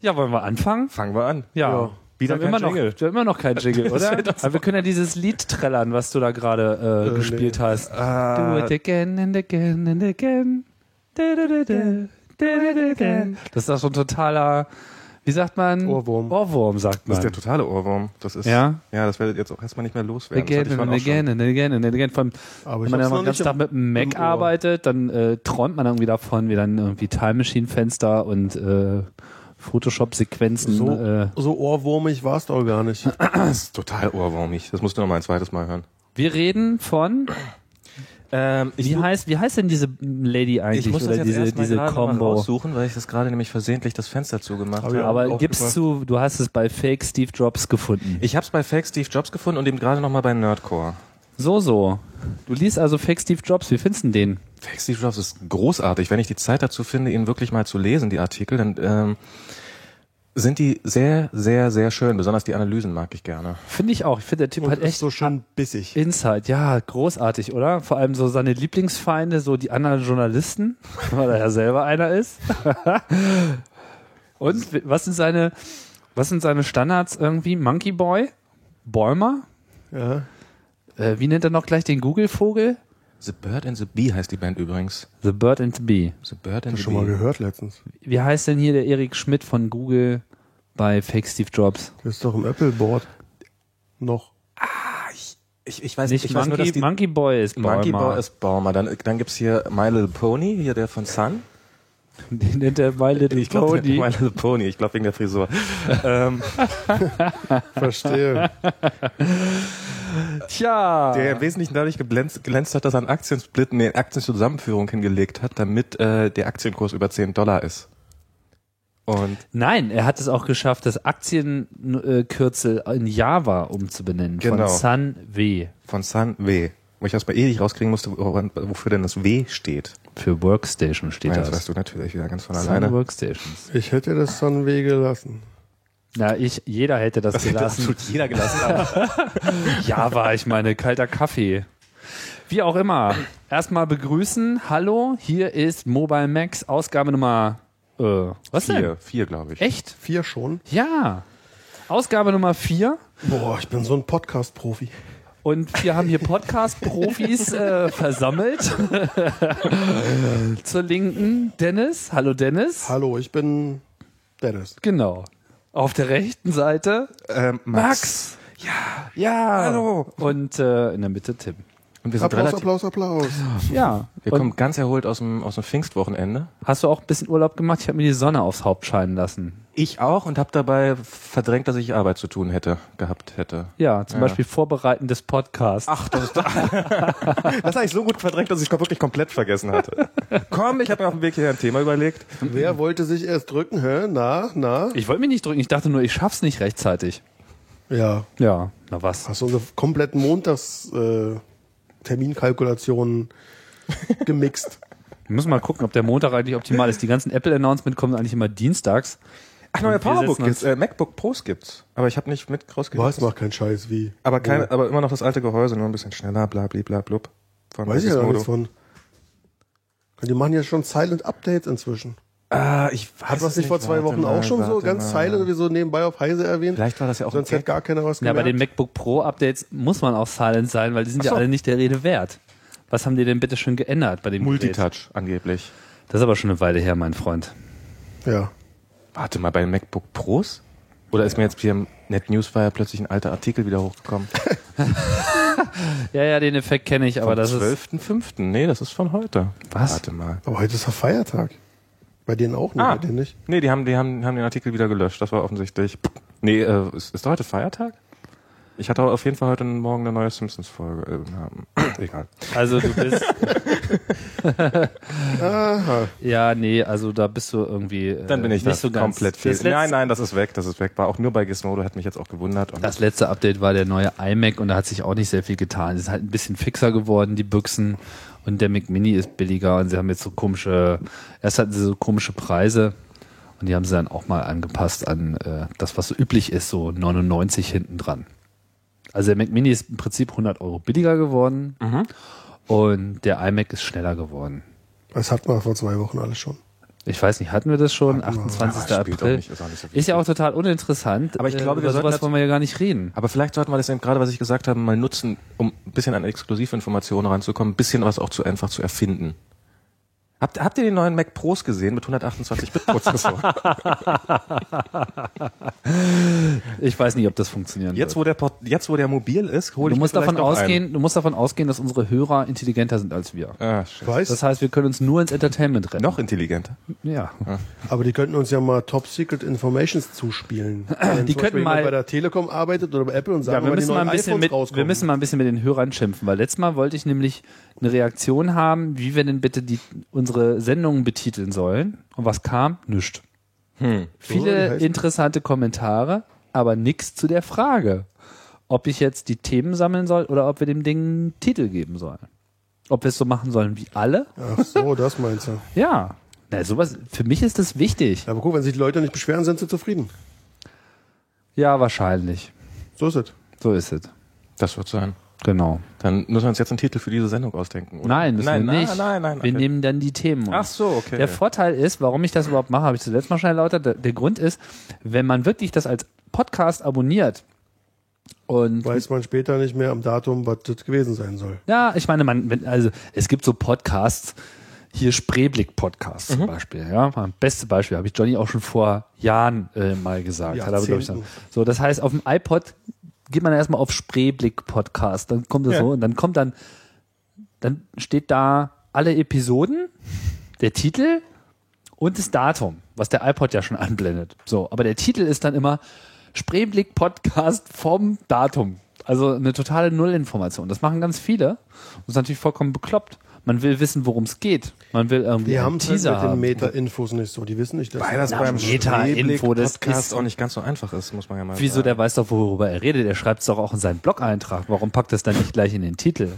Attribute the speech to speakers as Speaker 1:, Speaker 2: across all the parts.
Speaker 1: Ja, wollen wir anfangen?
Speaker 2: Fangen wir an.
Speaker 1: Ja.
Speaker 3: Ja.
Speaker 1: Wir
Speaker 2: Wieder
Speaker 1: haben
Speaker 2: kein
Speaker 1: immer noch,
Speaker 2: Jingle.
Speaker 1: wir haben immer noch kein Jingle,
Speaker 2: ist
Speaker 1: oder?
Speaker 2: ja das
Speaker 1: Aber wir können ja dieses Lied trällern, was du da gerade äh, gespielt hast. Do
Speaker 2: Äh,
Speaker 1: it again and again and again. Da, da, da, da. Da, da, da, da. Das ist doch so ein totaler, wie sagt man?
Speaker 3: Ohrwurm.
Speaker 1: Ohrwurm, sagt
Speaker 2: Das ist der
Speaker 1: man.
Speaker 2: totale Ohrwurm. Das ist,
Speaker 1: Ja?
Speaker 2: ja, das werdet ihr jetzt auch erstmal nicht mehr loswerden. Das hatte
Speaker 1: Again
Speaker 2: ich
Speaker 1: and
Speaker 2: vorhin auch schon.
Speaker 1: again and again and again. Vor allem,
Speaker 3: Aber
Speaker 1: wenn
Speaker 3: ich
Speaker 1: man ja
Speaker 3: hab's
Speaker 1: mal
Speaker 3: noch
Speaker 1: den ganzen
Speaker 3: nicht
Speaker 1: Tag
Speaker 3: im,
Speaker 1: mit dem Mac
Speaker 3: im Ohr.
Speaker 1: arbeitet, dann äh, träumt man irgendwie davon, wie dann irgendwie Time Machine Fenster und äh, Photoshop-Sequenzen.
Speaker 3: so,
Speaker 1: Äh,
Speaker 3: so ohrwurmig war es doch gar nicht.
Speaker 2: Das ist total ohrwurmig. Das musst du noch mal ein zweites Mal hören.
Speaker 1: wir reden von
Speaker 2: Ähm,
Speaker 1: Wie heißt, wie heißt denn diese Lady eigentlich oder diese, diese Combo?
Speaker 2: raussuchen, weil ich das gerade nämlich versehentlich das Fenster zugemacht
Speaker 3: Aber ja,
Speaker 2: habe.
Speaker 1: Aber
Speaker 3: auch
Speaker 1: gibst du, du hast es bei Fake Steve Jobs gefunden.
Speaker 2: Ich habe es bei Fake Steve Jobs gefunden und eben gerade noch mal bei Nerdcore.
Speaker 1: so, so. Du liest also Fake Steve Jobs, wie findest du den?
Speaker 2: Fake Steve Jobs ist großartig. Wenn ich die Zeit dazu finde, ihn wirklich mal zu lesen, die Artikel, dann ähm, sind die sehr, sehr, sehr schön. Besonders die Analysen mag ich gerne.
Speaker 1: Finde ich auch. Ich finde, der Typ
Speaker 3: Und
Speaker 1: hat
Speaker 3: Oh, ist
Speaker 1: echt
Speaker 3: so schön bissig.
Speaker 1: Insight. Ja, großartig, oder? Vor allem so seine Lieblingsfeinde, so die anderen Journalisten, weil er ja selber einer ist. Und was sind seine, was sind seine Standards irgendwie? Monkey Boy? Bäumer?
Speaker 3: Ja.
Speaker 1: Äh, wie nennt er noch gleich den Google-Vogel?
Speaker 2: The Bird and the Bee heißt die Band übrigens.
Speaker 1: The Bird and the Bee.
Speaker 2: The Bird and the
Speaker 3: Schon mal
Speaker 2: Bee.
Speaker 3: gehört letztens.
Speaker 1: Wie heißt denn hier der Erik Schmidt von Google bei Fake Steve Jobs?
Speaker 3: Das ist doch im Apple Board. Noch.
Speaker 2: Ich, ich weiß
Speaker 1: Nicht
Speaker 2: ich weiß nur,
Speaker 1: Monkey,
Speaker 2: dass die
Speaker 1: Monkey Boy ist Bäumer.
Speaker 2: Monkey Ball ist Baumer. Dann, dann gibt's hier My Little Pony, hier der von Sun.
Speaker 1: Den nennt er My Little
Speaker 2: Ich glaube,
Speaker 1: Pony.
Speaker 2: My Little Pony, ich glaube wegen der Frisur. ähm,
Speaker 3: Verstehe.
Speaker 1: Tja.
Speaker 2: der im Wesentlichen dadurch geglänzt, glänzt hat, dass er einen Aktiensplit, nee, eine Aktienzusammenführung hingelegt hat, damit äh, der Aktienkurs über 10 Dollar ist. Und
Speaker 1: Nein, er hat es auch geschafft, das Aktienkürzel in Java umzubenennen.
Speaker 2: Genau.
Speaker 1: Von Sun W
Speaker 2: von Sun W. Wo ich erst mal ewig rauskriegen musste, woran, wofür denn das W steht.
Speaker 1: für Workstation steht
Speaker 2: Nein, das
Speaker 1: das.
Speaker 2: weißt du natürlich wieder ganz von
Speaker 1: Sun
Speaker 2: alleine.
Speaker 1: Workstations.
Speaker 3: Ich hätte das dann weh gelassen.
Speaker 1: Na, ich, jeder hätte das, gelassen.
Speaker 2: jeder gelassen.
Speaker 1: Java, ich meine, kalter Kaffee. Wie auch immer. Erstmal begrüßen. Hallo, hier ist Mobile Max, Ausgabe Nummer. Äh, was denn?
Speaker 2: vier, vier glaube ich.
Speaker 1: Echt?
Speaker 3: Vier schon?
Speaker 1: Ja. Ausgabe Nummer vier.
Speaker 3: Boah, ich bin so ein Podcast-Profi.
Speaker 1: Und wir haben hier Podcast-Profis äh, versammelt. Zur Linken Dennis. Hallo Dennis.
Speaker 3: Hallo, ich bin Dennis.
Speaker 1: Genau. Auf der rechten Seite
Speaker 2: Ähm,
Speaker 1: Max. Ja. Ja. Hallo. Und äh, in der Mitte Tim.
Speaker 2: Und wir sind
Speaker 3: Applaus,
Speaker 2: relativ,
Speaker 3: Applaus, Applaus.
Speaker 1: Ja.
Speaker 2: wir kommen ganz erholt aus dem, aus dem Pfingstwochenende.
Speaker 1: Hast du auch ein bisschen Urlaub gemacht? Ich habe mir die Sonne aufs Haupt scheinen lassen.
Speaker 2: Ich auch und habe dabei verdrängt, dass ich Arbeit zu tun hätte, gehabt hätte.
Speaker 1: Ja, zum
Speaker 2: Ja.
Speaker 1: Beispiel Vorbereiten des Podcasts.
Speaker 2: Ach, das ist Das habe ich so gut verdrängt, dass ich es wirklich komplett vergessen hatte. Komm, ich habe mir auf dem Weg hier ein Thema überlegt.
Speaker 3: Wer wollte sich erst drücken? Hä? Na, na?
Speaker 1: Ich wollte mich nicht drücken. Ich dachte nur, ich schaff's nicht rechtzeitig.
Speaker 3: Ja.
Speaker 1: Ja. Na was?
Speaker 3: Hast du unsere kompletten äh, Montags-Terminkalkulationen gemixt?
Speaker 1: Wir müssen mal gucken, ob der Montag eigentlich optimal ist. Die ganzen Apple-Announcements kommen eigentlich immer dienstags.
Speaker 2: Ach, neue
Speaker 1: wir
Speaker 2: Powerbook
Speaker 1: setzen
Speaker 2: gibt's, äh, MacBook Pros gibt's, aber ich habe nicht mit rausgekriegt.
Speaker 3: Was macht kein Scheiß wie?
Speaker 2: Aber keine, aber immer noch das alte Gehäuse, nur ein bisschen schneller, bla bla bla blub. Von
Speaker 3: Weiß ich
Speaker 2: Regis
Speaker 3: ja gar
Speaker 2: Modo.
Speaker 3: nichts von. Die machen ja schon Silent Updates inzwischen.
Speaker 2: Ah, ich weiß
Speaker 3: Hat
Speaker 2: es
Speaker 3: was nicht vor zwei
Speaker 2: warte
Speaker 3: Wochen
Speaker 2: mal,
Speaker 3: auch schon so
Speaker 2: warte
Speaker 3: ganz
Speaker 2: mal.
Speaker 3: Silent wie so nebenbei auf Heise erwähnt?
Speaker 2: Vielleicht war das ja auch
Speaker 3: Sonst
Speaker 2: ein
Speaker 3: hätte gar keiner was
Speaker 1: Ja, bei
Speaker 3: gemerkt.
Speaker 1: den MacBook Pro Updates muss man auch silent sein, weil die sind
Speaker 2: Ach so.
Speaker 1: ja alle nicht der Rede wert. Was haben die denn bitte schon geändert bei dem Gerät?
Speaker 2: Multitouch angeblich.
Speaker 1: Das ist aber schon eine Weile her, mein Freund.
Speaker 3: ja.
Speaker 2: Warte mal, bei den MacBook Pros? Oder ist mir jetzt hier im NetNewsWire plötzlich ein alter Artikel wieder hochgekommen?
Speaker 1: Ja, ja, den Effekt kenne ich, aber
Speaker 2: Vom
Speaker 1: das ist
Speaker 2: 12.05. Nee, das ist von heute.
Speaker 1: Was?
Speaker 2: Warte mal.
Speaker 3: Aber heute ist ja Feiertag. Bei denen auch nicht,
Speaker 2: Ah.
Speaker 3: bei denen nicht.
Speaker 2: Nee, die haben, die haben, haben den Artikel wieder gelöscht. Das war offensichtlich. Nee, äh, ist, ist heute Feiertag? Ich hatte auf jeden Fall heute Morgen eine neue Simpsons-Folge. Äh, egal.
Speaker 1: also du bist
Speaker 3: Aha.
Speaker 1: ja, nee, also da bist du irgendwie äh,
Speaker 2: Dann bin ich
Speaker 1: nicht
Speaker 2: das
Speaker 1: so ganz.
Speaker 2: komplett fehl.
Speaker 1: das,
Speaker 2: Nein,
Speaker 1: letzte,
Speaker 2: nein, das ist weg, das ist weg. War auch nur bei Gizmodo, hat mich jetzt auch gewundert. Und
Speaker 1: das letzte Update war der neue iMac und da hat sich auch nicht sehr viel getan. Es ist halt ein bisschen fixer geworden, die Büchsen und der Mac Mini ist billiger und sie haben jetzt so komische erst hatten sie so komische Preise und die haben sie dann auch mal angepasst an äh, das was so üblich ist, so 99 hinten dran. Also der Mac Mini ist im Prinzip 100 Euro billiger geworden
Speaker 2: Mhm.
Speaker 1: und der iMac ist schneller geworden.
Speaker 3: Das hat man vor zwei Wochen alles schon.
Speaker 1: Ich weiß nicht, hatten wir das schon?
Speaker 3: Hatten wir.
Speaker 1: 28.
Speaker 2: Ja, spielt auch
Speaker 1: April.
Speaker 2: nicht, ist auch nicht so
Speaker 1: ist ja auch total uninteressant.
Speaker 2: Aber ich glaube,
Speaker 1: äh,
Speaker 2: wir
Speaker 1: über
Speaker 2: sollten
Speaker 1: sowas
Speaker 2: dazu-
Speaker 1: wollen wir ja gar nicht reden.
Speaker 2: Aber vielleicht sollten wir das eben gerade, was ich gesagt habe, mal nutzen, um ein bisschen an Exklusivinformationen ranzukommen, ein bisschen was auch zu einfach zu erfinden. Habt, habt ihr den neuen Mac Pros gesehen mit 128-Bit-Prozessor?
Speaker 1: Ich weiß nicht, ob das funktionieren
Speaker 2: jetzt,
Speaker 1: wird.
Speaker 2: wo der, Port- jetzt, wo der mobil ist, hol ich
Speaker 1: Du
Speaker 2: mir
Speaker 1: musst,
Speaker 2: vielleicht
Speaker 1: davon
Speaker 2: noch
Speaker 1: ausgehen, du musst davon ausgehen, dass unsere Hörer intelligenter sind als wir.
Speaker 2: Einen. Ah, shit.
Speaker 3: Weiß,
Speaker 1: Das heißt, wir können uns nur ins Entertainment retten.
Speaker 2: Noch intelligenter.
Speaker 1: Ja.
Speaker 3: aber die könnten uns ja mal Top Secret Informations zuspielen. Wenn
Speaker 1: Die könnten
Speaker 3: zum Beispiel jemand
Speaker 1: mal-
Speaker 3: bei der Telekom arbeitet oder bei Apple und
Speaker 1: Ja,
Speaker 3: sagen,
Speaker 1: wir
Speaker 3: wann die
Speaker 1: müssen, mal
Speaker 3: neuen
Speaker 1: ein bisschen
Speaker 3: iPhones
Speaker 1: mit,
Speaker 3: rauskommen.
Speaker 1: wir müssen mal ein bisschen mit den Hörern schimpfen, weil letztes Mal wollte ich nämlich eine Reaktion haben, wie wir denn bitte die, unsere Sendungen betiteln sollen. Und was kam? Nüscht.
Speaker 3: So,
Speaker 1: Viele
Speaker 3: die heißt-
Speaker 1: interessante Kommentare, aber nichts zu der Frage, ob ich jetzt die Themen sammeln soll oder ob wir dem Ding einen Titel geben sollen. Ob wir es so machen sollen wie alle?
Speaker 3: Ach so, das meinst du.
Speaker 1: Ja. Na, sowas, für mich ist das wichtig.
Speaker 3: Aber guck, wenn sich die Leute nicht beschweren, sind sie zufrieden.
Speaker 1: Ja, wahrscheinlich.
Speaker 3: So ist es.
Speaker 1: So ist es.
Speaker 2: Das wird sein.
Speaker 1: Genau.
Speaker 2: Dann müssen wir uns jetzt einen Titel für diese Sendung ausdenken. Oder?
Speaker 1: Nein, müssen
Speaker 2: nein,
Speaker 1: wir nicht.
Speaker 2: Nein, nein, nein.
Speaker 1: wir
Speaker 2: okay.
Speaker 1: nehmen dann die Themen.
Speaker 2: Ach so, okay.
Speaker 1: Der Vorteil ist, warum ich das überhaupt mache, habe ich zuletzt mal schon erläutert. Der, der Grund ist, wenn man wirklich das als Podcast abonniert und
Speaker 3: Weiß man später nicht mehr am Datum, was das gewesen sein soll.
Speaker 1: ja, ich meine, man, wenn, also es gibt so Podcasts, hier Spreeblick-Podcast zum Beispiel, ja. Mein beste Beispiel, habe ich Johnny auch schon vor Jahren äh, mal gesagt. Hat er, glaub ich,
Speaker 3: Jahrzehnten.
Speaker 1: dann- so, das heißt, auf dem iPod geht man erstmal auf Spreeblick-Podcast, dann kommt das
Speaker 2: Ja.
Speaker 1: so und dann kommt dann, dann steht da alle Episoden, der Titel und das Datum, was der iPod ja schon anblendet. So, aber der Titel ist dann immer Spreeblick Podcast vom Datum. Also eine totale Nullinformation. Das machen ganz viele. Und das ist natürlich vollkommen bekloppt. Man will wissen, worum es geht. Man will irgendwie
Speaker 3: Die
Speaker 1: einen
Speaker 3: haben es halt
Speaker 1: Teaser
Speaker 3: mit den
Speaker 1: haben.
Speaker 3: Meta-Infos nicht so. Die wissen nicht, dass
Speaker 2: Weil das
Speaker 1: Ja,
Speaker 2: beim
Speaker 1: Meta-Info, das
Speaker 2: Podcast
Speaker 1: ist-
Speaker 2: auch nicht ganz so einfach ist, muss man ja mal
Speaker 1: Wieso,
Speaker 2: sagen.
Speaker 1: der weiß doch, worüber er redet. Er schreibt es doch auch in seinen Blog-Eintrag. Warum packt das dann nicht gleich in den Titel?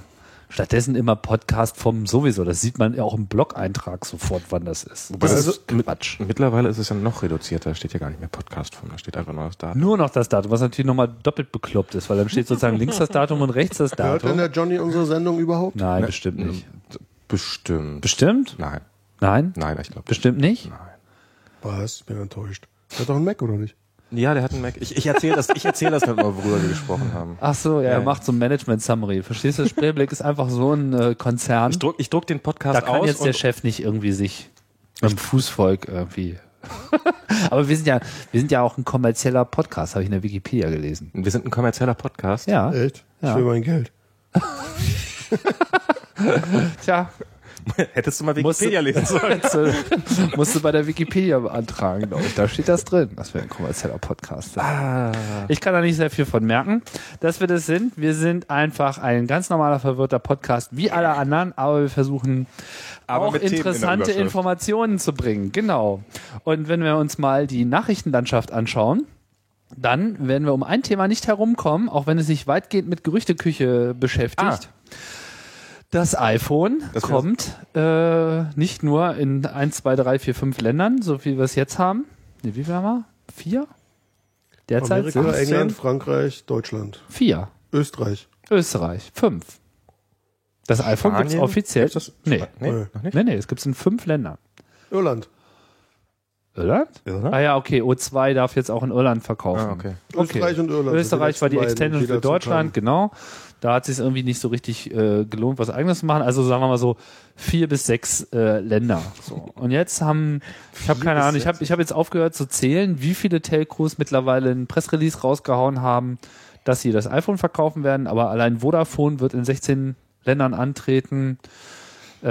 Speaker 1: Stattdessen immer Podcast vom sowieso. Das sieht man ja auch im Blog-Eintrag sofort, wann das ist.
Speaker 2: Wobei
Speaker 1: Das
Speaker 2: das
Speaker 1: ist Quatsch.
Speaker 2: Mittlerweile ist es ja noch reduzierter, da steht ja gar nicht mehr Podcast von, da steht einfach nur das Datum.
Speaker 1: Nur noch das Datum, was natürlich nochmal doppelt bekloppt ist, weil dann steht sozusagen links das Datum und rechts das
Speaker 3: Hört denn
Speaker 1: Datum.
Speaker 3: der Johnny unsere Sendung überhaupt?
Speaker 1: Nein, bestimmt nicht.
Speaker 2: Bestimmt.
Speaker 1: Bestimmt?
Speaker 2: Nein,
Speaker 1: Nein?
Speaker 2: nein, ich glaube.
Speaker 1: Bestimmt nicht?
Speaker 2: Nein.
Speaker 3: Was? Bin enttäuscht. Der hat doch einen Mac, oder nicht?
Speaker 2: Ja, der hat einen Mac. Ich, ich erzähle das, ich erzähl das dann mal, worüber wir gesprochen haben.
Speaker 1: Ach so, ja, er
Speaker 2: Ja.
Speaker 1: macht so ein Management-Summary. Verstehst du, Spreeblick ist einfach so ein äh, Konzern.
Speaker 2: Ich druck, ich druck den Podcast
Speaker 1: Da kann
Speaker 2: aus
Speaker 1: jetzt der Chef nicht irgendwie sich im Fußvolk irgendwie. Aber wir sind ja, wir sind ja auch ein kommerzieller Podcast, habe ich in der Wikipedia gelesen.
Speaker 2: wir sind ein kommerzieller Podcast.
Speaker 1: Ja.
Speaker 3: Echt?
Speaker 1: Ja.
Speaker 3: Ich will mein Geld.
Speaker 1: Tja,
Speaker 2: Hättest du mal
Speaker 1: musst du,
Speaker 2: Wikipedia lesen sollen.
Speaker 1: musst du bei der Wikipedia beantragen, glaube ich. Da steht das drin, dass wir ein kommerzieller Podcast sind. Ah. Ich kann da nicht sehr viel von merken, dass wir das sind. Wir sind einfach ein ganz normaler, verwirrter Podcast, wie alle anderen, aber wir versuchen
Speaker 2: Aber
Speaker 1: auch
Speaker 2: mit Themen in der
Speaker 1: interessante
Speaker 2: Überschrift.
Speaker 1: Informationen zu bringen. Genau. Und wenn wir uns mal die Nachrichtenlandschaft anschauen, dann werden wir um ein Thema nicht herumkommen, auch wenn es sich weitgehend mit Gerüchteküche beschäftigt. Das iPhone
Speaker 2: Ah. Das wär's.
Speaker 1: kommt äh, nicht nur in 1, 2, 3, 4, 5 Ländern, so wie wir es jetzt haben. Nee, wie viel haben wir? Vier? Derzeit
Speaker 3: Amerika,
Speaker 1: sind
Speaker 3: England, Frankreich, Deutschland,
Speaker 1: vier.
Speaker 3: Österreich.
Speaker 1: Österreich, fünf. Das iPhone gibt es offiziell.
Speaker 2: Gibt's das?
Speaker 1: nee.
Speaker 2: nee,
Speaker 3: Nee.
Speaker 2: noch nicht.
Speaker 1: nee, nee, es gibt es in fünf Ländern.
Speaker 3: Irland.
Speaker 1: Irland?
Speaker 2: Irland?
Speaker 1: Ah ja, okay, O2 darf jetzt auch in Irland verkaufen.
Speaker 2: Ah, okay.
Speaker 3: Österreich und Irland.
Speaker 1: Österreich war die
Speaker 3: letzten beiden,
Speaker 1: Extension
Speaker 3: die
Speaker 1: für
Speaker 3: dazu
Speaker 1: Deutschland, genau. Da hat es sich irgendwie nicht so richtig äh, gelohnt, was eigenes zu machen. Also sagen wir mal so vier bis sechs äh, Länder. So. Und jetzt haben, ich habe keine Ahnung, ich habe ich hab jetzt aufgehört zu zählen, wie viele Telcos mittlerweile ein Pressrelease rausgehauen haben, dass sie das iPhone verkaufen werden. Aber allein Vodafone wird in 16 Ländern antreten. Äh,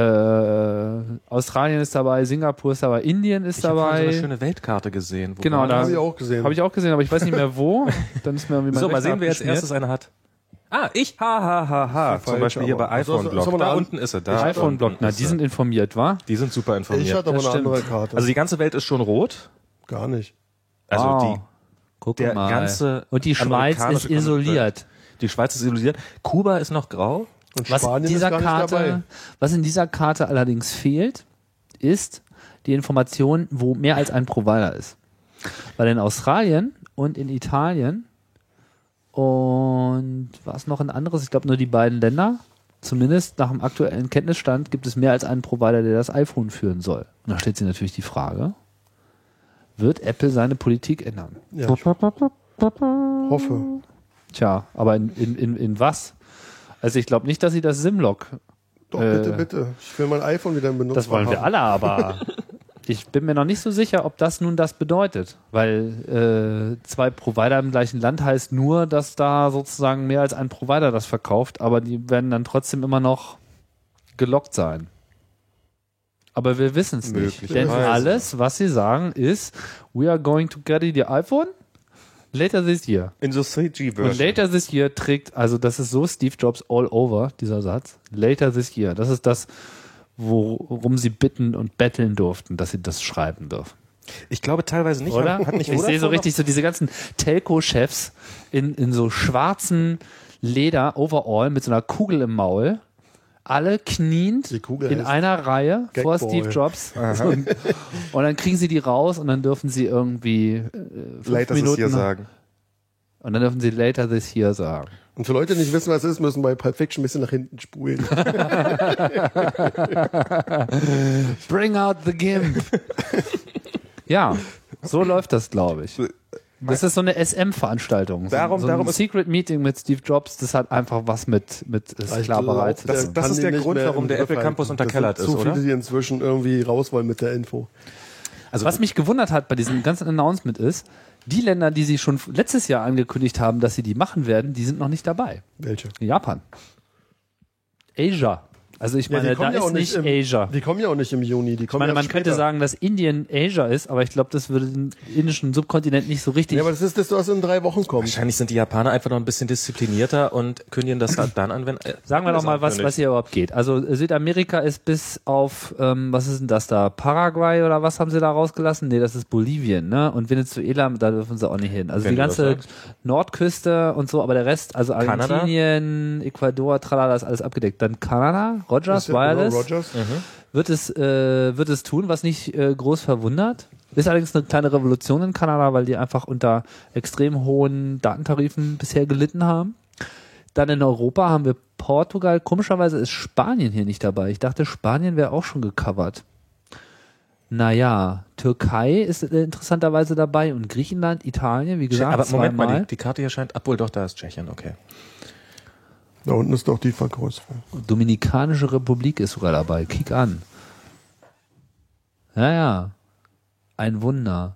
Speaker 1: Australien ist dabei, Singapur ist dabei, Indien ist
Speaker 2: Ich habe so
Speaker 1: dabei.
Speaker 2: eine schöne Weltkarte gesehen. wo
Speaker 1: Genau,
Speaker 2: man-
Speaker 3: kamen.
Speaker 1: da-
Speaker 3: Hab ich auch gesehen.
Speaker 1: Habe ich auch gesehen, aber ich weiß nicht mehr wo. Dann ist mir irgendwie mein
Speaker 2: So, mal
Speaker 1: Rechner
Speaker 2: sehen, wer jetzt
Speaker 1: abgeschmiert.
Speaker 2: erstes eine hat. Ah, ich, ha, ha, ha, ha.
Speaker 3: falsch,
Speaker 2: Zum Beispiel hier bei
Speaker 3: aber- Achso,
Speaker 2: iPhone
Speaker 3: soll- soll
Speaker 2: Blog.
Speaker 3: man
Speaker 2: Da
Speaker 3: an-
Speaker 2: unten ist er. Da
Speaker 1: iPhone Block,
Speaker 2: unten
Speaker 1: na,
Speaker 2: ist
Speaker 1: die
Speaker 2: er.
Speaker 1: sind informiert, wa?
Speaker 2: die sind super informiert.
Speaker 3: Ich hatte aber
Speaker 1: Das
Speaker 3: eine
Speaker 1: stimmt.
Speaker 3: andere Karte.
Speaker 2: also die ganze Welt ist schon rot.
Speaker 3: Gar nicht.
Speaker 2: Also
Speaker 1: Wow.
Speaker 2: die
Speaker 1: Guck
Speaker 2: der ganze
Speaker 1: Und die Schweiz ist
Speaker 2: amerikanische
Speaker 1: isoliert.
Speaker 2: Die Schweiz ist isoliert. Kuba ist noch grau.
Speaker 3: Und
Speaker 1: Was in
Speaker 3: Spanien
Speaker 1: dieser
Speaker 3: ist gar
Speaker 1: Karte,
Speaker 3: nicht dabei.
Speaker 1: was in dieser Karte allerdings fehlt, ist die Information, wo mehr als ein Provider ist. Weil in Australien und in Italien und was noch ein anderes, ich glaube nur die beiden Länder zumindest nach dem aktuellen Kenntnisstand gibt es mehr als einen Provider, der das iPhone führen soll. Und da stellt sich natürlich die Frage, wird Apple seine Politik ändern?
Speaker 3: Ja, ich hoffe.
Speaker 1: Tja, aber in, in, in, in was? Also ich glaube nicht, dass sie das Simlock,
Speaker 3: Doch,
Speaker 1: Äh.
Speaker 3: bitte, bitte. Ich will mein iPhone wieder in Benutzung
Speaker 1: das wollen wir
Speaker 3: haben.
Speaker 1: alle, aber ich bin mir noch nicht so sicher, ob das nun das bedeutet. Weil äh, zwei Provider im gleichen Land heißt nur, dass da sozusagen mehr als ein Provider das verkauft, aber die werden dann trotzdem immer noch gelockt sein. Aber wir wissen es nicht. Denn
Speaker 2: Möglicherweise.
Speaker 1: alles, was sie sagen, ist, we are going to get the iPhone later this year.
Speaker 2: In so
Speaker 1: Und
Speaker 2: CG-Version.
Speaker 1: later this year trägt, also das ist so Steve Jobs all over, dieser Satz. Later this year. Das ist das, worum sie bitten und betteln durften, dass sie das schreiben dürfen.
Speaker 2: Ich glaube teilweise nicht.
Speaker 1: Oder?
Speaker 2: Hat nicht
Speaker 1: ich sehe so
Speaker 2: Vodafone-
Speaker 1: richtig so diese ganzen Telco-Chefs in, in so schwarzen Leder-Overall mit so einer Kugel im Maul. Alle kniend
Speaker 3: Die Kugel
Speaker 1: in
Speaker 3: heißt
Speaker 1: einer Reihe vor
Speaker 3: Gagball.
Speaker 1: Steve Jobs. Und, und dann kriegen sie die raus und dann dürfen sie irgendwie äh, fünf
Speaker 2: Later this
Speaker 1: Minuten
Speaker 2: year sagen.
Speaker 1: und dann dürfen sie later this year sagen.
Speaker 3: Und für Leute, die nicht wissen, was es ist, müssen bei Pulp Fiction ein bisschen nach hinten spulen.
Speaker 1: Bring out the Gimp. ja, so läuft das, glaube ich. Das ist so eine SM-Veranstaltung. So,
Speaker 2: Darum-
Speaker 1: so
Speaker 2: darum
Speaker 1: ein
Speaker 2: ist-
Speaker 1: Secret Meeting mit Steve Jobs, das hat einfach was mit, mit äh,
Speaker 3: Ich
Speaker 1: Sklaverei
Speaker 3: glaub,
Speaker 1: zu
Speaker 2: Das-
Speaker 1: tun.
Speaker 2: das
Speaker 3: kann
Speaker 2: ist
Speaker 3: die
Speaker 2: der
Speaker 3: nicht
Speaker 2: Grund,
Speaker 3: mehr
Speaker 2: warum der
Speaker 3: im
Speaker 2: Apple
Speaker 3: Griff
Speaker 2: Campus
Speaker 3: halten.
Speaker 2: unterkellert
Speaker 3: Das sind
Speaker 2: ist,
Speaker 3: zu
Speaker 2: oder?
Speaker 3: viele, die inzwischen irgendwie raus wollen mit der Info.
Speaker 2: Also
Speaker 1: Was mich gewundert hat bei diesem ganzen Announcement ist, die Länder, die sie schon letztes Jahr angekündigt haben, dass sie die machen werden, die sind noch nicht dabei.
Speaker 3: Welche?
Speaker 1: Japan. Asia. Also ich
Speaker 3: Ja, die
Speaker 1: meine, da
Speaker 3: kommen ja auch
Speaker 1: ist nicht
Speaker 3: nicht im-
Speaker 1: Asia.
Speaker 3: Die kommen ja auch nicht im Juni, die
Speaker 1: Ich
Speaker 3: kommen
Speaker 1: meine,
Speaker 3: ja
Speaker 1: man
Speaker 3: später.
Speaker 1: könnte sagen, dass Indien Asia ist, aber ich glaube, das würde den indischen Subkontinent nicht so richtig
Speaker 3: Ja, aber das ist das, was in drei Wochen kommt.
Speaker 2: Wahrscheinlich sind die Japaner einfach noch ein bisschen disziplinierter und kündigen das halt dann an, wenn. äh,
Speaker 1: Sagen wir
Speaker 2: wenn
Speaker 1: doch
Speaker 2: das
Speaker 1: mal, was, was
Speaker 2: ankündigt.
Speaker 1: hier überhaupt geht. Also äh, Südamerika ist bis auf, ähm, was ist denn das da? Paraguay oder was haben sie da rausgelassen? Nee, das ist Bolivien, ne? Und Venezuela, da dürfen sie auch nicht hin. Also
Speaker 2: Wenn
Speaker 1: die
Speaker 2: du das
Speaker 1: ganze
Speaker 2: sagst.
Speaker 1: Nordküste und so, aber der Rest, also
Speaker 2: Kanada?
Speaker 1: Argentinien, Ecuador, tralala, ist alles abgedeckt. Dann Kanada, Rogers, Wireless,
Speaker 3: Rogers.
Speaker 1: Mhm. wird es, äh, wird es tun, was nicht äh, groß verwundert. Ist allerdings eine kleine Revolution in Kanada, weil die einfach unter extrem hohen Datentarifen bisher gelitten haben. Dann in Europa haben wir Portugal. Komischerweise ist Spanien hier nicht dabei. Ich dachte, Spanien wäre auch schon gecovert. Naja, Türkei ist äh, interessanterweise dabei und Griechenland, Italien, wie gesagt,
Speaker 2: Aber Moment mal,
Speaker 1: zweimal.
Speaker 2: die, die Karte hier scheint. Obwohl, doch, da ist Tschechien, okay.
Speaker 3: Da unten ist doch die Vergrößerung.
Speaker 1: Dominikanische Republik ist sogar dabei. Kick an. Ja, ja. Ein Wunder.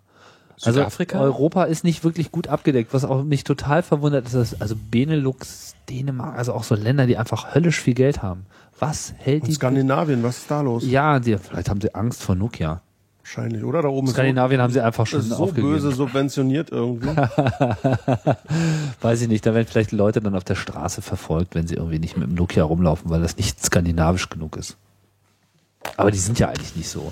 Speaker 1: Also
Speaker 2: Südafrika?
Speaker 1: Europa ist nicht wirklich gut abgedeckt, was auch mich total verwundert ist, dass also Benelux, Dänemark, also auch so Länder, die einfach höllisch viel Geld haben. Was hält
Speaker 3: Und
Speaker 1: die?
Speaker 3: Skandinavien, was ist da los?
Speaker 1: ja, die, vielleicht haben sie Angst vor Nokia.
Speaker 3: Wahrscheinlich, oder? Da oben ist
Speaker 1: Skandinavien haben sie einfach
Speaker 3: so,
Speaker 1: schon
Speaker 3: ist so
Speaker 1: aufgegeben.
Speaker 3: böse subventioniert irgendwie.
Speaker 1: Weiß ich nicht, da werden vielleicht Leute dann auf der Straße verfolgt, wenn sie irgendwie nicht mit dem Nokia rumlaufen, weil das nicht skandinavisch genug ist. Aber die sind ja eigentlich nicht so.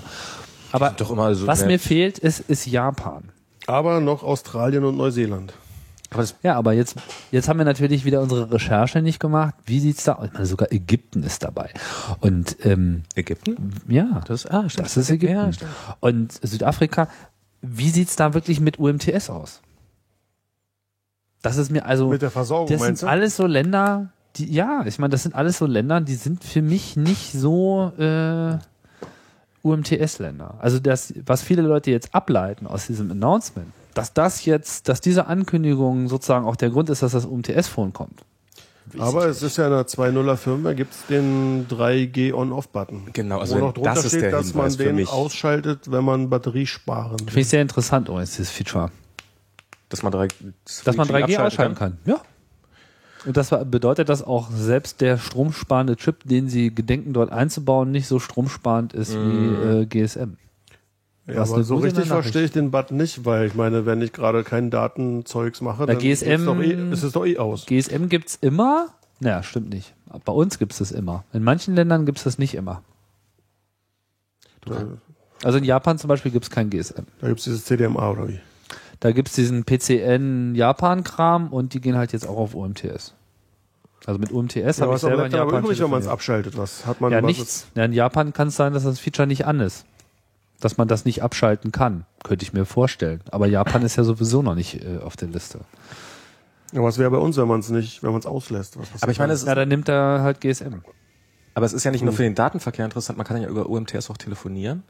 Speaker 1: Aber
Speaker 2: Doch immer so.
Speaker 1: Was
Speaker 2: ne-
Speaker 1: mir fehlt, ist, ist Japan.
Speaker 3: Aber noch Australien und Neuseeland.
Speaker 2: aber das,
Speaker 1: Ja, aber jetzt, jetzt haben wir natürlich wieder unsere Recherche nicht gemacht. Wie sieht's da aus? Ich meine, sogar Ägypten ist dabei. Und ähm,
Speaker 2: Ägypten?
Speaker 1: ja, das,
Speaker 2: Das, ah, stimmt.
Speaker 1: ist Ägypten.
Speaker 2: Ja, stimmt.
Speaker 1: Und Südafrika, wie sieht's da wirklich mit UMTS aus? Das ist mir also.
Speaker 3: Mit der Versorgung,
Speaker 1: das
Speaker 3: Oh, meinst
Speaker 1: sind
Speaker 3: du?
Speaker 1: alles so Länder, die, ja, ich meine, das sind alles so Länder, die sind für mich nicht so äh, UMTS-Länder. Also das, was viele Leute jetzt ableiten aus diesem Announcement, dass das jetzt, dass diese Ankündigung sozusagen auch der Grund ist, dass das UMTS-Phone kommt.
Speaker 3: Aber es ist ja in einer 2.0er Firma, gibt's den 3G On-Off-Button.
Speaker 2: Genau, also
Speaker 3: wo
Speaker 2: wenn-
Speaker 3: noch drunter
Speaker 2: das ist
Speaker 3: steht,
Speaker 2: der
Speaker 3: dass man
Speaker 2: Hinweis für
Speaker 3: den
Speaker 2: mich.
Speaker 3: ausschaltet, wenn man Batterie sparen
Speaker 1: Finde ich sehr interessant oh, übrigens, dieses Feature.
Speaker 2: Dass man 3
Speaker 1: Dass man 3G ausschalten kann. Ja. Und das war- bedeutet, dass auch selbst der stromsparende Chip, den sie gedenken dort einzubauen, nicht so stromsparend ist
Speaker 3: Mhm.
Speaker 1: wie äh, GSM.
Speaker 3: Ja,
Speaker 1: Was eine
Speaker 3: aber so
Speaker 1: gute
Speaker 3: richtig
Speaker 1: Nachricht.
Speaker 3: verstehe ich den Button nicht, weil ich meine, wenn ich gerade kein Datenzeugs mache,
Speaker 1: Na,
Speaker 3: dann
Speaker 1: GSM
Speaker 3: ist, doch eh, ist es doch eh aus.
Speaker 1: GSM gibt's immer? Naja, stimmt nicht. Bei uns gibt's das immer. In manchen Ländern gibt's das nicht immer.
Speaker 3: Da,
Speaker 1: Also in Japan zum Beispiel gibt's kein GSM.
Speaker 3: da gibt's dieses CDMA oder wie?
Speaker 1: Da gibt's diesen PCN-Japan-Kram und die gehen halt jetzt auch auf UMTS. Also mit UMTS
Speaker 3: Ja,
Speaker 1: habe ich
Speaker 3: was aber
Speaker 1: selber in
Speaker 3: bleibt dann aber
Speaker 1: Japan
Speaker 3: übrig, wenn man es
Speaker 1: telefoniert.
Speaker 3: abschaltet? Was hat man
Speaker 1: Ja,
Speaker 3: was
Speaker 1: nichts. Ja, in Japan kann es sein, dass das Feature nicht an ist. Dass man das nicht abschalten kann, könnte ich mir vorstellen. Aber Japan ist ja sowieso noch nicht äh, auf der Liste.
Speaker 3: Ist, ja, was wäre bei uns, wenn man es nicht, wenn man es auslässt? Was passiert
Speaker 2: Aber ich meine,
Speaker 3: dann?
Speaker 2: es ist
Speaker 1: Na, dann nimmt er halt GSM.
Speaker 2: Aber es ist ja nicht nur
Speaker 1: Hm.
Speaker 2: für den Datenverkehr interessant, man kann ja über UMTS auch telefonieren.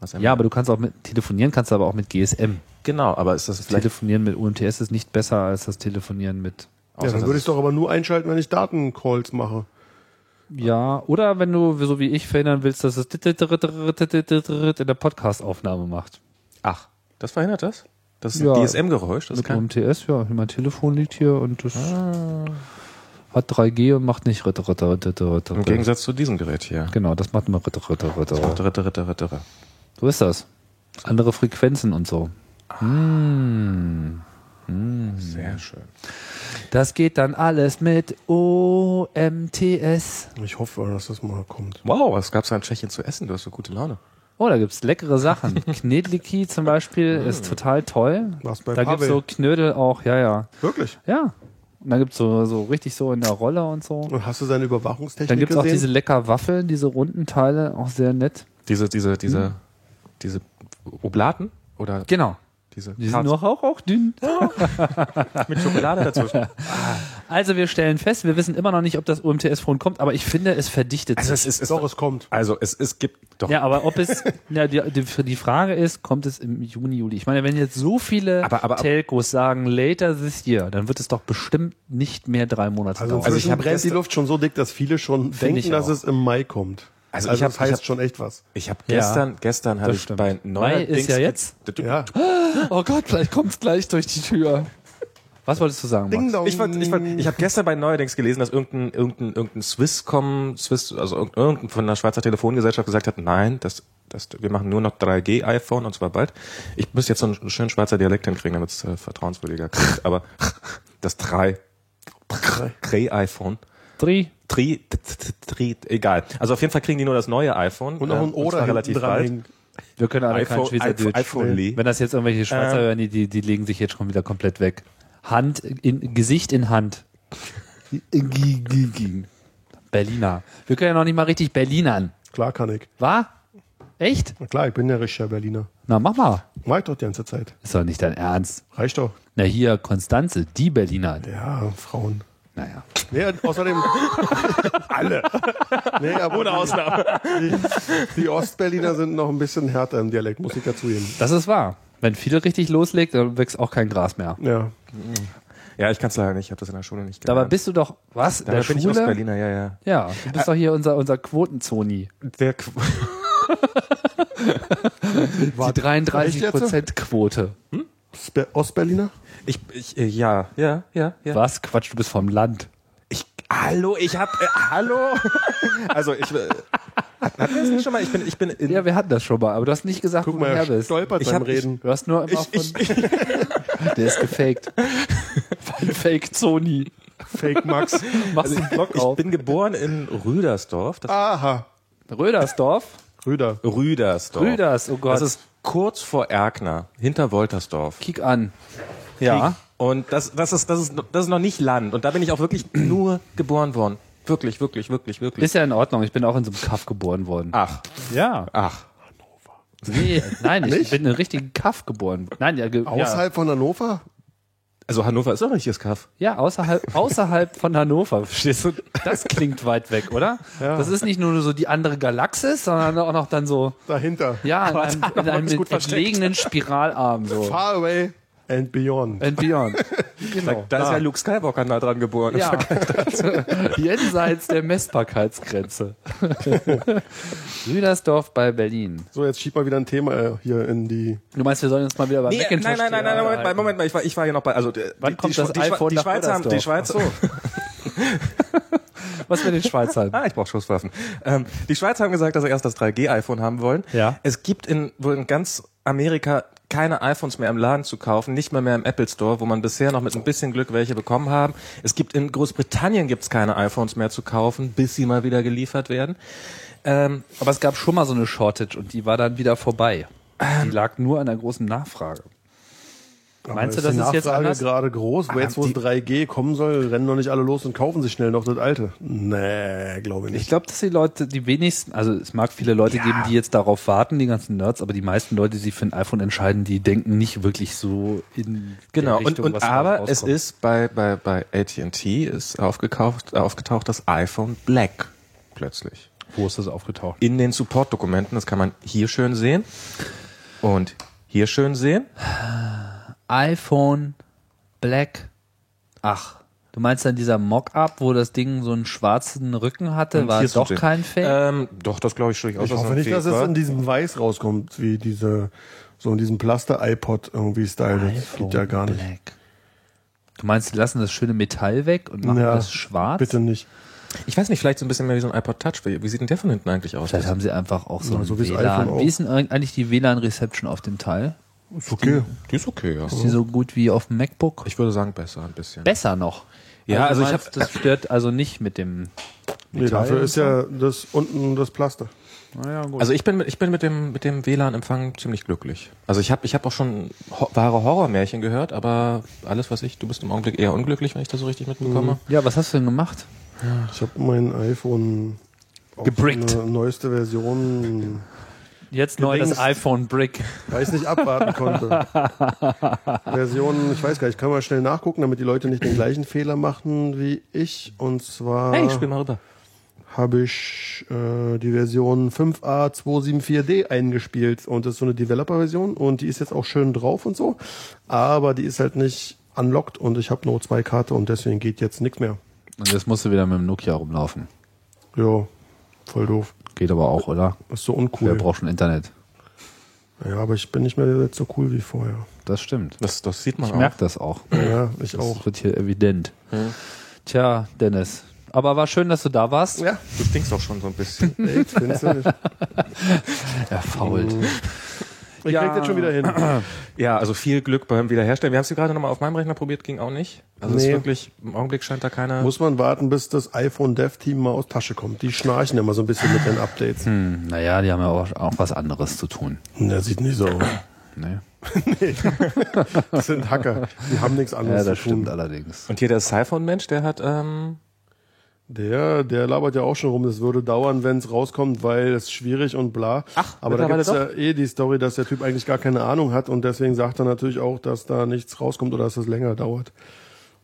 Speaker 2: Was einem-
Speaker 1: Ja, aber du kannst auch mit telefonieren, kannst du aber auch mit GSM.
Speaker 2: genau, aber ist das vielleicht
Speaker 1: Telefonieren mit UMTS ist nicht besser als das Telefonieren mit.
Speaker 3: Ja,
Speaker 2: außer
Speaker 3: dann
Speaker 2: dass
Speaker 3: würde
Speaker 2: es-
Speaker 3: ich doch aber nur einschalten, wenn ich Datencalls mache.
Speaker 1: Ja, oder wenn du, so wie ich, verhindern willst, dass es in der Podcastaufnahme macht.
Speaker 2: Ach, das verhindert das? Das ist
Speaker 1: Ja.
Speaker 2: ein DSM-Geräusch, das
Speaker 1: Mit
Speaker 2: kann.
Speaker 1: UMTS, ja, mein Telefon liegt hier und das Ah. hat 3G und macht nicht ritter, ritter, ritter, ritter.
Speaker 2: Im Gegensatz zu diesem Gerät hier.
Speaker 1: Genau, das macht immer ritter, ritter, ritter.
Speaker 2: Ritter, ritter, ritter, ritter.
Speaker 1: So ist das. Andere Frequenzen und so.
Speaker 2: Sehr schön.
Speaker 1: Das geht dann alles mit OMTS.
Speaker 3: Ich hoffe, dass das mal kommt.
Speaker 2: Wow, was gab's da in Tschechien zu essen? Du hast so gute Laune.
Speaker 1: Oh, da gibt's leckere Sachen. Knedliki zum Beispiel
Speaker 2: Ah.
Speaker 1: ist total toll.
Speaker 3: War's bei
Speaker 1: da gibt's
Speaker 3: Pavel?
Speaker 1: so Knödel auch, ja, ja.
Speaker 3: Wirklich?
Speaker 1: Ja. Und da gibt's so, so richtig so in der Rolle und so.
Speaker 3: Und hast du seine Überwachungstechnik
Speaker 1: Dann gibt's auch diese
Speaker 3: gesehen?
Speaker 1: lecker Waffeln, diese runden Teile, auch sehr nett.
Speaker 2: Diese, diese, diese,
Speaker 1: Hm.
Speaker 2: diese Oblaten oder
Speaker 1: Genau.
Speaker 2: diese
Speaker 1: Die sind
Speaker 2: Tarts
Speaker 1: nur auch, auch dünn.
Speaker 2: mit Schokolade dazwischen.
Speaker 1: Also wir stellen fest, wir wissen immer noch nicht, ob das UMTS-Phone kommt, aber ich finde, es verdichtet sich.
Speaker 2: es ist
Speaker 3: Doch, es kommt.
Speaker 2: Also es, es gibt doch.
Speaker 1: Ja, aber ob es, ja, die, die, die Frage ist, kommt es im Juni, Juli? Ich meine, wenn jetzt so viele
Speaker 2: Aber- aber-
Speaker 1: Telcos sagen, later this year, dann wird es doch bestimmt nicht mehr drei Monate
Speaker 3: Also,
Speaker 1: dauern.
Speaker 2: also
Speaker 3: ich
Speaker 2: ich hab
Speaker 3: brennt die
Speaker 2: gestern-
Speaker 3: Luft schon so dick, dass viele schon denken,
Speaker 1: ich
Speaker 3: dass
Speaker 1: auch.
Speaker 3: es im Mai kommt.
Speaker 2: Also
Speaker 3: Also,
Speaker 2: ich hab-
Speaker 3: das heißt
Speaker 2: ich hab-
Speaker 3: schon echt was.
Speaker 2: Ich habe
Speaker 1: Ja.
Speaker 2: gestern, gestern habe ich
Speaker 1: stimmt.
Speaker 2: bei
Speaker 1: Mai ist
Speaker 2: neuerdings
Speaker 1: ja jetzt.
Speaker 3: Ja.
Speaker 1: oh Gott, vielleicht kommt's gleich durch die Tür. Was wolltest du sagen, Max?
Speaker 3: dong.
Speaker 2: Ich, fand- ich, fand- ich habe gestern bei Neuerdings gelesen, dass irgendein, irgendein, irgendein Swisscom, Swiss, also irgend- irgendein von der Schweizer Telefongesellschaft gesagt hat, nein, das, das, wir machen nur noch 3G-iPhone und zwar bald. Ich müsste jetzt so einen schönen Schweizer Dialekt hinkriegen, damit es äh, vertrauenswürdiger klingt. Aber das 3G-iPhone,
Speaker 1: Drei.
Speaker 2: 3, 3, egal. Also auf jeden Fall kriegen die nur das neue iPhone.
Speaker 3: und noch
Speaker 2: ähm,
Speaker 3: ein
Speaker 2: zwar
Speaker 3: Oder
Speaker 2: relativ
Speaker 3: hinten dran
Speaker 2: bald.
Speaker 3: hängen.
Speaker 1: Wir können alle kein
Speaker 2: iPhone, iPhone,
Speaker 1: Schweizerdeutsch.
Speaker 2: iPhone,
Speaker 1: Wenn das jetzt irgendwelche Schweizer
Speaker 2: Ähm.
Speaker 1: hören, die, die, die legen sich jetzt schon wieder komplett weg. Hand, in, Gesicht in Hand. Berliner. Wir können ja noch nicht mal richtig Berlinern.
Speaker 3: Klar kann ich.
Speaker 1: War? Echt?
Speaker 3: Na klar, ich bin ja richtiger Berliner.
Speaker 1: Na, mach mal.
Speaker 3: Mach ich doch die ganze Zeit.
Speaker 1: Ist doch nicht dein Ernst.
Speaker 3: Reicht doch.
Speaker 1: Na, hier, Konstanze, die Berliner.
Speaker 3: Ja, Frauen.
Speaker 1: Naja.
Speaker 3: Nee, und außerdem. Alle. Nee, aber Ohne Ausnahme. Die, die Ostberliner sind noch ein bisschen härter im Dialekt, muss ich dazu geben.
Speaker 1: Das ist wahr. Wenn viele richtig loslegt, dann wächst auch kein Gras mehr.
Speaker 3: Ja.
Speaker 2: Ja, ich kann es leider nicht, ich habe das in der Schule nicht
Speaker 1: Dabei
Speaker 2: gelernt.
Speaker 1: bist du doch, was? In
Speaker 2: Dabei
Speaker 1: der
Speaker 2: bin ich
Speaker 1: Schule?
Speaker 2: Ostberliner, ja, ja.
Speaker 1: Ja, du bist doch hier unser, unser Quotenzoni.
Speaker 2: Der Qu-
Speaker 1: Die 33 Prozent Quote.
Speaker 3: Spe Ostberliner?
Speaker 2: Ich, ich, äh, ja, ja, ja, ja.
Speaker 1: Was? Quatsch, du bist vom Land.
Speaker 2: Ich, hallo, ich hab, äh, hallo. Also ich, äh, hat- hatten wir das nicht schon mal? Ich bin, ich bin in,
Speaker 1: Ja, wir hatten das schon mal, aber du hast nicht gesagt,
Speaker 3: Guck
Speaker 1: wo du
Speaker 3: mal,
Speaker 1: her
Speaker 3: er
Speaker 1: bist.
Speaker 3: stolpert
Speaker 2: Ich
Speaker 3: beim
Speaker 2: hab-
Speaker 3: Reden.
Speaker 1: Du hast nur immer
Speaker 2: ich,
Speaker 1: von,
Speaker 2: ich, ich,
Speaker 1: der ist gefaked. Von Fake Sony.
Speaker 3: Fake Max.
Speaker 1: Machst du einen Blog
Speaker 2: ich
Speaker 1: auf.
Speaker 2: bin geboren in Rüdersdorf. Das,
Speaker 3: Aha.
Speaker 1: Rödersdorf?
Speaker 3: Rüder.
Speaker 2: Rüdersdorf.
Speaker 1: Rüders, oh Gott.
Speaker 2: Das ist kurz vor Erkner, hinter Woltersdorf.
Speaker 1: Kick an. Ja.
Speaker 2: Und das, das ist, das ist, das ist noch nicht Land. Und da bin ich auch wirklich nur geboren worden. Wirklich, wirklich, wirklich, wirklich.
Speaker 1: Ist ja in Ordnung, ich bin auch in so einem Kaff geboren worden.
Speaker 2: Ach,
Speaker 1: Ja.
Speaker 2: ach.
Speaker 1: Nee, nein, ich bin in einem richtigen Kaff geboren. Nein, ja, ge ja,
Speaker 3: Außerhalb von Hannover?
Speaker 2: Also Hannover ist doch ein richtiges Kaff.
Speaker 1: ja außerhalb, außerhalb von Hannover. Verstehst du? Das klingt weit weg, oder?
Speaker 3: Ja.
Speaker 1: Das ist nicht nur so die andere Galaxis, sondern auch noch dann so,
Speaker 3: Dahinter.
Speaker 1: ja, in einem, in einem
Speaker 2: ist gut versteckt.
Speaker 1: entlegenen Spiralarm so.
Speaker 3: Far away and beyond.
Speaker 1: And beyond. Genau.
Speaker 2: Oh, Da ist ja Luke Skywalker nah dran geboren.
Speaker 1: Ja. Jenseits der Messbarkeitsgrenze. Rüdersdorf bei Berlin.
Speaker 3: So, jetzt schieb mal wieder ein Thema äh, hier in die.
Speaker 1: Du meinst, wir sollen uns mal wieder bei
Speaker 2: Nee, nein,
Speaker 1: Macintosh
Speaker 2: nein, nein, nein, Moment mal, Moment mal, ich war, ich war hier noch bei, also, die-
Speaker 1: Wann
Speaker 2: die,
Speaker 1: kommt
Speaker 2: die,
Speaker 1: das
Speaker 2: die,
Speaker 1: iPhone
Speaker 2: die
Speaker 1: nach
Speaker 2: Schweizer haben, die
Speaker 1: Rüdersdorf?
Speaker 2: Schweizer,
Speaker 1: Was mit den Schweizern?
Speaker 2: ah, ich brauche Schusswaffen. Ähm, die Schweizer haben gesagt, dass sie erst das 3G-iPhone haben wollen.
Speaker 1: Ja.
Speaker 2: Es gibt in, wohl in ganz Amerika keine iPhones mehr im Laden zu kaufen, nicht mal mehr im Apple Store, wo man bisher noch mit ein bisschen Glück welche bekommen haben. Es gibt in Großbritannien gibt's keine iPhones mehr zu kaufen, bis sie mal wieder geliefert werden. Ähm,
Speaker 1: Aber es gab schon mal so eine Shortage und die war dann wieder vorbei.
Speaker 2: Ähm.
Speaker 1: Die lag nur an der großen Nachfrage. Meinst du,
Speaker 3: Aber
Speaker 1: das ist
Speaker 3: die
Speaker 1: jetzt
Speaker 3: äh, Nachfrage
Speaker 1: anders? Ah,
Speaker 3: gerade groß? Wo jetzt, wo es 3G kommen soll, rennen noch nicht alle los und kaufen sich schnell noch das alte. Nee, glaube ich
Speaker 1: Ich
Speaker 3: nicht.
Speaker 1: glaube, dass die Leute, die wenigsten, also es mag viele Leute geben, die jetzt darauf warten, die ganzen Nerds, aber die meisten Leute, die sich für ein iPhone entscheiden, die denken nicht wirklich so in der
Speaker 2: Genau, und,
Speaker 1: Richtung,
Speaker 2: und
Speaker 1: was da
Speaker 2: aber es
Speaker 1: rauskommt.
Speaker 2: ist bei, bei, bei AT&T ist aufgekauft, äh, aufgetaucht das iPhone Black plötzlich.
Speaker 1: Wo ist das aufgetaucht?
Speaker 2: in den Support-Dokumenten. Das kann man hier schön sehen und hier schön sehen.
Speaker 1: iPhone Black. Ach. Du meinst dann dieser Mock-up, wo das Ding so einen schwarzen Rücken hatte,
Speaker 2: Und
Speaker 1: war
Speaker 2: hier ist
Speaker 1: doch
Speaker 2: ein-
Speaker 1: kein Fake?
Speaker 2: Ähm, doch, das glaube ich durchaus.
Speaker 3: Ich
Speaker 2: dass
Speaker 3: hoffe
Speaker 2: ein
Speaker 3: nicht,
Speaker 2: Fake
Speaker 3: dass es
Speaker 2: war.
Speaker 3: in diesem Weiß rauskommt, wie diese, so in diesem Plaster-iPod irgendwie Style. Das
Speaker 1: iPhone
Speaker 3: geht ja gar nicht.
Speaker 1: Black. Du meinst, die lassen das schöne Metall weg und machen
Speaker 3: Ja,
Speaker 1: das schwarz?
Speaker 3: Bitte nicht.
Speaker 2: Ich weiß nicht, vielleicht so ein bisschen mehr wie so ein iPod Touch. Wie, wie sieht denn der von hinten eigentlich aus?
Speaker 1: Vielleicht haben sie einfach auch so
Speaker 3: Ja,
Speaker 1: ein
Speaker 3: so wie das
Speaker 1: WLAN.
Speaker 3: iPhone auch.
Speaker 1: Wie ist denn eigentlich die WLAN-Reception auf dem Teil?
Speaker 3: Ist okay.
Speaker 2: die ist okay, ja.
Speaker 1: Ist die so gut wie auf dem MacBook?
Speaker 2: Ich würde sagen, besser ein bisschen.
Speaker 1: Besser noch.
Speaker 2: Ja, also
Speaker 1: du
Speaker 2: ich
Speaker 1: meinst,
Speaker 2: hab-
Speaker 1: das stört also nicht mit dem.
Speaker 3: Nee, dafür ist ja das unten das Plaster.
Speaker 1: Naja, gut.
Speaker 2: Also ich bin mit, ich bin mit dem mit dem WLAN-Empfang ziemlich glücklich. Also ich habe ich habe auch schon ho wahre Horrormärchen gehört, aber alles was ich, du bist im Augenblick eher unglücklich, wenn ich das so richtig mitbekomme.
Speaker 1: ja, was hast du denn gemacht?
Speaker 3: Ich habe mein iPhone auf
Speaker 1: Gebrickt.
Speaker 3: eine neueste Version
Speaker 1: Jetzt neu das
Speaker 3: Gedingst.
Speaker 1: iPhone Brick.
Speaker 3: weil ich es nicht abwarten konnte. Version, ich weiß gar nicht, ich kann mal schnell nachgucken, damit die Leute nicht den gleichen Fehler machen wie ich. Und zwar
Speaker 2: Hey, spiel mal rüber.
Speaker 3: habe ich äh, die Version 5A274D eingespielt und das ist so eine Developer-Version und die ist jetzt auch schön drauf und so, aber die ist halt nicht unlocked und ich habe nur zwei Karte und deswegen geht jetzt nichts mehr.
Speaker 1: Und jetzt musst du wieder mit dem Nokia rumlaufen.
Speaker 3: Ja, voll doof.
Speaker 1: Geht aber auch, oder?
Speaker 3: Ist so
Speaker 1: Wer
Speaker 3: uncool.
Speaker 1: braucht schon Internet?
Speaker 3: Ja, aber ich bin nicht mehr so cool wie vorher.
Speaker 1: Das stimmt.
Speaker 2: Das das sieht man
Speaker 1: Ich
Speaker 2: auch.
Speaker 1: merke das auch.
Speaker 3: Ja, ich
Speaker 1: Das
Speaker 3: auch.
Speaker 1: wird hier evident. Tja, Dennis. Aber war schön, dass du da warst.
Speaker 3: Ja,
Speaker 2: Du stinkst auch schon so ein bisschen.
Speaker 3: echt, findest du nicht?
Speaker 1: Erfault.
Speaker 3: Mhm. Ich krieg das schon wieder hin.
Speaker 2: Ja, also viel Glück beim Wiederherstellen. Wir haben es gerade nochmal auf meinem Rechner probiert, ging auch nicht. Also es ist
Speaker 3: Nee.
Speaker 2: wirklich, im Augenblick scheint da keiner.
Speaker 3: Muss man warten, bis das iPhone Dev Team mal aus Tasche kommt. Die schnarchen immer so ein bisschen mit den Updates.
Speaker 1: Hm. Naja, die haben ja auch, auch was anderes zu tun.
Speaker 3: Das sieht nicht so aus.
Speaker 1: Ne?
Speaker 3: Das sind Hacker. Die haben nichts
Speaker 1: Ja,
Speaker 3: anderes
Speaker 1: das
Speaker 3: zu tun.
Speaker 1: stimmt allerdings.
Speaker 2: Und hier der Siphon-Mensch, der hat, ähm,
Speaker 3: Der, der labert ja auch schon rum, das würde dauern, wenn es rauskommt, weil es schwierig und bla.
Speaker 2: Ach,
Speaker 3: aber da gibt es ja
Speaker 2: mittlerweile
Speaker 3: eh die Story, dass der Typ eigentlich gar keine Ahnung hat und deswegen sagt er natürlich auch, dass da nichts rauskommt oder dass es länger dauert.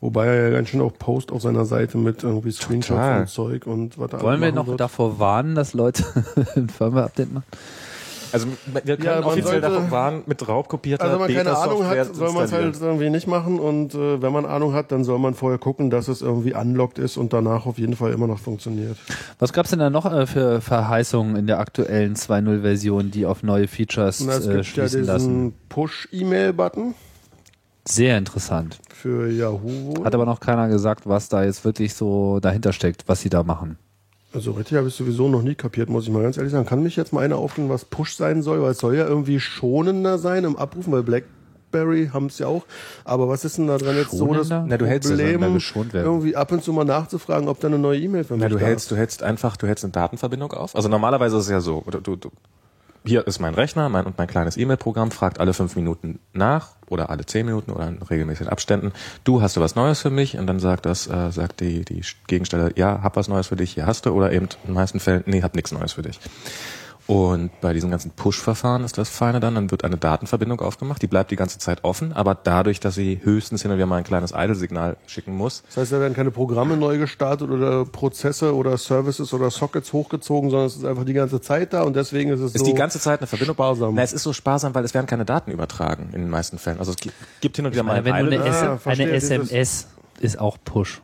Speaker 3: Wobei er ja ganz schön auch Post auf seiner Seite mit irgendwie Screenshots
Speaker 2: Total.
Speaker 3: und Zeug und was er
Speaker 1: Wollen wir
Speaker 3: alles machen
Speaker 1: noch
Speaker 3: wird.
Speaker 1: davor warnen, dass Leute ein Firmware-Update machen?
Speaker 2: also wir können
Speaker 3: Ja, man
Speaker 2: offiziell
Speaker 3: sollte-
Speaker 2: davon warnen, mit raubkopierter
Speaker 3: Also wenn man keine Ahnung
Speaker 2: Beta-Software
Speaker 3: hat, soll man es
Speaker 2: installieren.
Speaker 3: halt irgendwie nicht machen und äh, wenn man Ahnung hat, dann soll man vorher gucken, dass es irgendwie unlocked ist und danach auf jeden Fall immer noch funktioniert.
Speaker 1: Was gab's denn da noch äh, für Verheißungen in der aktuellen 2.0-Version, die auf neue Features
Speaker 3: Na, es
Speaker 1: äh,
Speaker 3: gibt ja
Speaker 1: schließen
Speaker 3: diesen
Speaker 1: lassen?
Speaker 3: Push-E-Mail-Button
Speaker 1: Sehr interessant.
Speaker 3: für Yahoo. wohl.
Speaker 1: Hat aber noch keiner gesagt, was da jetzt wirklich so dahinter steckt, was sie da machen.
Speaker 3: Also richtig habe ich sowieso noch nie kapiert, muss ich mal ganz ehrlich sagen. Kann mich jetzt mal einer aufklären, was Push sein soll, weil es soll ja irgendwie schonender sein im Abrufen, weil Blackberry haben es ja auch. Aber was ist denn da dran jetzt so
Speaker 1: Schonender?
Speaker 3: das
Speaker 2: Na, du hältst ja so,
Speaker 1: wenn wir
Speaker 3: Problem,
Speaker 1: geschont werden.
Speaker 3: irgendwie ab und zu mal nachzufragen, ob da eine neue E-Mail für mich
Speaker 2: Na, du
Speaker 3: da
Speaker 2: hältst, du hältst einfach, du hältst eine Datenverbindung auf. Also normalerweise ist es ja so, du, du, du, hier ist mein Rechner, mein und mein kleines E-Mail-Programm fragt alle fünf Minuten nach oder alle zehn Minuten oder in regelmäßigen Abständen. Du hast du was Neues für mich und dann sagt das, äh, sagt die die Gegenstelle, ja, hab was Neues für dich, hier hast du oder eben in den meisten Fällen, nee, hab nichts Neues für dich. Und bei diesem ganzen Push-Verfahren ist das Feine dann, dann wird eine Datenverbindung aufgemacht, die bleibt die ganze Zeit offen, aber dadurch, dass sie höchstens hin und wieder mal ein kleines Idle-Signal schicken muss,
Speaker 3: Das heißt, da werden keine Programme neu gestartet oder Prozesse oder Services oder Sockets hochgezogen, sondern es ist einfach die ganze Zeit da und deswegen ist es
Speaker 2: ist
Speaker 3: so.
Speaker 2: die ganze Zeit eine Verbindung.
Speaker 3: sparsam.
Speaker 2: Na, es ist so sparsam, weil es werden keine Daten übertragen in den meisten Fällen. Also es gi- gibt hin und wieder mal ne?
Speaker 1: Weil Äh, wenn du eine,
Speaker 2: einen
Speaker 3: Ah,
Speaker 1: S
Speaker 3: verstehe,
Speaker 1: eine
Speaker 3: dieses-
Speaker 1: SMS ist auch Push.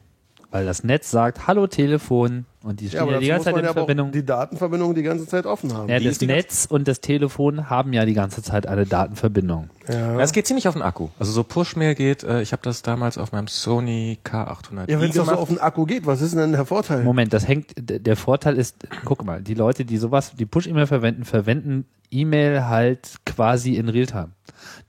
Speaker 1: Weil das Netz sagt, hallo Telefon und die
Speaker 3: ja,
Speaker 1: stehen
Speaker 3: aber
Speaker 1: ja, die
Speaker 3: dazu
Speaker 1: ganze
Speaker 3: muss
Speaker 1: Zeit
Speaker 3: man
Speaker 1: in
Speaker 3: ja aber auch
Speaker 1: Verbindung.
Speaker 3: die Datenverbindung die ganze Zeit offen haben.
Speaker 1: ja,
Speaker 2: die
Speaker 1: das
Speaker 2: ist die ganze-
Speaker 1: Netz und das Telefon haben ja die ganze Zeit eine Datenverbindung.
Speaker 2: Ja, es geht ziemlich auf den Akku. Also so Push-Mail geht, äh, ich habe das damals auf meinem Sony K800i
Speaker 3: Ja, wenn es doch
Speaker 2: gemacht.
Speaker 3: so auf den Akku geht, was ist denn der Vorteil?
Speaker 1: Moment, das hängt, d- der Vorteil ist, guck mal, die Leute, die sowas, die Push-E-Mail verwenden, verwenden E-Mail halt quasi in Realtime.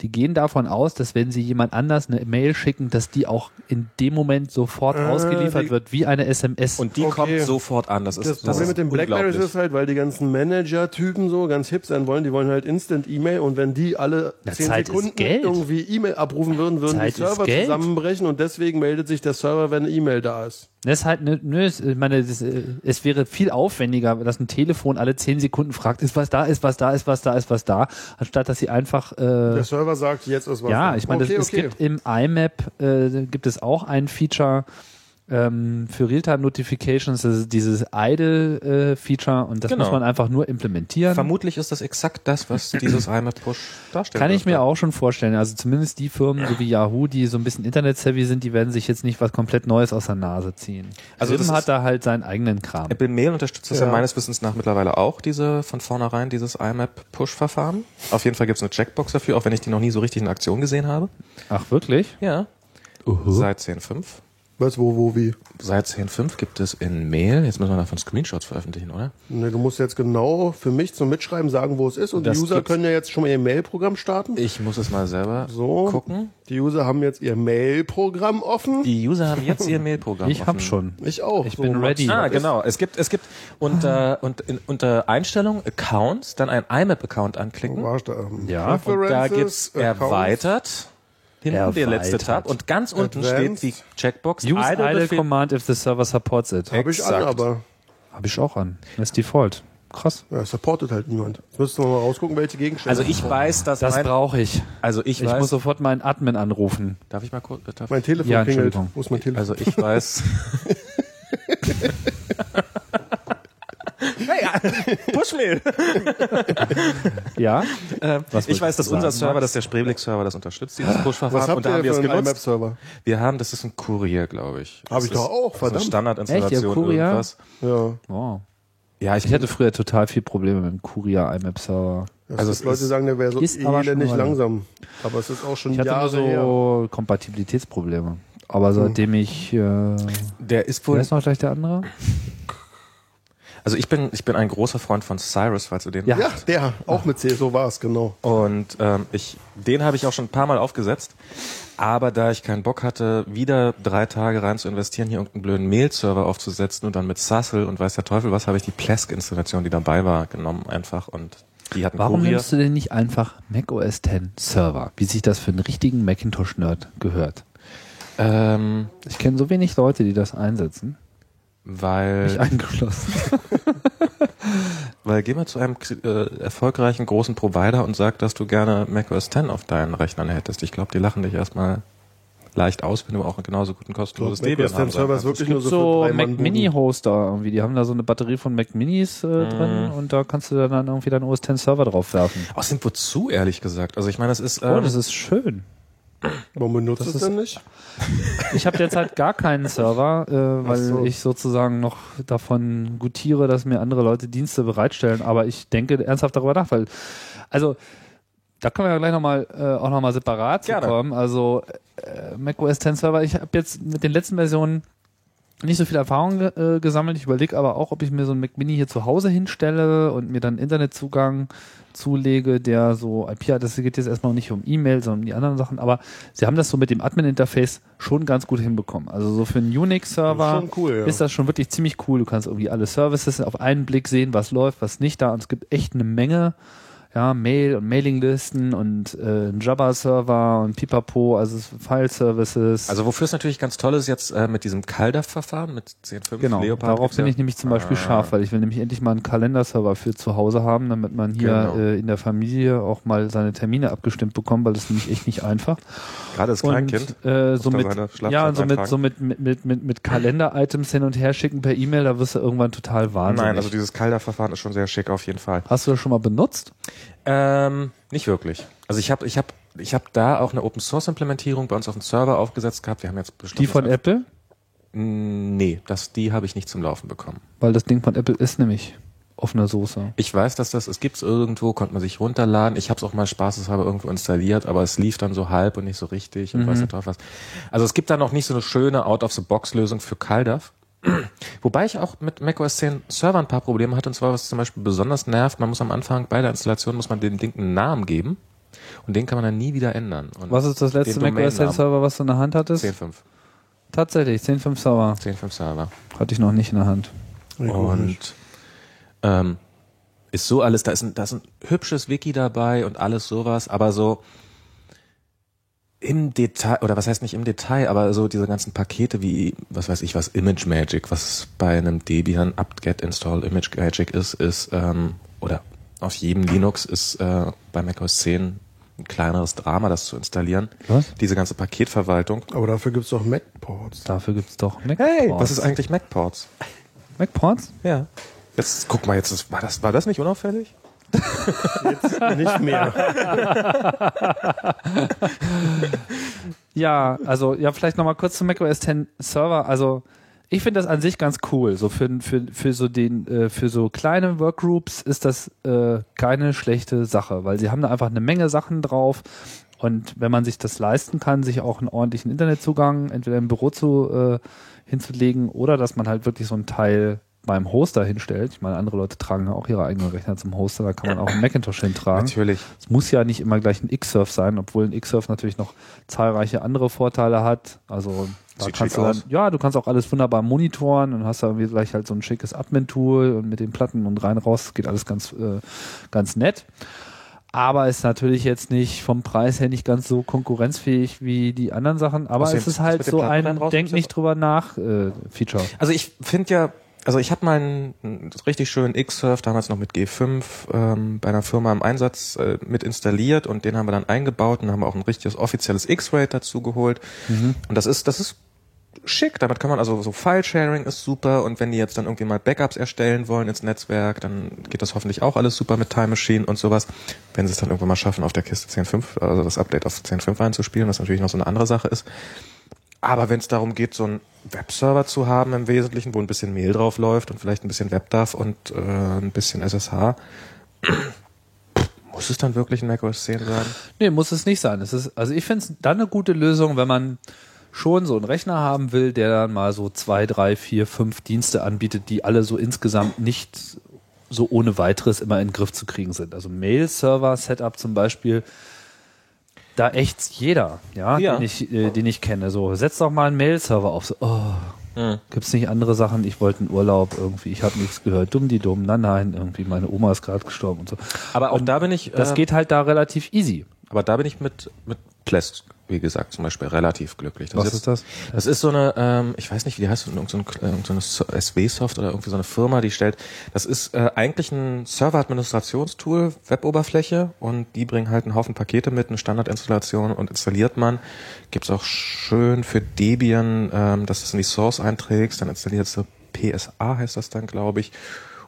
Speaker 1: Die gehen davon aus, dass wenn sie jemand anders eine Mail schicken, dass die auch in dem Moment sofort ausgeliefert
Speaker 3: Äh, die-
Speaker 1: wird, wie eine SMS.
Speaker 2: und die
Speaker 3: Okay.
Speaker 2: kommt sofort an. Das ist
Speaker 3: Das Problem mit den Blackberries ist halt, weil die ganzen Manager-Typen so ganz hip sein wollen, die wollen halt Instant-E-Mail und wenn die alle
Speaker 1: Na,
Speaker 3: 10
Speaker 1: Zeit ist
Speaker 3: Sekunden
Speaker 1: Geld.
Speaker 3: irgendwie E-Mail abrufen würden, würden
Speaker 1: Zeit ist
Speaker 3: die Server
Speaker 1: Geld.
Speaker 3: zusammenbrechen und deswegen meldet sich der Server, wenn eine E-Mail da ist.
Speaker 1: das ist halt, ne- nö, es- ich meine, das, äh, es wäre viel aufwendiger, dass ein Telefon alle zehn Sekunden fragt, ist was da, ist was da, ist was da, ist was da, anstatt dass sie einfach, äh,
Speaker 3: Der Server sagt, jetzt ist was.
Speaker 1: Ja,
Speaker 3: da.
Speaker 1: ich meine, das-
Speaker 3: okay,
Speaker 1: es
Speaker 3: okay.
Speaker 1: gibt im IMAP äh, gibt es auch ein Feature, ähm, für Realtime-Notifications, das ist dieses Idle-Feature und das
Speaker 2: Genau.
Speaker 1: muss man einfach nur implementieren.
Speaker 2: Vermutlich ist das exakt das, was dieses IMAP-Push darstellt.
Speaker 1: Kann ich mir auch schon vorstellen. Also zumindest die Firmen, so wie Yahoo, die so ein bisschen Internet-savvy sind, die werden sich jetzt nicht was komplett Neues aus der Nase ziehen.
Speaker 2: Also
Speaker 1: Also Sim
Speaker 2: das
Speaker 1: hat
Speaker 2: ist- Äh,
Speaker 1: da halt seinen eigenen Kram.
Speaker 2: Apple Mail unterstützt das
Speaker 3: Ja.
Speaker 2: ja meines Wissens nach mittlerweile auch, diese von vornherein, dieses IMAP-Push-Verfahren. Auf jeden Fall gibt's eine Checkbox dafür, auch wenn ich die noch nie so richtig in Aktion gesehen habe.
Speaker 1: Ach wirklich?
Speaker 2: Ja.
Speaker 1: Uhu.
Speaker 2: Seit 10.5.
Speaker 3: Weißt du, wo, wo, wie?
Speaker 2: Seit 10.5 gibt es in Mail, jetzt müssen wir davon Screenshots veröffentlichen, oder?
Speaker 3: Ne, du musst jetzt genau für mich zum Mitschreiben sagen, wo es ist. Und
Speaker 2: Das
Speaker 3: die User
Speaker 2: gibt's-
Speaker 3: können ja jetzt schon mal ihr Mail-Programm starten.
Speaker 2: Ich muss es mal selber
Speaker 3: So.
Speaker 2: gucken.
Speaker 3: Die User haben jetzt ihr Mail-Programm offen.
Speaker 2: Die User haben jetzt ihr Mail-Programm
Speaker 1: Ich hab
Speaker 2: offen.
Speaker 1: schon.
Speaker 3: Ich auch.
Speaker 1: Ich bin
Speaker 3: Max.
Speaker 1: ready.
Speaker 2: Ah, genau. Es gibt, es gibt unter, und in, unter Einstellung Accounts dann einen IMAP-Account anklicken.
Speaker 3: Wo war ich da? Ähm,
Speaker 1: Ja.
Speaker 2: Und da gibt's
Speaker 3: Preferences, Accounts.
Speaker 2: erweitert. Hinten der letzte
Speaker 1: Erweitert.
Speaker 2: Tab. Und ganz unten
Speaker 3: Advanced.
Speaker 2: steht die Checkbox.
Speaker 1: Use
Speaker 2: Idle
Speaker 1: idle
Speaker 2: Befehl-
Speaker 1: command if the server supports it.
Speaker 3: Hab ich an,
Speaker 2: Exakt.
Speaker 3: aber
Speaker 1: Habe ich auch an. Das ist Default. Krass.
Speaker 3: ja, supportet halt niemand. Jetzt müssten wir mal rausgucken, welche Gegenstände.
Speaker 2: also ich weiß, dass
Speaker 1: Das
Speaker 2: mein,
Speaker 1: brauche ich.
Speaker 2: also ich,
Speaker 1: Ich
Speaker 2: weiß,
Speaker 1: muss sofort meinen Admin anrufen.
Speaker 2: darf ich mal kurz, darf
Speaker 3: mein Telefon
Speaker 1: Ja,
Speaker 3: klingelt.
Speaker 1: Entschuldigung.
Speaker 3: Wo ist mein Telefon?
Speaker 2: also ich weiß. naja, Pushmail.
Speaker 1: Ja? Was
Speaker 2: Ich
Speaker 1: wolltest
Speaker 2: weiß,
Speaker 1: du
Speaker 2: dass unser
Speaker 1: sagen,
Speaker 2: Server,
Speaker 1: Max?
Speaker 2: dass der Spreblick-Server das unterstützt, dieses
Speaker 3: Ah, Was
Speaker 2: Push-Verfahren.
Speaker 3: habt
Speaker 2: Und da
Speaker 3: ihr
Speaker 2: haben wir es
Speaker 3: für einen
Speaker 2: genutzt.
Speaker 3: IMAP-Server?
Speaker 2: Wir haben, das ist ein Kurier, glaube ich.
Speaker 3: Hab
Speaker 2: Das
Speaker 3: ich doch
Speaker 2: ist-
Speaker 3: auch,
Speaker 2: das ist eine
Speaker 3: verdammt.
Speaker 1: Echt, ihr
Speaker 2: Standardinstallation,
Speaker 1: Kurier?
Speaker 2: irgendwas.
Speaker 3: Ja.
Speaker 1: Wow.
Speaker 2: Ja, ich
Speaker 1: Oh. Ich hatte früher total viel Probleme mit dem Courier IMAP Server.
Speaker 3: Das
Speaker 2: Also
Speaker 3: also
Speaker 2: es
Speaker 3: Leute
Speaker 2: ist-
Speaker 3: sagen, der wäre so
Speaker 1: ist aber schon
Speaker 3: elendig
Speaker 1: eine Weile.
Speaker 3: langsam. Aber es ist auch schon
Speaker 1: Ich hatte
Speaker 3: Jahre
Speaker 1: immer
Speaker 3: her.
Speaker 1: so Kompatibilitätsprobleme. Aber seitdem ich äh, wer
Speaker 2: Der ist wohl
Speaker 1: ist noch gleich der andere?
Speaker 2: Also ich bin, ich bin ein großer Freund von Cyrus, falls du den
Speaker 1: Ja.
Speaker 3: Ja, der, auch mit C, so war es, genau.
Speaker 2: Und ähm, ich, den habe ich auch schon ein paar Mal aufgesetzt. Aber da ich keinen Bock hatte, wieder drei Tage rein zu investieren, hier irgendeinen blöden Mail-Server aufzusetzen und dann mit Sassel und weiß der Teufel was, habe ich die Plesk-Installation, die dabei war, genommen einfach und die hatten
Speaker 1: Warum
Speaker 2: Kurier.
Speaker 1: nimmst du denn nicht einfach Mac OS X Server, wie sich das für einen richtigen Macintosh Nerd gehört?
Speaker 2: Ähm,
Speaker 1: Ich kenne so wenig Leute, die das einsetzen. Mich
Speaker 2: weil,
Speaker 1: eingeschlossen.
Speaker 2: weil geh mal zu einem äh, erfolgreichen großen Provider und sag, dass du gerne macOS 10 auf deinen Rechnern hättest. Ich glaube, die lachen dich erstmal leicht aus, wenn du auch genauso guten kostenloses Debian haben
Speaker 3: Server ist
Speaker 2: solltest.
Speaker 3: wirklich nur so,
Speaker 1: so
Speaker 3: für drei
Speaker 1: Mac
Speaker 3: Mann
Speaker 1: Mini Hoster irgendwie. Die haben da so eine Batterie von Mac Minis äh, drin und da kannst du dann irgendwie deinen OS X Server drauf werfen.
Speaker 2: Außerdem wozu, ehrlich gesagt? Also ich meine, das ist...
Speaker 1: Oh,
Speaker 2: ähm,
Speaker 1: das ist schön.
Speaker 3: Warum benutzt
Speaker 1: Das
Speaker 3: es
Speaker 1: ist-
Speaker 3: denn nicht?
Speaker 1: Ich habe derzeit gar keinen Server, äh, weil
Speaker 3: Ach so.
Speaker 1: ich sozusagen noch davon gutiere, dass mir andere Leute Dienste bereitstellen. Aber ich denke ernsthaft darüber nach, weil also da können wir ja gleich nochmal äh, auch nochmal separat zu
Speaker 2: Gerne.
Speaker 1: kommen. Also äh, macOS 10 Server, ich habe jetzt mit den letzten Versionen nicht so viel Erfahrung ge- äh, gesammelt. Ich überlege aber auch, ob ich mir so einen Mac Mini hier zu Hause hinstelle und mir dann Internetzugang zulege, der so IP-Adresse geht jetzt erstmal nicht um E-Mail, sondern um die anderen Sachen. Aber sie haben das so mit dem Admin-Interface schon ganz gut hinbekommen. Also so für einen Unix-Server
Speaker 3: Schon cool, ja.
Speaker 1: ist das schon wirklich ziemlich cool. Du kannst irgendwie alle Services auf einen Blick sehen, was läuft, was nicht da. Und es gibt echt eine Menge ja, Mail und Mailinglisten und äh, einen Jabber-Server und Pipapo, also es- File-Services.
Speaker 2: Also wofür es natürlich ganz toll ist jetzt äh, mit diesem CalDAV-Verfahren mit 10.5
Speaker 1: genau,
Speaker 2: Leopard.
Speaker 1: darauf bin
Speaker 2: ja- Ah.
Speaker 1: ich nämlich zum Beispiel scharf, weil ich will nämlich endlich mal einen Kalenderserver für zu Hause haben, damit man hier
Speaker 2: Genau.
Speaker 1: äh, in der Familie auch mal seine Termine abgestimmt bekommt, weil das ist nämlich echt nicht einfach.
Speaker 2: gerade das Kleinkind.
Speaker 1: Und, äh, so
Speaker 2: da
Speaker 1: mit,
Speaker 2: seine Schlafzeit
Speaker 1: ja, und so mit,
Speaker 2: eintragen.
Speaker 1: so mit, mit, mit, mit, mit Kalender-Items hin und her schicken per E-Mail, da wirst du irgendwann total wahnsinnig.
Speaker 2: Nein, also dieses CalDAV-Verfahren ist schon sehr schick auf jeden Fall.
Speaker 1: Hast du das schon mal benutzt?
Speaker 2: Ähm, nicht wirklich. Also ich habe ich hab, ich hab da auch eine Open-Source-Implementierung bei uns auf dem Server aufgesetzt gehabt. Wir haben jetzt beschlossen.
Speaker 1: Die von Apple?
Speaker 2: Nee, das, die habe ich nicht zum Laufen bekommen.
Speaker 1: Weil das Ding von Apple ist nämlich offene Soße.
Speaker 2: Ich weiß, dass das, es gibt's irgendwo, konnte man sich runterladen. Ich habe es auch mal spaßeshalber irgendwo installiert, aber es lief dann so halb und nicht so richtig und
Speaker 1: Mhm.
Speaker 2: weiß nicht drauf was. Also es gibt da noch nicht so eine schöne Out-of-the-Box-Lösung für CalDAV. Wobei ich auch mit macOS 10 Server ein paar Probleme hatte und zwar, was zum Beispiel besonders nervt, man muss am Anfang bei der Installation, muss man dem Ding einen Namen geben und den kann man dann nie wieder ändern. Und
Speaker 1: Was ist das letzte
Speaker 2: Den
Speaker 1: Mac OS
Speaker 2: Domainnamen.
Speaker 1: X Server, was du in der Hand hattest?
Speaker 2: 10.5.
Speaker 1: Tatsächlich, 10.5 Server
Speaker 2: 10.5 Server.
Speaker 1: hatte ich noch nicht in der Hand.
Speaker 3: Nee, gut nicht.
Speaker 2: Und ähm, ist so alles, da ist, ein, da ist ein hübsches Wiki dabei und alles sowas, aber so im Detail, oder was heißt nicht im Detail, aber so diese ganzen Pakete wie, was weiß ich, was Image Magic, was bei einem Debian apt-get install Image Magic ist, ist, ähm, oder auf jedem Linux ist äh, bei macOS 10 ein kleineres Drama, das zu installieren.
Speaker 1: Was?
Speaker 2: Diese ganze Paketverwaltung.
Speaker 3: Aber dafür gibt's doch MacPorts.
Speaker 1: Dafür gibt es doch MacPorts.
Speaker 2: was ist eigentlich MacPorts?
Speaker 1: MacPorts?
Speaker 2: Ja. Jetzt guck mal, jetzt ist, war das war das nicht unauffällig?
Speaker 3: Nicht mehr.
Speaker 1: Ja, also ja, vielleicht nochmal kurz zum macOS 10 Server. Also ich finde das an sich ganz cool. So für, für, für so den äh, für so kleine Workgroups ist das äh, keine schlechte Sache, weil sie haben da einfach eine Menge Sachen drauf. Und wenn man sich das leisten kann, sich auch einen ordentlichen Internetzugang entweder im Büro zu äh, hinzulegen oder dass man halt wirklich so einen Teil beim Hoster hinstellt. Ich meine, andere Leute tragen ja auch ihre eigenen Rechner zum Hoster, da kann man auch einen Macintosh hintragen.
Speaker 2: Natürlich.
Speaker 1: Es muss ja nicht immer gleich ein Xsurf sein, obwohl ein Xsurf natürlich noch zahlreiche andere Vorteile hat. Also da
Speaker 2: Sieht
Speaker 1: kannst du
Speaker 2: schick
Speaker 1: dann,
Speaker 2: aus.
Speaker 1: ja, du kannst auch alles wunderbar monitoren und hast da irgendwie gleich halt so ein schickes Admin-Tool und mit den Platten und rein raus geht alles ganz äh, ganz nett. Aber ist natürlich jetzt nicht vom Preis her nicht ganz so konkurrenzfähig wie die anderen Sachen. Aber
Speaker 2: Außerdem
Speaker 1: es ist
Speaker 2: das
Speaker 1: halt
Speaker 2: mit dem
Speaker 1: so
Speaker 2: Platten
Speaker 1: ein
Speaker 2: rein raus-
Speaker 1: Denk nicht drüber nach äh, Feature.
Speaker 2: Also ich finde ja, also ich habe meinen äh, richtig schönen Xsurf damals noch mit G5 ähm, bei einer Firma im Einsatz äh, mit installiert und den haben wir dann eingebaut und haben auch ein richtiges offizielles X-Ray dazu geholt. Und das ist, das ist schick. Damit kann man also so File-Sharing ist super und wenn die jetzt dann irgendwie mal Backups erstellen wollen ins Netzwerk, dann geht das hoffentlich auch alles super mit Time Machine und sowas. Wenn sie es dann irgendwann mal schaffen, auf der Kiste 10.5, also das Update auf 10.5 einzuspielen, was natürlich noch so eine andere Sache ist. Aber wenn es darum geht, so einen Webserver zu haben im Wesentlichen, wo ein bisschen Mail drauf läuft und vielleicht ein bisschen WebDAV und äh, ein bisschen SSH, muss es dann wirklich ein macOS 10 sein?
Speaker 1: Nee, muss es nicht sein. Es ist, also ich finde es dann eine gute Lösung, wenn man schon so einen Rechner haben will, der dann mal so zwei, drei, vier, fünf Dienste anbietet, die alle so insgesamt nicht so ohne weiteres immer in den Griff zu kriegen sind. Also Mail-Server-Setup zum Beispiel, da ächzt jeder, ja,
Speaker 2: Ja.
Speaker 1: Den, ich, äh, den ich kenne. So, setz doch mal einen Mail-Server auf. So, oh,
Speaker 2: Hm.
Speaker 1: gibt's nicht andere Sachen? Ich wollte einen Urlaub irgendwie, ich habe nichts gehört. Dumm die dumm, nein, nein, irgendwie, meine Oma ist gerade gestorben und so.
Speaker 2: Aber auch da äh, bin ich,
Speaker 1: Das geht halt da relativ easy.
Speaker 2: aber da bin ich mit, mit Plesk, wie gesagt, zum Beispiel relativ glücklich. Das jetzt-
Speaker 1: das?
Speaker 2: Das ist so eine, ähm, ich weiß nicht, wie die heißt, irgend so ein- äh, irgend so eine So- SW-Soft oder irgendwie so eine Firma, die stellt, das ist äh, eigentlich ein Server-Administrationstool, Web-Oberfläche und die bringen halt einen Haufen Pakete mit, eine Standardinstallation und installiert man. Gibt's auch schön für Debian, ähm, dass du es in die Source einträgst, dann installierst du PSA, heißt das dann, glaube ich.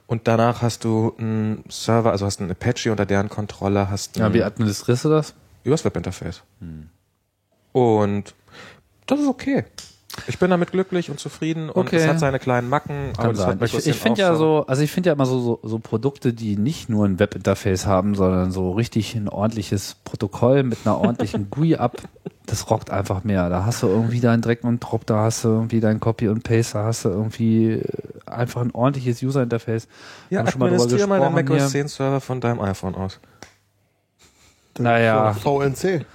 Speaker 2: Und danach hast du einen Server, also hast einen Apache unter deren Kontrolle, hast
Speaker 1: Ja,
Speaker 2: einen-
Speaker 1: wie administrierst du das?
Speaker 2: übers Webinterface. Und das ist okay. Ich bin damit glücklich und zufrieden und
Speaker 1: Okay.
Speaker 2: es hat seine kleinen Macken, aber
Speaker 1: Kann
Speaker 2: das
Speaker 1: sein.
Speaker 2: hat
Speaker 1: Ich,
Speaker 2: mich
Speaker 1: ich finde ja so, also ich finde ja immer so, so, so Produkte, die nicht nur ein Webinterface haben, sondern so richtig ein ordentliches Protokoll mit einer ordentlichen GUI ab, das rockt einfach mehr. Da hast du irgendwie deinen Dreck und Drop, da hast du irgendwie dein Copy und Paste, da hast du irgendwie äh, einfach ein ordentliches User-Interface. Wir
Speaker 2: ja,
Speaker 1: haben schon mal drüber
Speaker 2: administriere mal den
Speaker 1: gesprochen
Speaker 2: macOS
Speaker 1: hier.
Speaker 2: 10 Server von deinem iPhone aus.
Speaker 3: Dann
Speaker 1: Naja.
Speaker 3: ist doch VNC.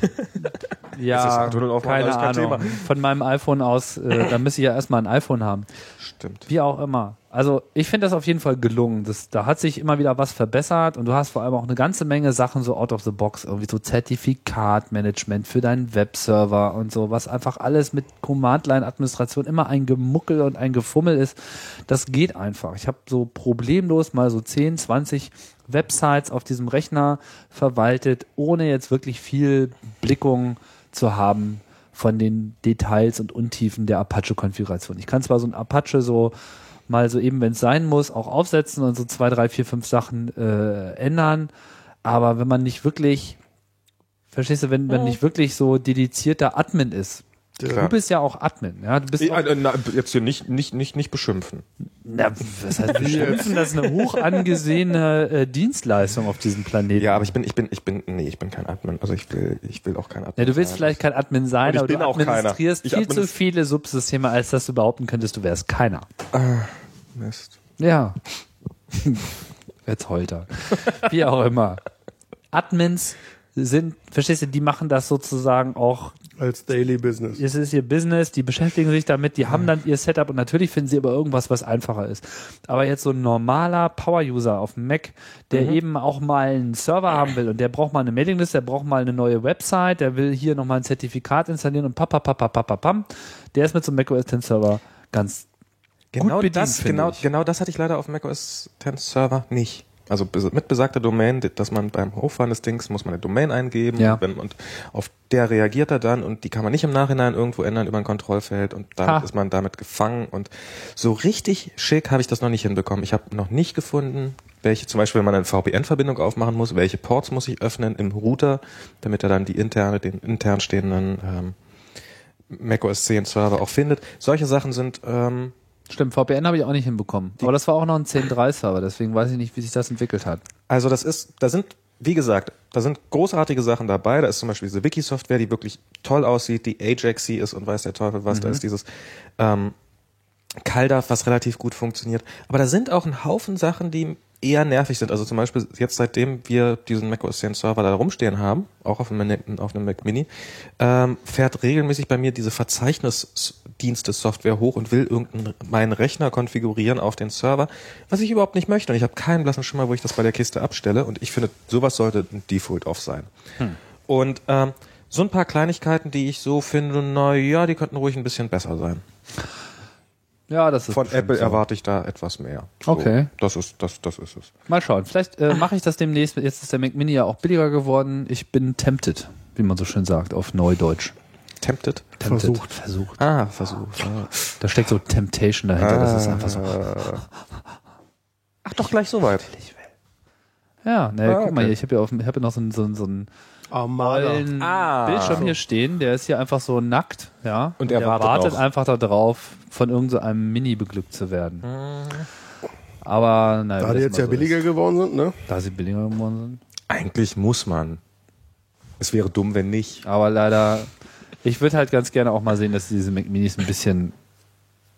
Speaker 2: Das ist
Speaker 1: Ja,
Speaker 2: ein Tunnelaufbau,
Speaker 1: keine
Speaker 2: alles kein
Speaker 1: Ahnung.
Speaker 2: Thema.
Speaker 1: Von meinem iPhone aus, äh, da müsste ich ja erstmal ein iPhone haben.
Speaker 2: Stimmt.
Speaker 1: Wie auch immer. Also ich finde das auf jeden Fall gelungen. Das, da hat sich immer wieder was verbessert und du hast vor allem auch eine ganze Menge Sachen so out of the box, irgendwie so Zertifikatmanagement für deinen Webserver und so, was einfach alles mit Command-Line-Administration immer ein Gemuckel und ein Gefummel ist. Das geht einfach. Ich habe so problemlos mal so 10, 20 Websites auf diesem Rechner verwaltet, ohne jetzt wirklich viel Blickung zu haben von den Details und Untiefen der Apache-Konfiguration. Ich kann zwar so ein Apache so mal so eben, wenn es sein muss, auch aufsetzen und so zwei, drei, vier, fünf Sachen äh, ändern, aber wenn man nicht wirklich, verstehst du, wenn, wenn nicht wirklich so dedizierter Admin ist,
Speaker 2: Klar.
Speaker 1: du bist Mhm. ja auch Admin, ja, du bist
Speaker 2: Äh,
Speaker 1: auch,
Speaker 2: äh, na, jetzt hier nicht, nicht, nicht, nicht beschimpfen.
Speaker 1: na, was heißt beschimpfen, das ist eine hoch angesehene äh, Dienstleistung auf diesem Planeten.
Speaker 2: Ja, aber ich bin, ich bin, ich bin, nee, ich bin kein Admin. Also ich will, ich will auch kein Admin.
Speaker 1: Ja, du willst
Speaker 2: sein.
Speaker 1: vielleicht kein Admin sein,
Speaker 2: Und ich
Speaker 1: aber du
Speaker 2: bin auch keiner.
Speaker 1: administrierst
Speaker 2: Ich
Speaker 1: viel
Speaker 2: administ-
Speaker 1: zu viele Subsysteme, als dass du behaupten könntest, du wärst keiner.
Speaker 2: Mist.
Speaker 1: Ja. Jetzt heult er. Wie auch immer. Admins sind, verstehst du, die machen das sozusagen auch,
Speaker 3: Als Daily Business.
Speaker 1: es ist ihr Business, die beschäftigen sich damit, die haben dann ihr Setup und natürlich finden sie aber irgendwas, was einfacher ist. Aber jetzt so ein normaler Power-User auf dem Mac, der eben auch mal einen Server haben will und der braucht mal eine Mailinglist, der braucht mal eine neue Website, der will hier nochmal ein Zertifikat installieren und papapapapapam, der ist mit so einem macOS 10 Server ganz
Speaker 2: Genau
Speaker 1: bedient,
Speaker 2: das,
Speaker 1: finde
Speaker 2: genau,
Speaker 1: ich.
Speaker 2: genau das hatte ich leider auf dem macOS 10 Server nicht. Also bes- mit besagter Domain, dass man beim Hochfahren des Dings muss man eine Domain eingeben
Speaker 1: Ja.
Speaker 2: und, wenn, und auf der reagiert er dann und die kann man nicht im Nachhinein irgendwo ändern über ein Kontrollfeld und damit
Speaker 1: Ha.
Speaker 2: ist man damit gefangen und so richtig schick habe ich das noch nicht hinbekommen. Ich habe noch nicht gefunden, welche zum Beispiel, wenn man eine VPN-Verbindung aufmachen muss, welche Ports muss ich öffnen im Router, damit er dann die interne, den intern stehenden ähm, macOS 10 Server auch findet. Solche Sachen sind ähm,
Speaker 1: Stimmt, VPN habe ich auch nicht hinbekommen. Aber das war auch noch ein 10.3-Server, deswegen weiß ich nicht, wie sich das entwickelt hat.
Speaker 2: Also das ist, da sind, wie gesagt, da sind großartige Sachen dabei. Da ist zum Beispiel diese Wiki-Software, die wirklich toll aussieht, die Ajaxy ist und weiß der Teufel was. Da ist dieses ähm, CalDAV, was relativ gut funktioniert. Aber da sind auch ein Haufen Sachen, die eher nervig sind. Also zum Beispiel jetzt, seitdem wir diesen macOS 10 Server da rumstehen haben, auch auf einem, Mac- auf einem Mac Mini, ähm, fährt regelmäßig bei mir diese Verzeichnisdienste-Software hoch und will irgendeinen meinen Rechner konfigurieren auf den Server, was ich überhaupt nicht möchte. Und ich habe keinen blassen Schimmer, wo ich das bei der Kiste abstelle. Und ich finde, sowas sollte ein Default-Off sein. Und ähm, so ein paar Kleinigkeiten, die ich so finde, na ja, die könnten ruhig ein bisschen besser sein.
Speaker 1: Ja, das ist
Speaker 2: Von
Speaker 1: bestimmt
Speaker 2: Apple
Speaker 1: so.
Speaker 2: erwarte ich da etwas mehr.
Speaker 1: Okay.
Speaker 2: Das ist, das, das ist es.
Speaker 1: Mal schauen. Vielleicht äh, mache ich das demnächst. Jetzt ist der Mac Mini ja auch billiger geworden. Ich bin tempted, wie man so schön sagt, auf Neudeutsch.
Speaker 2: Tempted?
Speaker 1: Tempted.
Speaker 3: Versucht.
Speaker 1: Versucht.
Speaker 2: Ah, versucht. Ja.
Speaker 1: Da steckt so Temptation dahinter. Das ist einfach so.
Speaker 3: Ah.
Speaker 2: Ach, doch gleich soweit.
Speaker 1: Ja, naja,
Speaker 2: Ah,
Speaker 1: guck mal
Speaker 2: okay.
Speaker 1: hier. Ich habe ja, auf, dem- ich hab ja noch so einen, so einen, so einen
Speaker 3: Armada.
Speaker 1: tollen
Speaker 2: Ah.
Speaker 1: Bildschirm hier stehen. Der ist hier einfach so nackt. Ja.
Speaker 2: Und er
Speaker 1: der
Speaker 2: wartet
Speaker 1: wartet
Speaker 2: drauf.
Speaker 1: einfach darauf, von irgendeinem Mini beglückt zu werden.
Speaker 2: Mhm.
Speaker 1: Aber naja.
Speaker 3: Da
Speaker 1: wie
Speaker 3: die
Speaker 1: das immer
Speaker 3: jetzt ja
Speaker 1: so
Speaker 3: billiger geworden sind, ne?
Speaker 1: Ist. Da sie billiger geworden sind.
Speaker 2: Eigentlich muss man. Es wäre dumm, wenn nicht.
Speaker 1: Aber leider, ich würde halt ganz gerne auch mal sehen, dass diese Mac Minis ein bisschen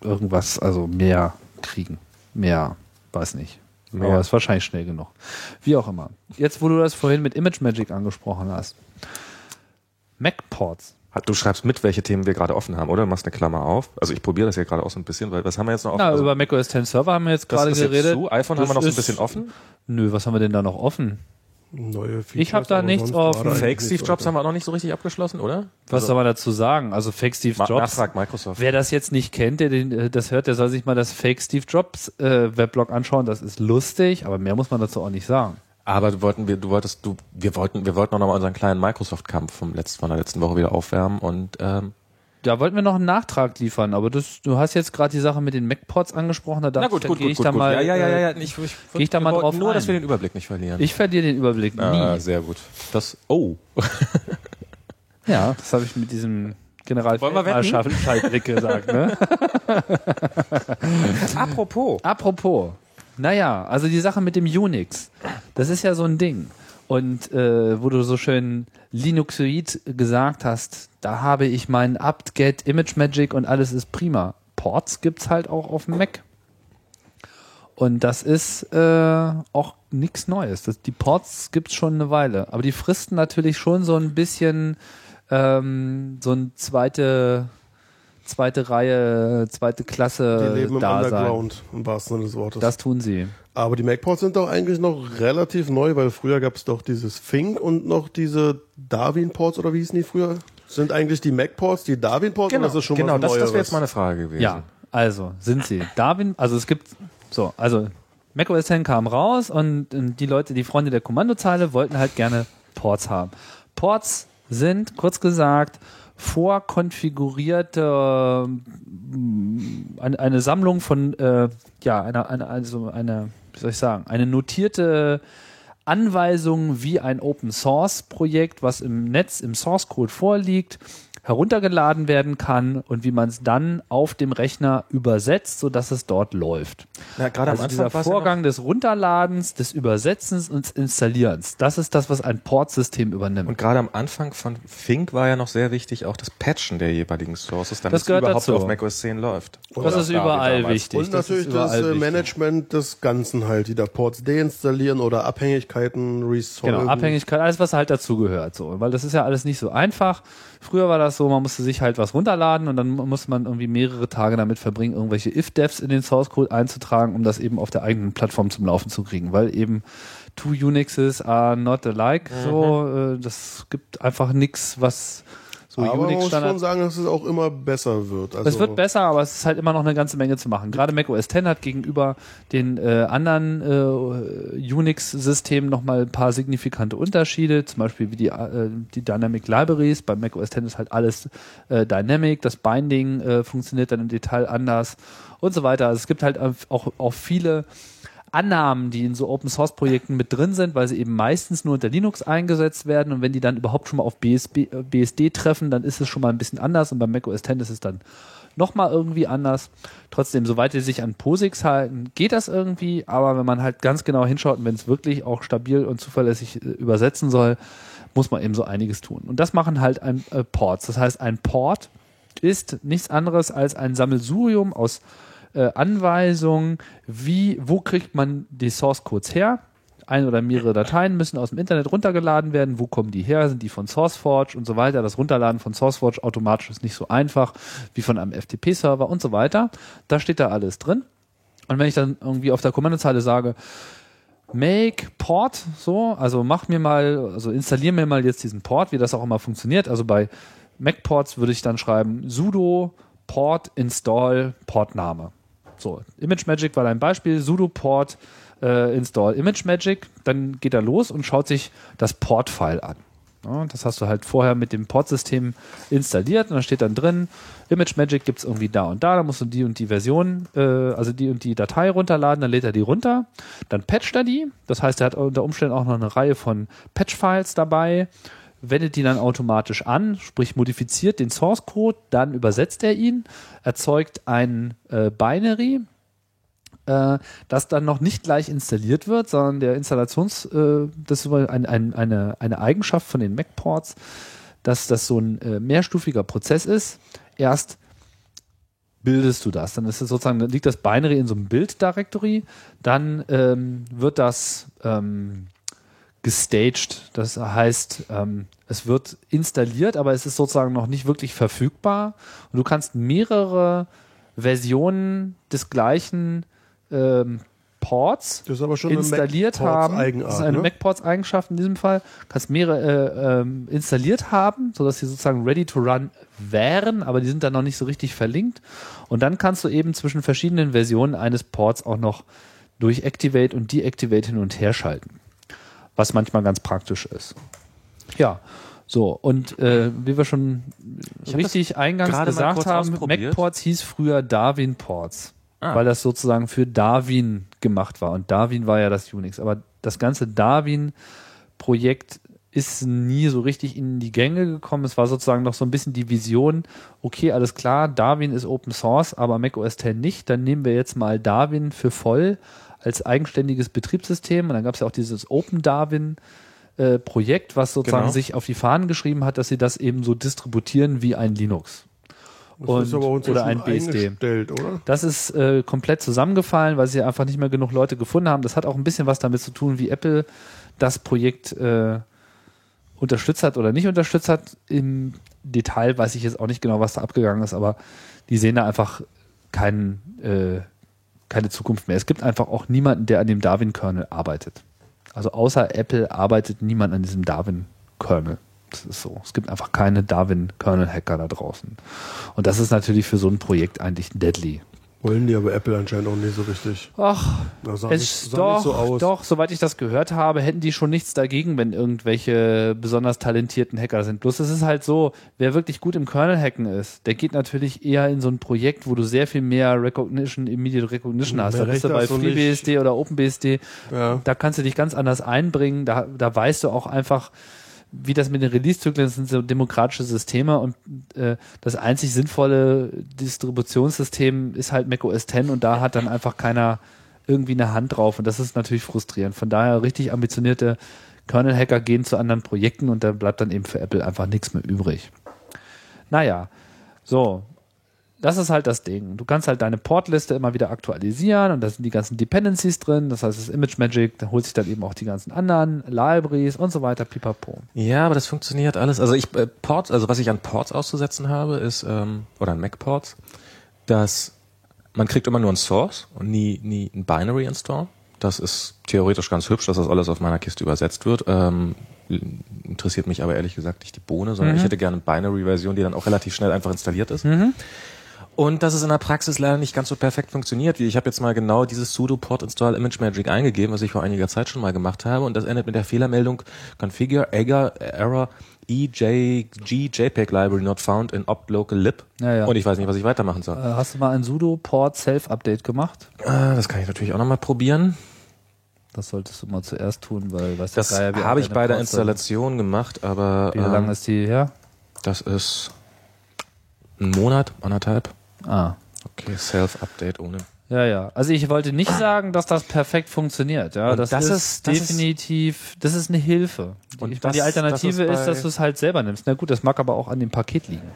Speaker 1: irgendwas, also mehr kriegen. Mehr, weiß nicht.
Speaker 2: Mehr.
Speaker 1: Aber ist wahrscheinlich schnell genug. Wie auch immer. Jetzt, wo du das vorhin mit Image Magic angesprochen hast. MacPorts.
Speaker 2: Du schreibst mit, welche Themen wir gerade offen haben, oder? Du machst eine Klammer auf. Also ich probiere das ja gerade auch so ein bisschen, weil was haben wir jetzt noch offen?
Speaker 1: Na,
Speaker 2: also,
Speaker 1: über macOS 10 Server haben wir jetzt
Speaker 2: das
Speaker 1: gerade
Speaker 2: ist jetzt
Speaker 1: geredet.
Speaker 2: zu. iPhone
Speaker 1: Das
Speaker 2: haben wir noch so ein
Speaker 1: ist-
Speaker 2: bisschen offen.
Speaker 1: Nö, was haben wir denn da noch offen?
Speaker 3: Neue Features,
Speaker 1: Ich hab da
Speaker 3: aber
Speaker 1: nichts
Speaker 3: sonst
Speaker 1: auf
Speaker 3: war
Speaker 1: dem
Speaker 3: da
Speaker 2: Fake
Speaker 3: eigentlich
Speaker 2: Steve
Speaker 3: nichts
Speaker 2: Jobs
Speaker 3: weiter.
Speaker 2: haben wir noch nicht so richtig abgeschlossen, oder?
Speaker 1: Was soll man dazu sagen? Also Fake Steve
Speaker 2: Ma-
Speaker 1: Jobs.
Speaker 2: Nachtrag Microsoft.
Speaker 1: Wer das jetzt nicht kennt, der den, äh, das hört, der soll sich mal das Fake Steve Jobs äh, Weblog anschauen. Das ist lustig, aber mehr muss man dazu auch nicht sagen.
Speaker 2: Aber du wollten wir, du wolltest, du, wir wollten, wir wollten auch nochmal unseren kleinen Microsoft-Kampf vom letzten, von der letzten Woche wieder aufwärmen und ähm,
Speaker 1: Da wollten wir noch einen Nachtrag liefern, aber das, du hast jetzt gerade die Sache mit den MacPods angesprochen. Da dachte ich, dann gehe ich da mal.
Speaker 2: ja, ja, ja,
Speaker 1: äh,
Speaker 2: ja. Ich, ich,
Speaker 1: geh ich da
Speaker 2: wir
Speaker 1: mal
Speaker 2: wollten
Speaker 1: drauf
Speaker 2: Nur, dass
Speaker 1: ein.
Speaker 2: wir den Überblick nicht verlieren.
Speaker 1: äh, Ich verliere den Überblick nie.
Speaker 2: ah, sehr gut. Das, oh.
Speaker 1: Ja, das habe ich mit diesem General
Speaker 2: Wollen wir wetten?
Speaker 1: Schaltblick gesagt. Ne?
Speaker 2: Apropos.
Speaker 1: Apropos, naja, also die Sache mit dem Unix, das ist ja so ein Ding. Und äh, wo du so schön Linuxoid gesagt hast, da habe ich meinen apt, get, image magic und alles ist prima. Ports gibt's halt auch auf dem Mac. Und das ist äh, auch nichts Neues. Das, die Ports gibt's schon eine Weile. Aber die fristen natürlich schon so ein bisschen ähm, so ein zweite, zweite Reihe, zweite Klasse.
Speaker 3: Die leben im
Speaker 1: Dasein.
Speaker 3: Underground, im wahrsten Sinne des Wortes.
Speaker 1: äh, Das tun sie.
Speaker 3: Aber die MacPorts sind doch eigentlich noch relativ neu, weil früher gab es doch dieses Fink und noch diese Darwin-Ports oder wie hießen die früher? Sind eigentlich die MacPorts die Darwin-Ports
Speaker 2: Genau,
Speaker 3: oder ist das schon
Speaker 2: genau
Speaker 3: was
Speaker 2: das,
Speaker 3: Neues?
Speaker 2: das wäre jetzt meine Frage gewesen.
Speaker 1: Ja, also sind sie. Darwin, also es gibt so, also macOS 10 kam raus und, und die Leute, die Freunde der Kommandozeile wollten halt gerne Ports haben. Ports sind kurz gesagt vorkonfigurierte ähm, eine, eine Sammlung von äh, ja, einer eine, also eine wie soll ich sagen, eine notierte Anweisungen wie ein Open Source Projekt, was im Netz im Source Code vorliegt, heruntergeladen werden kann und wie man es dann auf dem Rechner übersetzt, sodass es dort läuft.
Speaker 2: Na, gerade
Speaker 1: Also
Speaker 2: am Anfang
Speaker 1: dieser
Speaker 2: war's ja noch-
Speaker 1: Vorgang des Runterladens, des Übersetzens und des Installierens, das ist das, was ein Port-System übernimmt.
Speaker 2: Und gerade am Anfang von Fink war ja noch sehr wichtig auch das Patchen der jeweiligen Sources, damit
Speaker 1: Das
Speaker 2: es
Speaker 1: gehört
Speaker 2: überhaupt
Speaker 1: dazu.
Speaker 2: auf macOS 10 läuft.
Speaker 1: das
Speaker 2: Oder
Speaker 1: ist
Speaker 2: David
Speaker 1: überall
Speaker 2: damals.
Speaker 1: wichtig.
Speaker 3: Und natürlich
Speaker 1: ist
Speaker 3: das,
Speaker 1: überall
Speaker 3: äh,
Speaker 1: wichtig.
Speaker 3: Management des Ganzen halt, die da Ports deinstallieren oder Abhängigkeiten resolven.
Speaker 1: Genau, Abhängigkeit, alles, was halt dazugehört. So. Weil das ist ja alles nicht so einfach. Früher war das so, man musste sich halt was runterladen und dann musste man irgendwie mehrere Tage damit verbringen, irgendwelche If-Devs in den Source Code einzutragen, um das eben auf der eigenen Plattform zum Laufen zu kriegen. Weil eben two Unixes are not alike. So, äh, das gibt einfach nichts, was So
Speaker 3: Mhm. aber man muss
Speaker 1: Unix-Standard.
Speaker 3: schon sagen, dass es auch immer besser wird. Also,
Speaker 1: Es wird besser, aber es ist halt immer noch eine ganze Menge zu machen. Gerade Mac OS X hat gegenüber den äh, anderen äh, Unix-Systemen nochmal ein paar signifikante Unterschiede, zum Beispiel wie die, äh, die Dynamic Libraries. Bei Mac OS X ist halt alles äh, Dynamic, das Binding äh, funktioniert dann im Detail anders und so weiter. Also es gibt halt auch, auch viele Annahmen, die in so Open Source Projekten mit drin sind, weil sie eben meistens nur unter Linux eingesetzt werden und wenn die dann überhaupt schon mal auf BSB, äh, BSD treffen, dann ist es schon mal ein bisschen anders und bei macOS 10 ist es dann nochmal irgendwie anders. Trotzdem, soweit die sich an POSIX halten, geht das irgendwie, aber wenn man halt ganz genau hinschaut und wenn es wirklich auch stabil und zuverlässig äh, übersetzen soll, muss man eben so einiges tun. Und das machen halt ein, äh, Ports. Das heißt, ein Port ist nichts anderes als ein Sammelsurium aus äh, Anweisungen, wie, wo kriegt man die Source Codes her? Ein oder mehrere Dateien müssen aus dem Internet runtergeladen werden. Wo kommen die her? Sind die von SourceForge und so weiter? Das Runterladen von SourceForge automatisch ist nicht so einfach wie von einem FTP-Server und so weiter. Da steht da alles drin. Und wenn ich dann irgendwie auf der Kommandozeile sage, make port, so, also mach mir mal, also installier mir mal jetzt diesen Port, wie das auch immer funktioniert. Also bei Mac-Ports würde ich dann schreiben sudo port install Portname. So, ImageMagick war dein Beispiel, sudo port äh, install ImageMagick, dann geht er los und schaut sich das Port-File an. Ja, das hast du halt vorher mit dem Port-System installiert und dann steht dann drin, ImageMagick gibt es irgendwie da und da, da musst du die und die Version, äh, also die und die Datei runterladen, dann lädt er die runter, dann patcht er die, das heißt, er hat unter Umständen auch noch eine Reihe von Patch-Files dabei, wendet die dann automatisch an, sprich modifiziert den Source-Code, dann übersetzt er ihn, erzeugt ein äh, Binary, äh, das dann noch nicht gleich installiert wird, sondern der Installations, äh, das ist wohl ein, ein, eine, eine Eigenschaft von den Mac-Ports, dass das so ein äh, mehrstufiger Prozess ist. Erst bildest du das, dann ist es sozusagen, dann liegt das Binary in so einem Build-Directory, dann ähm, wird das ähm, gestaged. Das heißt, ähm, es wird installiert, aber es ist sozusagen noch nicht wirklich verfügbar. Und du kannst mehrere Versionen des gleichen ähm, Ports
Speaker 3: Das ist aber schon eine
Speaker 1: installiert haben.
Speaker 3: Mac-Ports-Eigenart,
Speaker 1: Das ist eine
Speaker 3: ne?
Speaker 1: MacPorts-Eigenschaft in diesem Fall. Kannst mehrere äh, ähm, installiert haben, sodass sie sozusagen ready to run wären, aber die sind dann noch nicht so richtig verlinkt. Und dann kannst du eben zwischen verschiedenen Versionen eines Ports auch noch durch Activate und Deactivate hin und her schalten. Was manchmal ganz praktisch ist. Ja. So, und äh, wie wir schon
Speaker 2: hab
Speaker 1: richtig eingangs
Speaker 2: gerade mal
Speaker 1: gesagt
Speaker 2: kurz
Speaker 1: haben,
Speaker 2: ausprobiert.
Speaker 1: MacPorts hieß früher Darwin-Ports
Speaker 2: Ah.
Speaker 1: weil das sozusagen für Darwin gemacht war. Und Darwin war ja das Unix. Aber das ganze Darwin-Projekt ist nie so richtig in die Gänge gekommen. Es war sozusagen noch so ein bisschen die Vision, okay, alles klar, Darwin ist Open Source, aber Mac OS X nicht. Dann nehmen wir jetzt mal Darwin für voll als eigenständiges Betriebssystem. Und dann gab es ja auch dieses Open Darwin. äh, Projekt, was sozusagen
Speaker 2: Genau.
Speaker 1: sich auf die Fahnen geschrieben hat, dass sie das eben so distributieren wie ein Linux.
Speaker 3: Das ist
Speaker 1: und-
Speaker 3: aber uns
Speaker 1: oder
Speaker 3: schon
Speaker 1: ein BSD.
Speaker 3: eingestellt, oder?
Speaker 1: Das ist äh, komplett zusammengefallen, weil sie einfach nicht mehr genug Leute gefunden haben. Das hat auch ein bisschen was damit zu tun, wie Apple das Projekt äh, unterstützt hat oder nicht unterstützt hat. Im Detail weiß ich jetzt auch nicht genau, was da abgegangen ist, aber die sehen da einfach keinen, äh, keine Zukunft mehr. Es gibt einfach auch niemanden, der an dem Darwin-Kernel arbeitet. Also außer Apple arbeitet niemand an diesem Darwin-Kernel. Das ist so. Es gibt einfach keine Darwin-Kernel-Hacker da draußen. Und das ist natürlich für so ein Projekt eigentlich deadly.
Speaker 3: Wollen die aber Apple anscheinend auch nicht so richtig.
Speaker 1: Ach,
Speaker 3: Das sah, nicht,
Speaker 1: es
Speaker 3: sah
Speaker 1: doch,
Speaker 3: nicht so aus.
Speaker 1: doch, soweit ich das gehört habe, hätten die schon nichts dagegen, wenn irgendwelche besonders talentierten Hacker sind. Bloß es ist halt so, wer wirklich gut im Kernel hacken ist, der geht natürlich eher in so ein Projekt, wo du sehr viel mehr Recognition, Immediate Recognition hast.
Speaker 3: Mehr
Speaker 1: Da bist du
Speaker 3: Rechte
Speaker 1: bei
Speaker 3: hast du nicht.
Speaker 1: FreeBSD oder OpenBSD,
Speaker 3: Ja.
Speaker 1: da kannst du dich ganz anders einbringen, da, da weißt du auch einfach, wie das mit den Release-Zyklen ist, sind so demokratische Systeme und äh, das einzig sinnvolle Distributionssystem ist halt macOS 10 und da hat dann einfach keiner irgendwie eine Hand drauf und das ist natürlich frustrierend. Von daher richtig ambitionierte Kernel-Hacker gehen zu anderen Projekten und da bleibt dann eben für Apple einfach nichts mehr übrig. Naja, so. Das ist halt das Ding. Du kannst halt deine Portliste immer wieder aktualisieren und da sind die ganzen Dependencies drin. Das heißt, das Image Magic, da holt sich dann eben auch die ganzen anderen Libraries und so weiter, pipapo.
Speaker 2: Ja, aber das funktioniert alles. Also ich äh, Ports, also was ich an Ports auszusetzen habe, ist ähm, oder an Mac Ports, dass man kriegt immer nur ein Source und nie nie ein Binary install. Das ist theoretisch ganz hübsch, dass das alles auf meiner Kiste übersetzt wird. Ähm, interessiert mich aber ehrlich gesagt nicht die Bohne, sondern
Speaker 1: Mhm.
Speaker 2: ich hätte gerne eine Binary-Version, die dann auch relativ schnell einfach installiert ist. Und dass es in der Praxis leider nicht ganz so perfekt funktioniert. wie Ich habe jetzt mal genau dieses sudo port install image magic eingegeben, was ich vor einiger Zeit schon mal gemacht habe. Und das endet mit der Fehlermeldung configure Egger, error E EJG JPEG library not found in opt local lib.
Speaker 1: Ja, ja.
Speaker 2: Und ich weiß nicht, was ich weitermachen soll.
Speaker 1: Äh, Hast du mal ein sudo port self update gemacht?
Speaker 2: Ah, das kann ich natürlich auch nochmal probieren.
Speaker 1: Das solltest du mal zuerst tun, weil weißt
Speaker 2: Das
Speaker 1: Geier, wie
Speaker 2: habe ich
Speaker 1: deine
Speaker 2: bei der
Speaker 1: Ports
Speaker 2: Installation gemacht, aber
Speaker 1: sind. Wie lange
Speaker 2: ähm,
Speaker 1: ist die her?
Speaker 2: das ist ein Monat, anderthalb.
Speaker 1: Ah.
Speaker 2: Okay, Self-Update ohne.
Speaker 1: Ja, ja. Also ich wollte nicht sagen, dass das perfekt funktioniert. Ja,
Speaker 2: Und
Speaker 1: das,
Speaker 2: das
Speaker 1: ist,
Speaker 2: ist- das ist-
Speaker 1: definitiv, das ist eine Hilfe.
Speaker 2: Und
Speaker 1: Und ich
Speaker 2: das-
Speaker 1: meine, die Alternative
Speaker 2: das
Speaker 1: ist,
Speaker 2: ist bei-
Speaker 1: dass du es halt selber nimmst. Na gut, das mag aber auch an dem Paket liegen.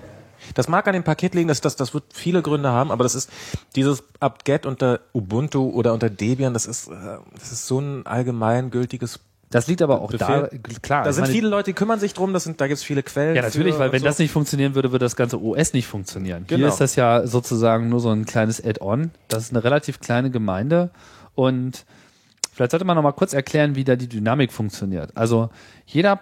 Speaker 2: Das mag an dem Paket liegen, das, das, das wird viele Gründe haben, aber das ist dieses Apt-Get unter Ubuntu oder unter Debian, das ist, äh, das ist so ein allgemeingültiges.
Speaker 1: Das liegt aber auch
Speaker 2: Befehl-
Speaker 1: da, klar.
Speaker 2: Da
Speaker 1: Ah, ich
Speaker 2: sind
Speaker 1: meine,
Speaker 2: viele Leute, die kümmern sich drum, das sind, da gibt's viele Quellen.
Speaker 1: ja, natürlich,
Speaker 2: für
Speaker 1: weil
Speaker 2: und
Speaker 1: wenn
Speaker 2: so.
Speaker 1: das nicht funktionieren würde, würde das ganze OS nicht funktionieren.
Speaker 2: Genau.
Speaker 1: Hier ist das ja sozusagen nur so ein kleines Add-on. Das ist eine relativ kleine Gemeinde und vielleicht sollte man noch mal kurz erklären, wie da die Dynamik funktioniert. Also jeder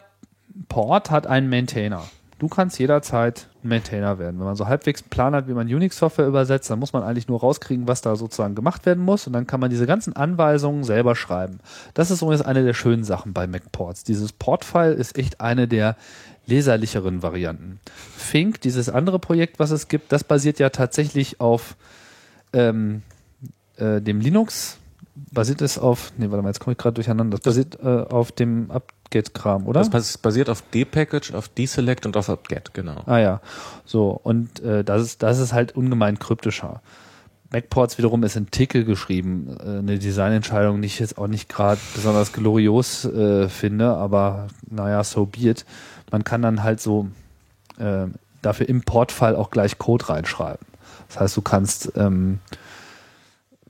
Speaker 1: Port hat einen Maintainer. Du kannst jederzeit ein Maintainer werden. Wenn man so halbwegs einen Plan hat, wie man Unix-Software übersetzt, dann muss man eigentlich nur rauskriegen, was da sozusagen gemacht werden muss. Und dann kann man diese ganzen Anweisungen selber schreiben. Das ist übrigens eine der schönen Sachen bei Mac-Ports. Dieses Port-File ist echt eine der leserlicheren Varianten. Fink, dieses andere Projekt, was es gibt, das basiert ja tatsächlich auf ähm, äh, dem Linux. Basiert es auf, nee, warte mal, jetzt komme ich gerade durcheinander. Das basiert äh, auf dem Upgate-Kram, oder?
Speaker 2: Das bas- basiert auf D-Package, auf D-Select und auf Apt-Get, genau.
Speaker 1: Ah ja, so und äh, das ist das ist halt ungemein kryptischer. MacPorts wiederum ist in Tickel geschrieben, äh, eine Designentscheidung, die ich jetzt auch nicht gerade besonders glorios äh, finde, aber naja, so be it. Man kann dann halt so äh, dafür im Portfall auch gleich Code reinschreiben. Das heißt, du kannst ähm,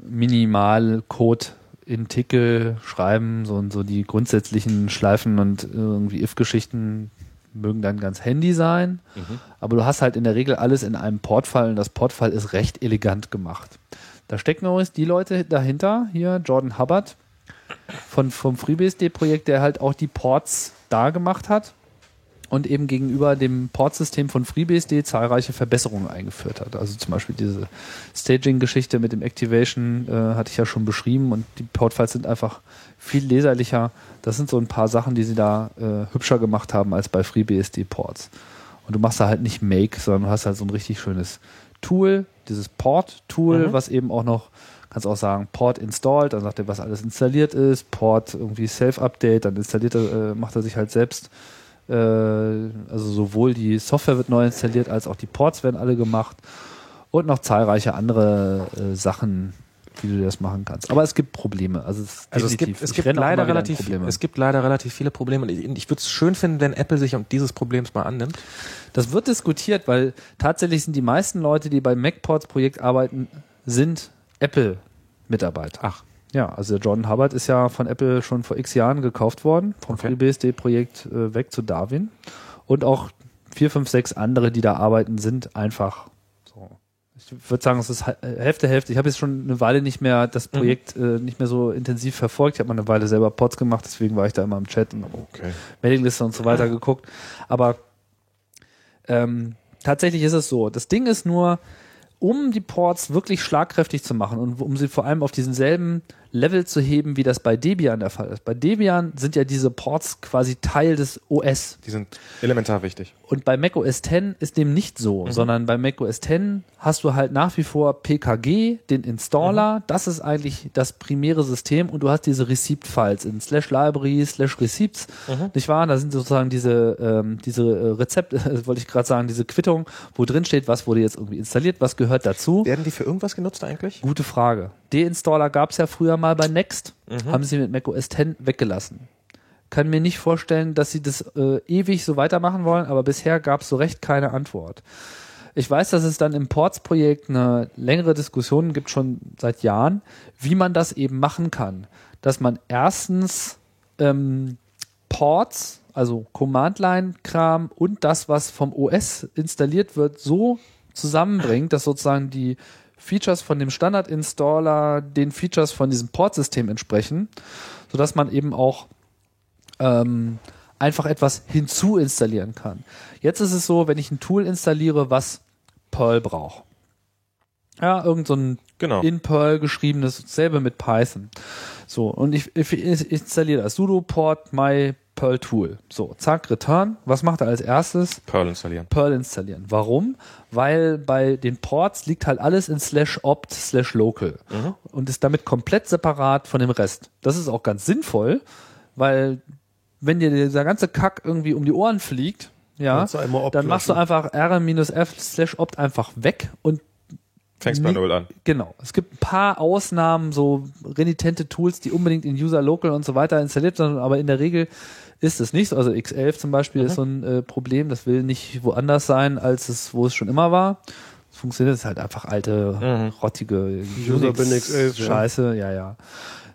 Speaker 1: minimal Code in Tickel schreiben, so und so die grundsätzlichen Schleifen und äh, irgendwie If-Geschichten mögen dann ganz handy sein. Aber du hast halt in der Regel alles in einem Portfall und das Portfall ist recht elegant gemacht. Da stecken übrigens die Leute dahinter, hier Jordan Hubbard von, vom FreeBSD-Projekt, der halt auch die Ports da gemacht hat und eben gegenüber dem Portsystem von FreeBSD zahlreiche Verbesserungen eingeführt hat. Also zum Beispiel diese Staging-Geschichte mit dem Activation äh, hatte ich ja schon beschrieben und die Portfiles sind einfach viel leserlicher. Das sind so ein paar Sachen, die sie da äh, hübscher gemacht haben als bei FreeBSD-Ports. Und du machst da halt nicht Make, sondern du hast halt so ein richtig schönes Tool, dieses Port-Tool, was eben auch noch, kannst auch sagen, Port installed, dann sagt er, was alles installiert ist, Port irgendwie Self-Update, dann installiert er, äh, macht er sich halt selbst, äh, also sowohl die Software wird neu installiert, als auch die Ports werden alle gemacht und noch zahlreiche andere äh, Sachen, wie du das machen kannst. Aber es gibt Probleme. Also es, ist
Speaker 2: Also es
Speaker 1: definitiv-
Speaker 2: gibt, es
Speaker 1: ich
Speaker 2: gibt
Speaker 1: renn auch
Speaker 2: leider
Speaker 1: immer wieder in
Speaker 2: relativ,
Speaker 1: Probleme.
Speaker 2: es gibt leider relativ viele Probleme. Und ich, ich würde es schön finden, wenn Apple sich um dieses Problems mal annimmt.
Speaker 1: Das wird diskutiert, weil tatsächlich sind die meisten Leute, die beim MacPorts Projekt arbeiten, sind Apple-Mitarbeiter.
Speaker 2: Ach.
Speaker 1: Ja, also der Jordan Hubbard ist ja von Apple schon vor x Jahren gekauft worden, vom
Speaker 2: Okay.
Speaker 1: FreeBSD-Projekt äh, weg zu Darwin. Und auch vier, fünf, sechs andere, die da arbeiten, sind einfach so. Ich würde sagen, es ist hal- äh, Hälfte, Hälfte. Ich habe jetzt schon eine Weile nicht mehr das
Speaker 2: Mhm.
Speaker 1: Projekt äh, nicht mehr so intensiv verfolgt. Ich habe mal eine Weile selber Pods gemacht, deswegen war ich da immer im Chat und
Speaker 2: Okay.
Speaker 1: Mailingliste und so weiter geguckt. Aber ähm, tatsächlich ist es so. Das Ding ist nur, um die Ports wirklich schlagkräftig zu machen und um sie vor allem auf diesen selben Level zu heben, wie das bei Debian der Fall ist. Bei Debian sind ja diese Ports quasi Teil des OS.
Speaker 2: Die sind elementar wichtig.
Speaker 1: Und bei macOS 10 ist dem nicht so, sondern bei macOS 10 hast du halt nach wie vor PKG, den Installer, das ist eigentlich das primäre System und du hast diese Receipt-Files in slash library, slash receipts, nicht wahr? Da sind sozusagen diese, ähm, diese äh, Rezepte, wollte ich gerade sagen, diese Quittung, wo drin steht, was wurde jetzt irgendwie installiert, was gehört dazu.
Speaker 2: Werden die für irgendwas genutzt eigentlich?
Speaker 1: Gute Frage. D-Installer gab es ja früher mal bei Next, haben sie mit macOS 10 weggelassen. Kann mir nicht vorstellen, dass sie das äh, ewig so weitermachen wollen, aber bisher gab es so recht keine Antwort. Ich weiß, dass es dann im Ports-Projekt eine längere Diskussion gibt, schon seit Jahren, wie man das eben machen kann. Dass man erstens ähm, Ports, also Command-Line-Kram und das, was vom OS installiert wird, so zusammenbringt, dass sozusagen die Features von dem Standard-Installer den Features von diesem Port-System entsprechen, sodass man eben auch ähm, einfach etwas hinzuinstallieren kann. Jetzt ist es so, wenn ich ein Tool installiere, was Perl braucht. Ja, irgend so ein
Speaker 2: Genau.
Speaker 1: in Perl geschriebenes, dasselbe mit Python. So, und ich, ich, ich installiere das sudo port my Perl Tool. So, zack, return. Was macht er als erstes?
Speaker 2: Perl installieren.
Speaker 1: Perl installieren. Warum? Weil bei den Ports liegt halt alles in slash opt slash local
Speaker 3: Mhm.
Speaker 1: und ist damit komplett separat von dem Rest. Das ist auch ganz sinnvoll, weil wenn dir dieser ganze Kack irgendwie um die Ohren fliegt, ja,
Speaker 3: Kannst du einmal opt
Speaker 1: dann machst du
Speaker 3: lassen.
Speaker 1: einfach r-f slash opt einfach weg und
Speaker 2: Fängst bei
Speaker 1: nie-
Speaker 2: Null an.
Speaker 1: Genau. Es gibt ein paar Ausnahmen, so renitente Tools, die unbedingt in User Local und so weiter installiert sind, aber in der Regel ist es nicht so. Also X11 zum Beispiel ist so ein äh, Problem, das will nicht woanders sein, als es, wo es schon immer war. Es funktioniert, es ist halt einfach alte, rottige
Speaker 3: User
Speaker 1: Unix-
Speaker 3: bin X11, ja.
Speaker 1: Scheiße, ja, ja.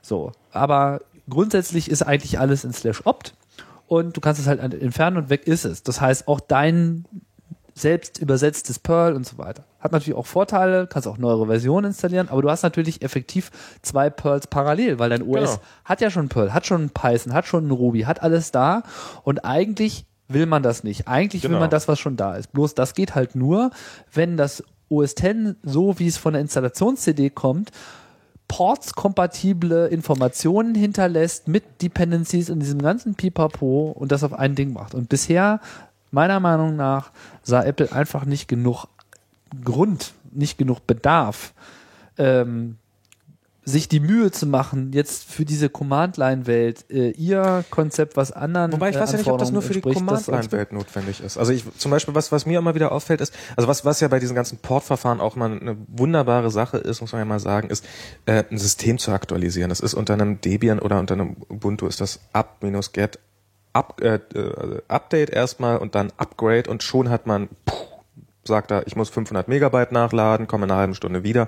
Speaker 1: So. Aber grundsätzlich ist eigentlich alles in slash opt und du kannst es halt entfernen und weg ist es. Das heißt, auch dein selbst übersetztes Perl und so weiter. Hat natürlich auch Vorteile, kannst auch neuere Versionen installieren, aber du hast natürlich effektiv zwei Perls parallel, weil dein OS
Speaker 2: Genau.
Speaker 1: hat ja schon Perl, hat schon Python, hat schon Ruby, hat alles da und eigentlich will man das nicht. Eigentlich will
Speaker 2: Genau.
Speaker 1: man das, was schon da ist. Bloß das geht halt nur, wenn das OS X, so wie es von der Installations-CD kommt, ports-kompatible Informationen hinterlässt mit Dependencies und diesem ganzen Pipapo und das auf ein Ding macht. Und bisher, meiner Meinung nach, sah Apple einfach nicht genug Grund, nicht genug Bedarf, ähm, sich die Mühe zu machen, jetzt für diese Command-Line-Welt äh, ihr Konzept, was anderen.
Speaker 2: Wobei ich
Speaker 1: äh,
Speaker 2: weiß ja nicht, ob das nur für die
Speaker 1: Anforderungen entspricht, das
Speaker 2: Command-Line-Welt notwendig ist. Also ich, zum Beispiel, was, was mir immer wieder auffällt, ist, also was, was ja bei diesen ganzen Portverfahren auch mal eine wunderbare Sache ist, muss man ja mal sagen, ist, äh, ein System zu aktualisieren. Das ist unter einem Debian oder unter einem Ubuntu ist das up-get up, äh, äh, also Update erstmal und dann Upgrade und schon hat man, puh, sagt er, ich muss 500 Megabyte nachladen, komme in einer halben Stunde wieder.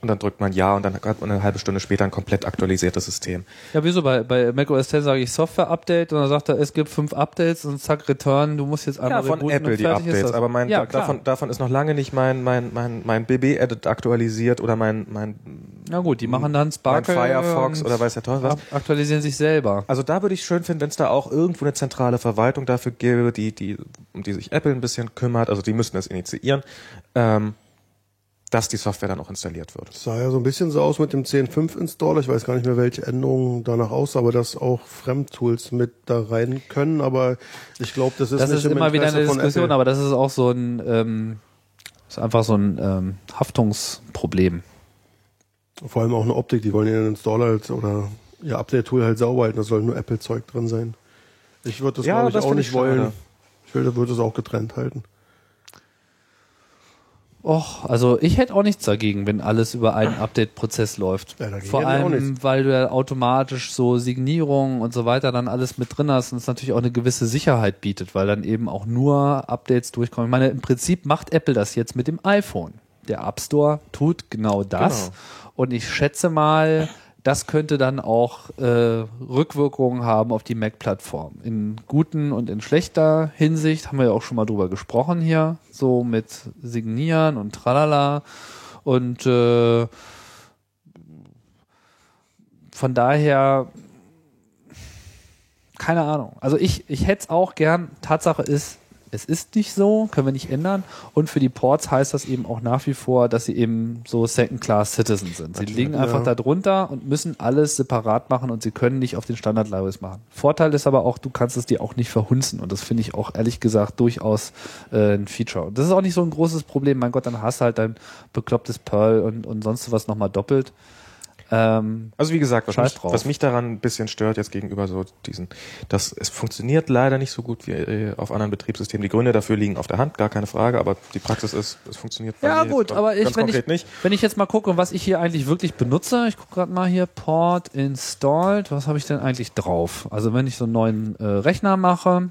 Speaker 2: Und dann drückt man Ja und dann hat man eine halbe Stunde später ein komplett aktualisiertes System.
Speaker 1: Ja, wieso? Bei, bei Mac OS X sage ich Software-Update und dann sagt er, es gibt fünf Updates und zack, Return, du musst jetzt einmal
Speaker 2: Ja, von
Speaker 1: rebooten
Speaker 2: Apple
Speaker 1: und
Speaker 2: die
Speaker 1: fertig ist
Speaker 2: Updates,
Speaker 1: das.
Speaker 2: aber mein,
Speaker 1: ja, klar.
Speaker 2: davon, davon ist noch lange nicht mein, mein, mein, mein BB-Edit aktualisiert oder mein, mein,
Speaker 1: Na gut, die machen dann
Speaker 2: mein
Speaker 1: Sparkle
Speaker 2: Firefox
Speaker 1: und
Speaker 2: oder weiß der Teufel was.
Speaker 1: ab- aktualisieren sich selber.
Speaker 2: Also da würde ich schön finden, wenn es da auch irgendwo eine zentrale Verwaltung dafür gäbe, die, die, um die sich Apple ein bisschen kümmert, also die müssten das initiieren, ähm, dass die Software dann auch installiert wird.
Speaker 3: Das sah ja so ein bisschen so aus mit dem 10.5 Installer. Ich weiß gar nicht mehr, welche Änderungen danach aussah, aber dass auch Fremdtools mit da rein können. Aber ich glaube, das ist
Speaker 1: Das
Speaker 3: nicht
Speaker 1: ist
Speaker 3: im
Speaker 1: immer wieder
Speaker 3: Interesse
Speaker 1: eine
Speaker 3: von
Speaker 1: Diskussion,
Speaker 3: Apple.
Speaker 1: aber das ist auch so ein, ähm, ist einfach so ein ähm, Haftungsproblem.
Speaker 3: Vor allem auch eine Optik, die wollen ihren Installer halt oder ihr Update-Tool halt sauber halten, da soll nur Apple-Zeug drin sein. Ich würde das,
Speaker 2: Ja,
Speaker 3: glaube ich,
Speaker 2: das
Speaker 3: auch
Speaker 2: find
Speaker 3: nicht
Speaker 2: ich schade.
Speaker 3: wollen. Ich würde würde es auch getrennt halten.
Speaker 1: Och, also ich hätte auch nichts dagegen, wenn alles über einen Update-Prozess läuft.
Speaker 3: Ja, dagegen
Speaker 1: Vor
Speaker 3: hätte ich auch
Speaker 1: allem,
Speaker 3: nichts.
Speaker 1: weil du ja automatisch so Signierungen und so weiter dann alles mit drin hast und es natürlich auch eine gewisse Sicherheit bietet, weil dann eben auch nur Updates durchkommen. Ich meine, im Prinzip macht Apple das jetzt mit dem iPhone. Der App Store tut genau das. Und ich schätze mal, das könnte dann auch äh, Rückwirkungen haben auf die Mac-Plattform. In guten und in schlechter Hinsicht haben wir ja auch schon mal drüber gesprochen hier, so mit Signieren und Tralala. Und äh, von daher, keine Ahnung. Also ich, ich hätte es auch gern. Tatsache ist, es ist nicht so, können wir nicht ändern. Und für die Ports heißt das eben auch nach wie vor, dass sie eben so Second-Class Citizen sind. Sie liegen einfach da drunter und müssen alles separat machen und sie können nicht auf den Standard-Libraries machen. Vorteil ist aber auch, du kannst es dir auch nicht verhunzen. Und das finde ich auch ehrlich gesagt durchaus äh, ein Feature. Und das ist auch nicht so ein großes Problem. Mein Gott, dann hast du halt dein beklopptes Perl und, und sonst was nochmal doppelt. Ähm,
Speaker 2: Also wie gesagt, was
Speaker 1: Scheiß
Speaker 2: mich,
Speaker 1: drauf.
Speaker 2: was mich daran ein bisschen stört jetzt gegenüber so diesen, dass es funktioniert leider nicht so gut wie äh, auf anderen Betriebssystemen. Die Gründe dafür liegen auf der Hand, gar keine Frage, aber die Praxis ist, es funktioniert bei
Speaker 1: Ja,
Speaker 2: mir
Speaker 1: gut,
Speaker 2: jetzt
Speaker 1: aber ich,
Speaker 2: ganz
Speaker 1: wenn, ich,
Speaker 2: konkret nicht.
Speaker 1: wenn ich jetzt mal gucke, was ich hier eigentlich wirklich benutze, ich gucke gerade mal hier, Port installed, was habe ich denn eigentlich drauf? Also wenn ich so einen neuen äh, Rechner mache,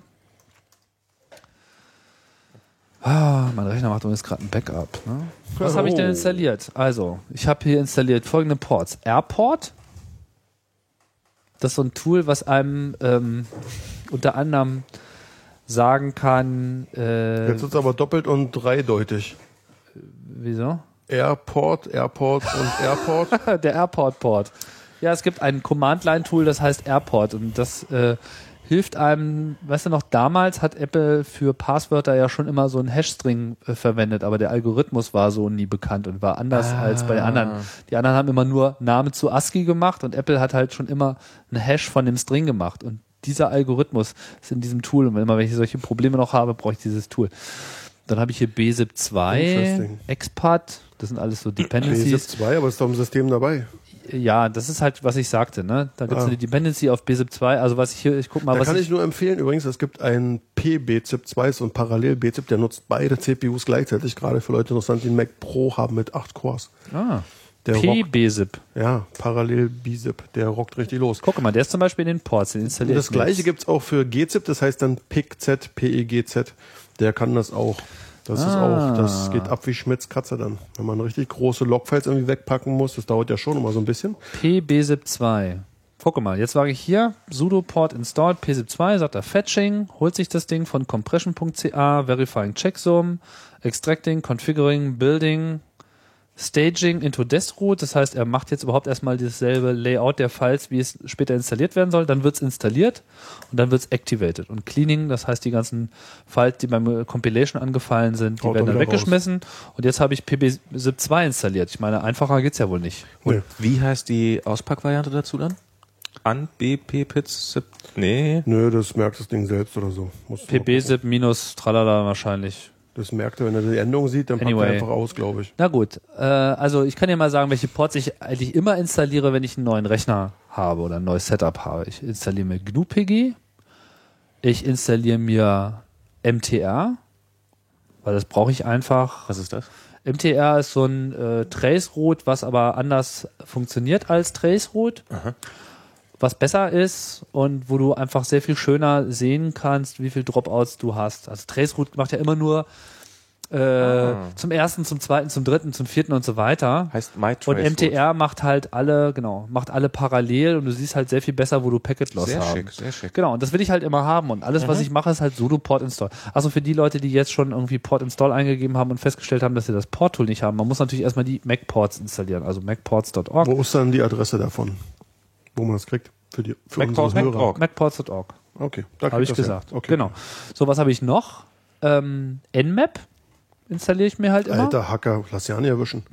Speaker 1: ah, mein Rechner macht übrigens gerade ein Backup. Ne? Was habe ich denn
Speaker 3: Oh.
Speaker 1: installiert? Also, ich habe hier installiert folgende Ports. AirPort, das ist so ein Tool, was einem ähm, unter anderem sagen kann, äh,
Speaker 3: Jetzt ist es aber doppelt und dreideutig.
Speaker 1: wieso?
Speaker 3: Airport, Airport und Airport.
Speaker 1: Der Airport-Port. Ja, es gibt ein Command-Line-Tool, das heißt Airport und das äh, hilft einem, weißt du noch, damals hat Apple für Passwörter ja schon immer so einen Hashstring äh, verwendet, aber der Algorithmus war so nie bekannt und war anders als bei den anderen. Die anderen haben immer nur Name zu ASCII gemacht und Apple hat halt schon immer einen Hash von dem String gemacht und dieser Algorithmus ist in diesem Tool und immer wenn ich solche Probleme noch habe, brauche ich dieses Tool. Dann habe ich hier BZIP2,
Speaker 3: Interesting.
Speaker 1: XPath, das sind alles so
Speaker 3: BSIP
Speaker 1: Dependencies.
Speaker 3: 2, aber ist doch im System dabei.
Speaker 1: Ja, das ist halt, was ich sagte, ne? Da gibt es
Speaker 3: Ah.
Speaker 1: eine Dependency auf BZIP2, also was ich hier, ich guck mal,
Speaker 3: Da
Speaker 1: was
Speaker 3: kann ich, nur empfehlen, übrigens, es gibt einen P-BZIP 2, so ein Parallel-BZIP, der nutzt beide CPUs gleichzeitig, gerade für Leute interessant, die einen Mac Pro haben mit 8 Cores.
Speaker 1: ah,
Speaker 3: Der rockt,
Speaker 1: P-BZIP.
Speaker 3: ja, Parallel-BZIP, der rockt richtig los.
Speaker 1: Guck mal, der ist zum Beispiel in den Ports, den
Speaker 3: Und
Speaker 1: installiert.
Speaker 3: das gleiche gibt's auch für GZIP, das heißt dann PIGZ, PEGZ. Der kann das auch. Das
Speaker 1: Ah.
Speaker 3: ist auch, das geht ab wie Schmitz Katze dann. Wenn man richtig große Logfiles irgendwie wegpacken muss, das dauert ja schon immer so ein bisschen.
Speaker 1: PBZIP2. Guck mal, jetzt sage ich hier, sudo port installed pzip2, sagt er fetching, holt sich das Ding von compression.ca, verifying checksum, extracting, configuring, building, staging into destroot, das heißt, er macht jetzt überhaupt erstmal dasselbe Layout der Files, wie es später installiert werden soll, dann wird's installiert und dann wird's activated. Und cleaning, das heißt, die ganzen Files, die beim äh, Compilation angefallen sind, die
Speaker 3: Haut er
Speaker 1: werden dann
Speaker 3: Oh, wieder raus.
Speaker 1: weggeschmissen und jetzt habe ich pbzip2 installiert. Ich meine, einfacher geht's ja wohl nicht.
Speaker 3: Nee.
Speaker 2: Wie heißt die Auspackvariante dazu dann? An BP Pits Zip- Nee.
Speaker 3: Nö, das merkt das Ding selbst oder so. Muss
Speaker 1: PBSIP minus tralala wahrscheinlich.
Speaker 3: Das merkt er, wenn er die Endung sieht, dann packt
Speaker 1: Anyway.
Speaker 3: er einfach aus, glaube ich.
Speaker 1: Na gut, äh, also ich kann dir mal sagen, welche Ports ich eigentlich immer installiere, wenn ich einen neuen Rechner habe oder ein neues Setup habe. Ich installiere mir GNU-PG, ich installiere mir MTR, weil das brauche ich einfach.
Speaker 2: Was ist das?
Speaker 1: MTR ist so ein äh, Traceroute, was aber anders funktioniert als Traceroute. Was besser ist und wo du einfach sehr viel schöner sehen kannst, wie viel Dropouts du hast. Also Traceroute macht ja immer nur äh, zum ersten, zum zweiten, zum dritten, zum vierten und so weiter.
Speaker 2: Heißt MyTrace.
Speaker 1: und MTR macht halt alle, genau, macht alle parallel und du siehst halt sehr viel besser, wo du Packet Loss
Speaker 2: Sehr
Speaker 1: haben.
Speaker 2: schick, sehr schick.
Speaker 1: Genau, und das will ich halt immer haben. Und alles,
Speaker 3: Mhm.
Speaker 1: was ich mache, ist halt sudo port install. Also für die Leute, die jetzt schon irgendwie port install eingegeben haben und festgestellt haben, dass sie das Port-Tool nicht haben, man muss natürlich erstmal die Mac-Ports installieren, also macports.org.
Speaker 3: Wo ist dann die Adresse davon? Wo man das kriegt? Für die für
Speaker 2: Mac-
Speaker 3: unsere
Speaker 2: Mac-
Speaker 3: Hörer.
Speaker 2: Mac-
Speaker 1: Macports.org,
Speaker 3: Okay, da
Speaker 1: habe
Speaker 3: kriegt
Speaker 1: ich
Speaker 3: das her.
Speaker 1: gesagt.
Speaker 3: Okay.
Speaker 1: Genau. So, was habe ich noch? Ähm, Nmap installiere ich mir halt immer.
Speaker 3: Alter Hacker, lass ja nicht erwischen.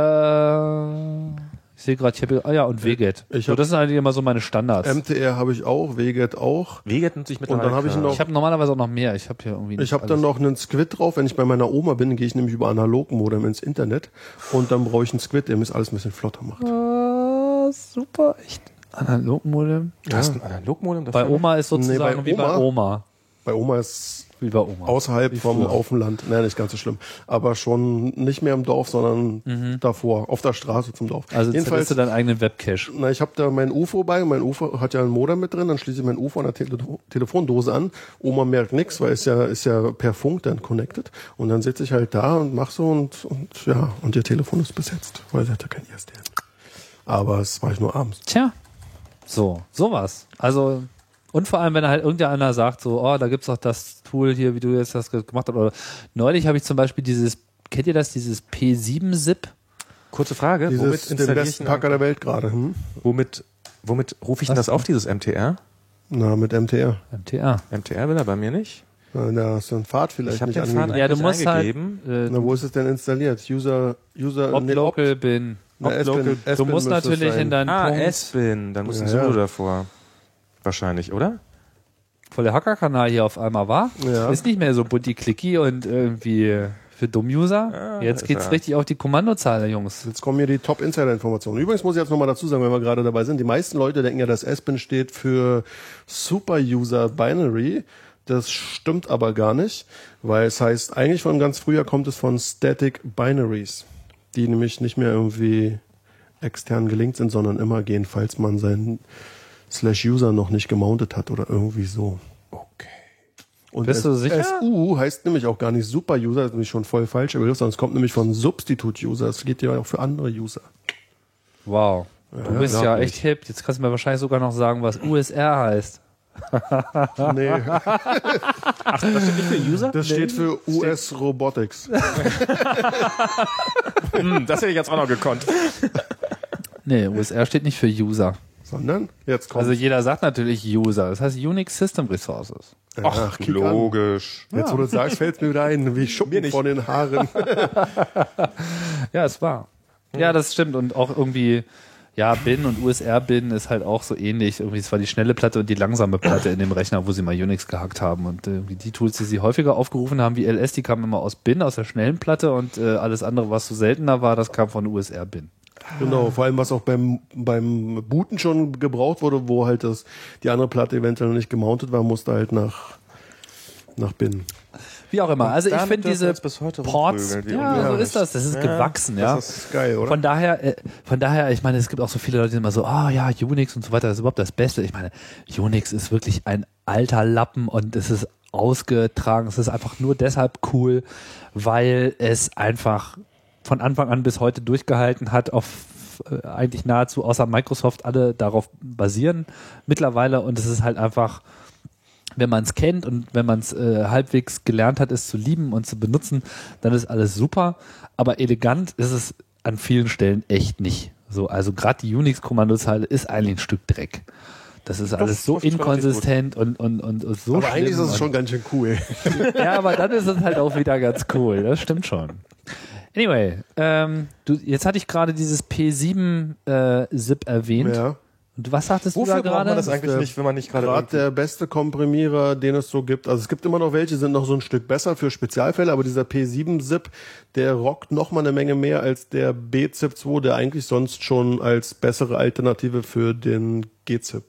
Speaker 1: Äh, ich sehe gerade, ich habe, ah ja, und WGET.
Speaker 3: Ich
Speaker 1: so,
Speaker 3: hab-
Speaker 1: das sind eigentlich immer so meine Standards.
Speaker 3: MTR habe ich auch, WGET auch.
Speaker 2: Weget nennt sich mittlerweile.
Speaker 3: dann habe ich
Speaker 2: Klar.
Speaker 3: noch-
Speaker 1: ich habe normalerweise auch noch mehr. Ich habe hier irgendwie.
Speaker 3: Ich habe
Speaker 1: alles.
Speaker 3: dann noch einen Squid drauf. Wenn ich bei meiner Oma bin, gehe ich nämlich über Analogmodem ins Internet und dann brauche ich einen Squid, der mir das alles ein bisschen flotter macht.
Speaker 1: Ah, super, echt. Analogmodem.
Speaker 2: Du hast ein Analogmodem dafür?
Speaker 1: Bei Oma ist
Speaker 3: Nee,
Speaker 1: sozusagen
Speaker 3: bei
Speaker 1: wie bei
Speaker 3: Oma-
Speaker 1: Oma.
Speaker 3: Bei Oma ist
Speaker 1: Wie bei Oma.
Speaker 3: außerhalb vom auf dem Land. Naja, nicht ganz so schlimm. Aber schon nicht mehr im Dorf, sondern davor, auf der Straße zum Dorf.
Speaker 1: Mhm. also installierst
Speaker 3: Jedenfalls,
Speaker 1: du deinen eigenen Webcache.
Speaker 3: na, ich habe da mein UFO bei. Mein UFO hat ja ein Modem mit drin. Dann schließe ich mein UFO an der Tele Telefondose an. Oma merkt nichts, weil es ja, ist ja per Funk dann connected. Und dann sitze ich halt da und mach so und, und ja, und ihr Telefon ist besetzt, weil sie hat ja kein ISDN. Aber das mache ich nur abends.
Speaker 1: Tja. So, sowas. Also, und vor allem, wenn halt irgendeiner sagt, so, oh, da gibt's doch das Tool hier, wie du jetzt das ge- gemacht hast. Oder neulich habe ich zum Beispiel dieses, kennt ihr das, dieses P7-Zip?
Speaker 2: Kurze Frage.
Speaker 3: Dieses,
Speaker 2: womit
Speaker 3: den
Speaker 2: installiere ich
Speaker 3: besten Packer
Speaker 2: denn-
Speaker 3: der Welt gerade. Hm?
Speaker 2: womit, womit rufe ich denn das auf, dieses MTR?
Speaker 3: Na, mit MTR.
Speaker 1: MTA.
Speaker 2: MTR will er bei mir nicht.
Speaker 3: Na, Da hast du einen Pfad vielleicht
Speaker 2: Ich hab
Speaker 3: nicht
Speaker 2: den Pfad
Speaker 3: angegeben.
Speaker 1: Ja, du
Speaker 2: ich
Speaker 1: musst halt,
Speaker 2: eingegeben?
Speaker 1: äh,
Speaker 3: Na, wo ist es denn installiert? User, User,
Speaker 1: ob
Speaker 3: nee,
Speaker 1: local bin.
Speaker 3: Na,
Speaker 1: Ob
Speaker 3: Aspen-
Speaker 1: local. Du
Speaker 3: Aspen
Speaker 1: musst
Speaker 3: müsste es
Speaker 1: natürlich
Speaker 3: sein.
Speaker 1: in deinen
Speaker 2: Ah,
Speaker 1: Punkt.
Speaker 2: S-Bin. Dann muss ein
Speaker 3: Ja,
Speaker 2: Solo
Speaker 3: ja.
Speaker 2: davor. Wahrscheinlich, oder?
Speaker 1: voll der Hackerkanal hier auf einmal war.
Speaker 3: Ja.
Speaker 1: Ist nicht mehr so bunti clicky und irgendwie für Dumm-User.
Speaker 2: Ah,
Speaker 1: Jetzt
Speaker 2: ist
Speaker 1: geht's
Speaker 2: er.
Speaker 1: richtig auf die Kommandozeile, Jungs.
Speaker 3: Jetzt kommen hier die Top-Insider-Informationen. Übrigens muss ich jetzt nochmal dazu sagen, wenn wir gerade dabei sind, die meisten Leute denken ja, dass SBIN steht für Super-User Binary. Das stimmt aber gar nicht, weil es heißt, eigentlich von ganz früher kommt es von Static Binaries, die nämlich nicht mehr irgendwie extern gelinkt sind, sondern immer gehen, falls man seinen Slash-User noch nicht gemountet hat oder irgendwie so.
Speaker 2: Okay.
Speaker 3: Und
Speaker 1: Bist du
Speaker 3: S-
Speaker 1: sicher?
Speaker 3: SU heißt nämlich auch gar nicht Super-User, das ist nämlich schon voll falsch, aber sondern es kommt nämlich von Substitute-User. Es geht ja auch für andere User.
Speaker 1: Wow. Du bist
Speaker 3: glaub
Speaker 1: ja
Speaker 3: ich.
Speaker 1: echt hip. Jetzt kannst du mir wahrscheinlich sogar noch sagen, was USR heißt.
Speaker 3: Nee,
Speaker 2: Das steht nicht für User?
Speaker 3: das steht für US Robotics.
Speaker 2: das hätte Hm, ich jetzt auch noch gekonnt.
Speaker 1: Nee, USR steht nicht für User,
Speaker 3: sondern jetzt kommt.
Speaker 1: Also jeder sagt natürlich User, das heißt Unix System Resources.
Speaker 2: Ach,
Speaker 3: Äh, kick an.
Speaker 2: logisch.
Speaker 3: Jetzt, wo du sagst, fällt mir wieder ein, wie Schuppen von den Haaren.
Speaker 1: Ja, es war.
Speaker 2: Hm.
Speaker 1: Ja, das stimmt. Und auch irgendwie, ja, Bin und USR-Bin ist halt auch so ähnlich. Irgendwie, es war die schnelle Platte und die langsame Platte in dem Rechner, wo sie mal Unix gehackt haben. Und äh, irgendwie die Tools, die sie häufiger aufgerufen haben, wie LS, die kamen immer aus Bin, aus der schnellen Platte und äh, alles andere, was so seltener war, das kam von USR-Bin.
Speaker 3: Genau, vor allem was auch beim, beim Booten schon gebraucht wurde, wo halt das, die andere Platte eventuell noch nicht gemountet war, musste halt nach, nach Bin.
Speaker 1: Wie auch immer. Also ich
Speaker 2: damit
Speaker 1: finde
Speaker 2: dürfen wir
Speaker 1: diese
Speaker 2: uns bis heute
Speaker 1: Ports,
Speaker 2: rumprügeln, wie
Speaker 1: ja, so
Speaker 2: unglaublich.
Speaker 1: ist das. Das ist
Speaker 2: Ja,
Speaker 1: gewachsen, ja.
Speaker 3: Das ist geil, oder?
Speaker 1: Von daher, äh, von daher, ich meine, es gibt auch so viele Leute, die immer so, ah ja, Unix und so weiter, das ist überhaupt das Beste. Ich meine, Unix ist wirklich ein alter Lappen und es ist ausgetragen. Es ist einfach nur deshalb cool, weil es einfach von Anfang an bis heute durchgehalten hat, auf äh, eigentlich nahezu außer Microsoft alle darauf basieren mittlerweile und es ist halt einfach wenn man es kennt und wenn man es äh, halbwegs gelernt hat, es zu lieben und zu benutzen, dann ist alles super. Aber elegant ist es an vielen Stellen echt nicht. So, also gerade die Unix-Kommandozeile ist eigentlich ein Stück Dreck. Das ist alles so
Speaker 2: das ist relativ
Speaker 1: inkonsistent und, und, und, und so.
Speaker 3: Aber eigentlich ist
Speaker 1: schlimm
Speaker 3: es
Speaker 1: und-
Speaker 3: schon ganz schön cool.
Speaker 1: ja, aber dann ist es halt auch wieder ganz cool. Das stimmt schon. Anyway, ähm, du, jetzt hatte ich gerade dieses P7-Zip erwähnt.
Speaker 3: Ja.
Speaker 1: Und was sagtest
Speaker 2: Wofür
Speaker 1: du da
Speaker 2: braucht man das
Speaker 1: gerade?
Speaker 2: eigentlich
Speaker 3: Ist, äh,
Speaker 2: nicht, wenn man nicht gerade
Speaker 3: Gerade
Speaker 2: irgendwie-
Speaker 3: der beste Komprimierer, den es so gibt. Also es gibt immer noch welche, sind noch so ein Stück besser für Spezialfälle, aber dieser P7-Zip, der rockt noch mal eine Menge mehr als der B-Zip2, der eigentlich sonst schon als bessere Alternative für den G-Zip.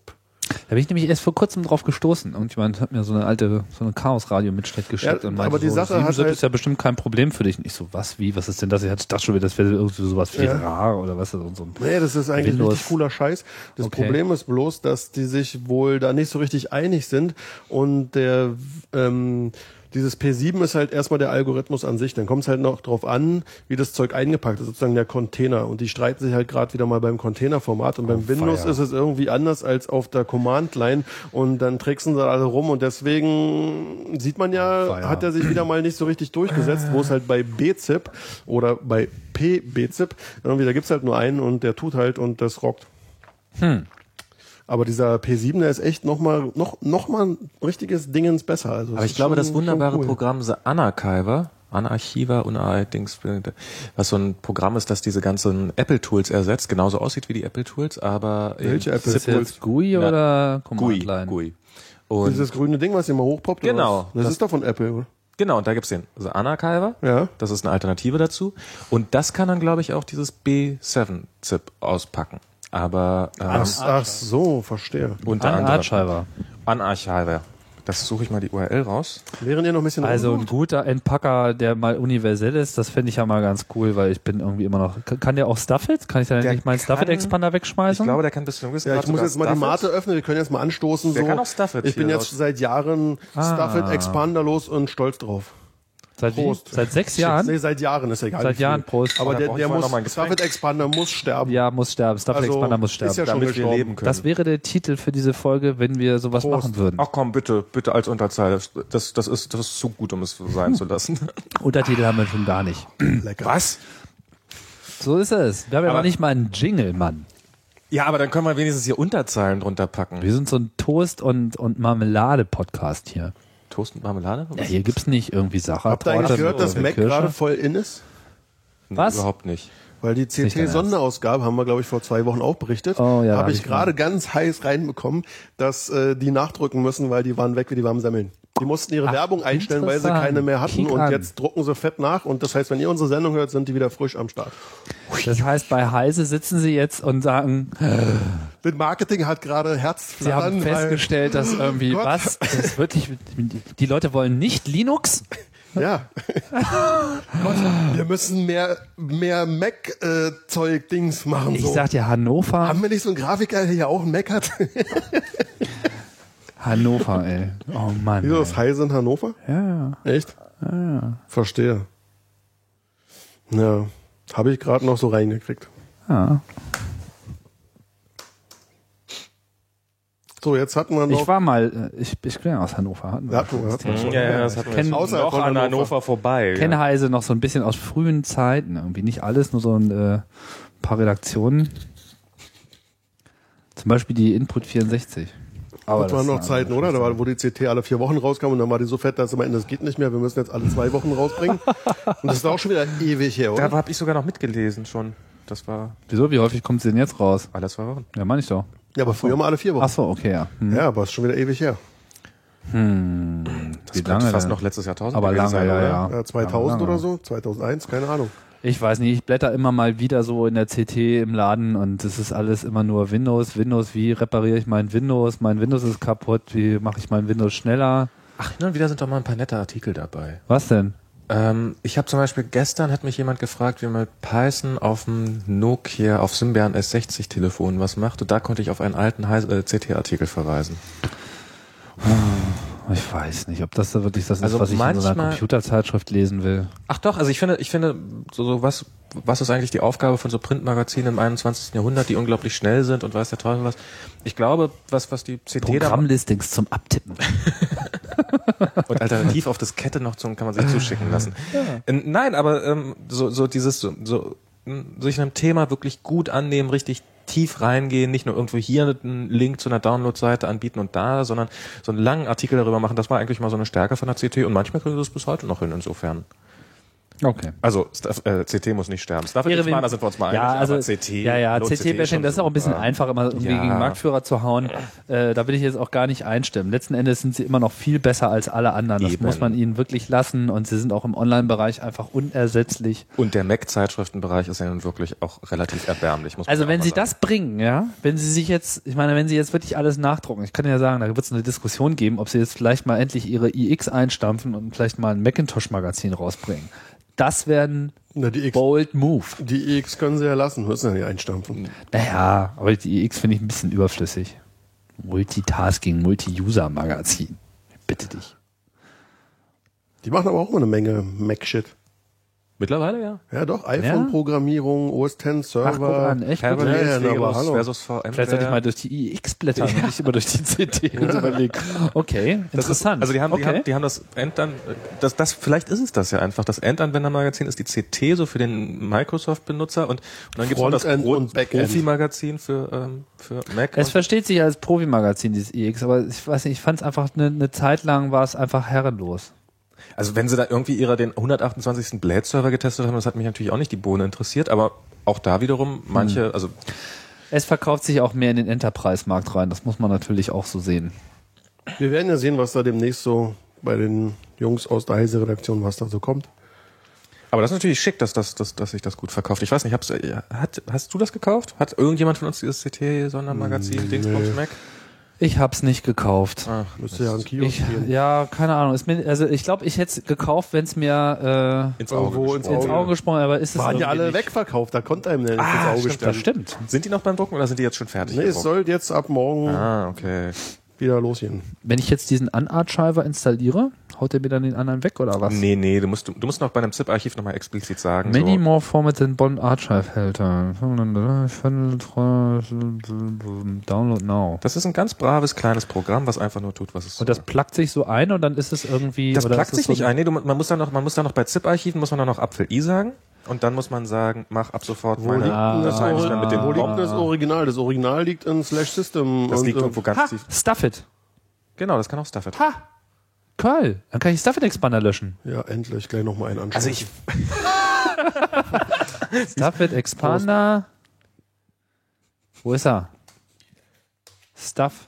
Speaker 1: Da bin ich nämlich erst vor kurzem drauf gestoßen. Irgendjemand hat mir so eine alte, so eine Chaos-Radio mitschnitt geschickt
Speaker 3: Ja,
Speaker 1: und meinte,
Speaker 3: aber die
Speaker 1: so,
Speaker 3: Sache
Speaker 1: das
Speaker 3: hat
Speaker 1: Siebensip
Speaker 3: halt-
Speaker 1: ist ja bestimmt kein Problem für dich. Und ich so, was, wie, was ist denn das? Ich hatte- dachte schon wieder, das wäre irgendwie sowas wie
Speaker 3: Ja.
Speaker 1: rar oder was ist das? So ein
Speaker 3: Nee, das ist eigentlich
Speaker 1: Windows.
Speaker 3: richtig cooler Scheiß. Das
Speaker 1: Okay.
Speaker 3: Problem ist bloß, dass die sich wohl da nicht so richtig einig sind und der ähm, dieses P7 ist halt erstmal der Algorithmus an sich. Dann kommt es halt noch drauf an, wie das Zeug eingepackt ist, sozusagen der Container. Und die streiten sich halt gerade wieder mal beim Containerformat. Und beim Windows
Speaker 1: Oh, feier.
Speaker 3: ist es irgendwie anders als auf der Command-Line. Und dann tricksen sie alle rum. Und deswegen sieht man ja,
Speaker 1: Feier.
Speaker 3: hat er sich wieder mal nicht so richtig durchgesetzt, wo es halt bei BZIP oder bei PBZIP, irgendwie, da gibt's halt nur einen und der tut halt und das rockt.
Speaker 2: Hm.
Speaker 3: Aber dieser P7, der ist echt nochmal noch, noch mal ein richtiges Dingens besser. Also
Speaker 2: Aber ich glaube, das wunderbare Programm The Anarchiver, Anarchiver, Unarchiver, was so ein Programm ist, das diese ganzen Apple-Tools ersetzt, genauso aussieht wie die Apple-Tools, aber eben
Speaker 3: Welche Apple
Speaker 1: ist
Speaker 2: Zip-Tools.
Speaker 1: jetzt GUI
Speaker 2: Na,
Speaker 1: oder
Speaker 2: GUI,
Speaker 1: Command Line?
Speaker 2: GUI. Und
Speaker 3: Dieses grüne Ding, was immer hochpoppt. oder
Speaker 2: Genau.
Speaker 3: was? Das, ist doch von Apple, oder?
Speaker 2: genau, und da gibt's den The Anarchiver.
Speaker 3: Ja.
Speaker 2: Das ist eine Alternative dazu. Und das kann dann, glaube ich, auch dieses B7-Zip auspacken. Aber ähm,
Speaker 3: Ach, ach so, verstehe.
Speaker 2: unter
Speaker 1: An
Speaker 2: anderem
Speaker 1: Archiver.
Speaker 2: Anarchiver. Das suche ich mal die URL raus.
Speaker 3: Während ihr noch ein bisschen
Speaker 1: Also ein
Speaker 3: rumsucht?
Speaker 1: guter Entpacker, der mal universell ist, das fände ich ja mal ganz cool, weil ich bin irgendwie immer noch. Kann- Kann der auch Stuffit? Kann ich da
Speaker 2: Der
Speaker 1: nicht meinen
Speaker 2: kann-
Speaker 1: Stuffit-Expander
Speaker 2: Ich
Speaker 1: wegschmeißen?
Speaker 2: glaube, der kann bis zu einem gewissen
Speaker 3: ja,
Speaker 2: Grad
Speaker 3: ich muss
Speaker 2: sogar
Speaker 3: jetzt mal die
Speaker 2: Stuff it.
Speaker 3: Mate öffnen, wir können jetzt mal anstoßen.
Speaker 2: Der
Speaker 3: so.
Speaker 2: kann auch Stuff it
Speaker 3: Ich bin
Speaker 2: hier
Speaker 3: jetzt
Speaker 2: laut.
Speaker 3: seit Jahren
Speaker 1: Ah.
Speaker 3: Stuffit expanderlos und stolz drauf.
Speaker 1: seit, wie?
Speaker 3: Prost.
Speaker 1: seit sechs Jahren?
Speaker 3: Nee, seit Jahren ist egal.
Speaker 1: Seit
Speaker 3: wie viel.
Speaker 1: Jahren, Prost.
Speaker 3: Aber
Speaker 2: Da
Speaker 3: der,
Speaker 2: brauch ich
Speaker 3: der
Speaker 2: vorher
Speaker 3: muss,
Speaker 2: noch mal ein Getränk.
Speaker 3: Stuffit Expander muss sterben.
Speaker 1: Ja, muss sterben. Stuffit-Expander muss sterben.
Speaker 3: also Ist ja schon
Speaker 2: damit wir
Speaker 3: gestorben.
Speaker 2: leben können.
Speaker 1: Das wäre der Titel für diese Folge, wenn wir sowas
Speaker 3: Prost.
Speaker 1: machen würden.
Speaker 2: Ach komm, bitte, bitte als Unterzeile. Das, das, ist, das ist zu gut, um es sein zu lassen.
Speaker 1: Untertitel haben wir schon gar nicht.
Speaker 3: Lecker.
Speaker 2: Was?
Speaker 1: So ist es. Wir haben ja
Speaker 2: Aber-
Speaker 1: noch nicht mal einen Jingle, Mann.
Speaker 2: Ja, aber dann können wir wenigstens hier Unterzeilen drunter packen.
Speaker 1: Wir sind so ein Toast- und, und Marmelade-Podcast hier.
Speaker 2: Toast mit Marmelade?
Speaker 1: Ja, hier gibt's nicht irgendwie Sache.
Speaker 3: Habt ihr eigentlich gehört, dass Mac gerade voll in ist?
Speaker 2: Nee,
Speaker 1: was?
Speaker 2: Überhaupt nicht.
Speaker 3: Weil die
Speaker 1: nicht dein
Speaker 3: CT-Sonderausgabe haben wir, glaube ich, vor zwei Wochen auch berichtet.
Speaker 1: Oh, ja, da hab
Speaker 3: Habe ich
Speaker 1: ich
Speaker 3: gerade ganz heiß reinbekommen, dass äh, die nachdrücken müssen, weil die waren weg wie die warmen Semmeln. Die mussten ihre
Speaker 1: Ach,
Speaker 3: Werbung einstellen, weil sie
Speaker 1: interessant.
Speaker 3: keine mehr hatten.
Speaker 1: Kick
Speaker 3: Und
Speaker 1: an.
Speaker 3: jetzt drucken sie fett nach. Und das heißt, wenn ihr unsere Sendung hört, sind die wieder frisch am Start.
Speaker 1: Das heißt, bei Heise sitzen sie jetzt und sagen,
Speaker 3: Das Marketing hat gerade Herzflattern.
Speaker 1: sie haben
Speaker 3: weil-
Speaker 1: festgestellt, dass irgendwie
Speaker 3: Gott.
Speaker 1: was, das ist wirklich, die Leute wollen nicht Linux.
Speaker 3: Ja. Gott, wir müssen mehr, mehr Mac-Zeug-Dings machen.
Speaker 1: Ich
Speaker 3: so.
Speaker 1: sag dir, Hannover,
Speaker 3: haben wir nicht so einen Grafiker, der hier auch einen Mac hat?
Speaker 1: Hannover, ey. Oh Mann.
Speaker 3: Wieso
Speaker 1: ey.
Speaker 3: das Heise in Hannover?
Speaker 1: Ja.
Speaker 3: Echt? Verstehe. Ja, habe ich gerade noch so reingekriegt.
Speaker 1: ja.
Speaker 3: So, jetzt hatten wir noch.
Speaker 1: Ich war mal, äh, ich, ich bin ja aus Hannover. hatten wir
Speaker 3: Ja, du, hatten wir schon.
Speaker 2: ja, das hatten wir
Speaker 1: Kennen-
Speaker 2: jetzt.
Speaker 3: Außerhalb
Speaker 2: noch
Speaker 3: von
Speaker 2: an
Speaker 3: Hannover.
Speaker 2: Hannover vorbei.
Speaker 1: kenne Heise noch so ein bisschen aus frühen Zeiten irgendwie. Nicht alles, nur so ein äh, paar Redaktionen. Zum Beispiel die Input 64. Aber
Speaker 3: das waren
Speaker 1: ist
Speaker 3: noch
Speaker 1: eine
Speaker 3: Zeiten,
Speaker 1: andere
Speaker 2: ne?
Speaker 3: oder? Da
Speaker 1: Geschichte.
Speaker 3: war, wo die CT alle vier Wochen rauskam und dann war die so fett, dass am Ende das geht nicht mehr, wir müssen jetzt alle zwei Wochen rausbringen. Und das ist auch schon wieder ewig her,
Speaker 2: Da
Speaker 3: oder?
Speaker 2: habe ich sogar noch mitgelesen schon. Das war
Speaker 1: Wieso? Wie häufig kommt sie denn jetzt raus?
Speaker 2: alle zwei Wochen.
Speaker 1: Ja, meine ich doch.
Speaker 3: Ja, aber früher mal alle vier
Speaker 1: Ach
Speaker 3: Wochen.
Speaker 1: so, okay, ja. Hm.
Speaker 3: Ja, aber ist schon wieder ewig her.
Speaker 2: Das
Speaker 1: Wie
Speaker 2: könnte
Speaker 1: lange
Speaker 2: fast
Speaker 1: denn?
Speaker 2: noch letztes Jahr 1000
Speaker 1: Aber lange, ja,
Speaker 2: oder?
Speaker 1: ja.
Speaker 3: Ja, 2000 Äh, oder so, 2001, keine Ahnung.
Speaker 1: Ich weiß nicht, ich blätter immer mal wieder so in der CT im Laden und es ist alles immer nur Windows, Windows, wie repariere ich mein Windows? Mein Windows ist kaputt, wie mache ich mein Windows schneller?
Speaker 2: Ach, nun wieder sind doch mal ein paar nette Artikel dabei.
Speaker 1: Was denn?
Speaker 2: Ähm, ich habe zum Beispiel gestern hat mich jemand gefragt, wie man mit Python auf dem Nokia, auf Symbian S60 Telefon was macht. Und da konnte ich auf einen alten Heis- äh, CT-Artikel verweisen.
Speaker 1: Ich weiß nicht, ob das da wirklich das
Speaker 2: Also
Speaker 1: ist, was ich in so einer
Speaker 2: manchmal-
Speaker 1: Computerzeitschrift lesen will.
Speaker 2: Ach doch, also ich finde, ich finde, so, so was, was ist eigentlich die Aufgabe von so Printmagazinen im 21. Jahrhundert, die unglaublich schnell sind und weiß der Teufel was. Ich glaube, was, was die CT da
Speaker 1: Programmlistings zum Abtippen.
Speaker 2: Und alternativ auf Diskette noch zum, kann man sich zuschicken lassen. Äh, Nein, aber ähm, so, so dieses, so, so, m, sich einem Thema wirklich gut annehmen, richtig tief reingehen, nicht nur irgendwo hier einen Link zu einer Download-Seite anbieten und da, sondern so einen langen Artikel darüber machen, das war eigentlich mal so eine Stärke von der CT und manchmal können sie das bis heute noch hin, insofern.
Speaker 1: Okay.
Speaker 2: Also Staff- äh, CT muss nicht sterben. Staffel
Speaker 1: Irre,
Speaker 2: Mana
Speaker 1: wenn-
Speaker 2: sind wir uns mal
Speaker 1: ja,
Speaker 2: einig,
Speaker 1: also,
Speaker 2: aber CT.
Speaker 1: Ja, ja,
Speaker 2: Hallo, ist
Speaker 1: CT-Bashing,
Speaker 2: schon
Speaker 1: das ist auch ein bisschen
Speaker 2: super.
Speaker 1: einfach, immer irgendwie
Speaker 2: Ja.
Speaker 1: gegen Marktführer zu hauen. Äh, da will ich jetzt auch gar nicht einstimmen. Letzten Endes sind sie immer noch viel besser als alle anderen. Das
Speaker 2: Eben.
Speaker 1: muss man ihnen wirklich lassen. Und sie sind auch im Online-Bereich einfach unersetzlich.
Speaker 2: Und der Mac-Zeitschriftenbereich ist ja nun wirklich auch relativ erbärmlich, muss man
Speaker 1: Also
Speaker 2: auch
Speaker 1: wenn
Speaker 2: mal
Speaker 1: sie
Speaker 2: sagen.
Speaker 1: das bringen, ja, wenn sie sich jetzt, ich meine, wenn sie jetzt wirklich alles nachdrucken, ich kann ja sagen, da wird es eine Diskussion geben, ob sie jetzt vielleicht mal endlich ihre iX einstampfen und vielleicht mal ein Macintosh-Magazin rausbringen. Das wäre ein
Speaker 3: Na, die X,
Speaker 1: bold move.
Speaker 3: die X können sie ja lassen, müssen ja nicht einstampfen.
Speaker 1: Naja, aber die iX finde ich ein bisschen überflüssig. Multitasking, Multi-User-Magazin. Bitte dich.
Speaker 3: Die machen aber auch immer eine Menge Mac-Shit.
Speaker 2: Mittlerweile, ja.
Speaker 3: Ja, doch, iPhone-Programmierung, OS X
Speaker 1: Ach, guck
Speaker 3: Server.
Speaker 1: an, echt? Wirklich?
Speaker 3: Parallel- Ja,
Speaker 2: Parallel
Speaker 3: aber
Speaker 2: Pflegelos
Speaker 3: hallo.
Speaker 2: versus VM.
Speaker 1: Vielleicht sollte ich mal durch die iX blättern und nicht immer durch die CT und so überlegen. Okay,
Speaker 2: Das ist-
Speaker 1: interessant.
Speaker 2: Also die haben,
Speaker 1: okay.
Speaker 2: die haben, die haben das Endan, das, das, vielleicht ist es das ja einfach. Das Endanwendermagazin ist die CT so für den Microsoft-Benutzer und, und dann gibt es noch das
Speaker 3: Frontend
Speaker 2: Pro
Speaker 3: und Backend.
Speaker 2: Profi-Magazin für, ähm, für Mac.
Speaker 1: Es
Speaker 2: und-
Speaker 1: versteht sich als Profi-Magazin, dieses EX, aber ich weiß nicht, ich fand es einfach eine eine Zeit lang war es einfach herrenlos.
Speaker 2: also wenn sie da irgendwie ihrer den 128. Blade-Server getestet haben, das hat mich natürlich auch nicht die Bohne interessiert, aber auch da wiederum manche,
Speaker 3: Hm.
Speaker 2: also
Speaker 1: Es verkauft sich auch mehr in den Enterprise-Markt rein, das muss man natürlich auch so sehen.
Speaker 3: Wir werden ja sehen, was da demnächst so bei den Jungs aus der Heise-Redaktion, was da so kommt.
Speaker 2: aber das ist natürlich schick, dass, dass, dass, dass sich das gut verkauft. Ich weiß nicht, hab's, äh, hat, hast du das gekauft? Hat irgendjemand von uns dieses
Speaker 3: Hm,
Speaker 2: CT-Sondermagazin, Dingsbums Mac?
Speaker 1: Ich hab's nicht gekauft.
Speaker 2: Ach,
Speaker 3: Müsste ja ein Kiosk
Speaker 1: Ich,
Speaker 3: gehen.
Speaker 1: ja, keine Ahnung. Ist mir, also ich glaube, ich hätte es gekauft, wenn es mir
Speaker 2: ins
Speaker 3: Irgendwo ins
Speaker 1: äh, ins Auge gesprungen, aber ist es
Speaker 3: Waren ja
Speaker 1: irgendwie
Speaker 3: alle
Speaker 1: nicht.
Speaker 3: wegverkauft, da konnte einem der nicht ins Auge
Speaker 1: Das
Speaker 3: springen.
Speaker 1: stimmt.
Speaker 2: Sind die noch beim Drucken oder sind die jetzt schon fertig?
Speaker 3: Nee, es
Speaker 2: gedruckt?
Speaker 3: soll jetzt ab morgen
Speaker 2: Ah, okay.
Speaker 3: wieder losgehen.
Speaker 1: Wenn ich jetzt diesen Unart-Driver installiere, haut der mir dann den anderen weg oder was?
Speaker 2: Nee, nee, du musst, du musst noch bei einem ZIP-Archiv nochmal explizit sagen.
Speaker 1: Many
Speaker 2: so.
Speaker 1: more formats than Bond Archive Helter. Download now.
Speaker 2: Das ist ein ganz braves kleines Programm, was einfach nur tut, was es
Speaker 1: Und das
Speaker 2: soll.
Speaker 1: plagt sich so ein und dann ist es irgendwie.
Speaker 2: das
Speaker 1: oder
Speaker 2: packt
Speaker 1: ist
Speaker 2: sich
Speaker 1: so
Speaker 2: nicht ein. Nee, du, man muss dann noch, man muss dann noch bei ZIP-Archiven muss man dann noch Apfel I sagen und dann muss man sagen, mach ab sofort
Speaker 3: Wo liegt,
Speaker 2: meine.
Speaker 1: Ah.
Speaker 3: denn das,
Speaker 2: Wahrscheinlich dann
Speaker 3: Ori
Speaker 2: mit den
Speaker 3: wo liegt
Speaker 2: Bomben. ne?
Speaker 3: denn das Original? Das Original liegt in Slash System.
Speaker 2: Das
Speaker 3: und,
Speaker 2: liegt
Speaker 3: äh,
Speaker 2: irgendwo ganz
Speaker 1: Ha,
Speaker 2: tief.
Speaker 1: stuff it.
Speaker 2: Genau, das kann auch Stafford.
Speaker 1: Ha! Cool. Dann kann ich Stuff it Expander löschen.
Speaker 3: Ja, endlich, gleich nochmal einen anschauen.
Speaker 2: Also ich,
Speaker 1: Stuff it Expander. Wo ist er? Stuff.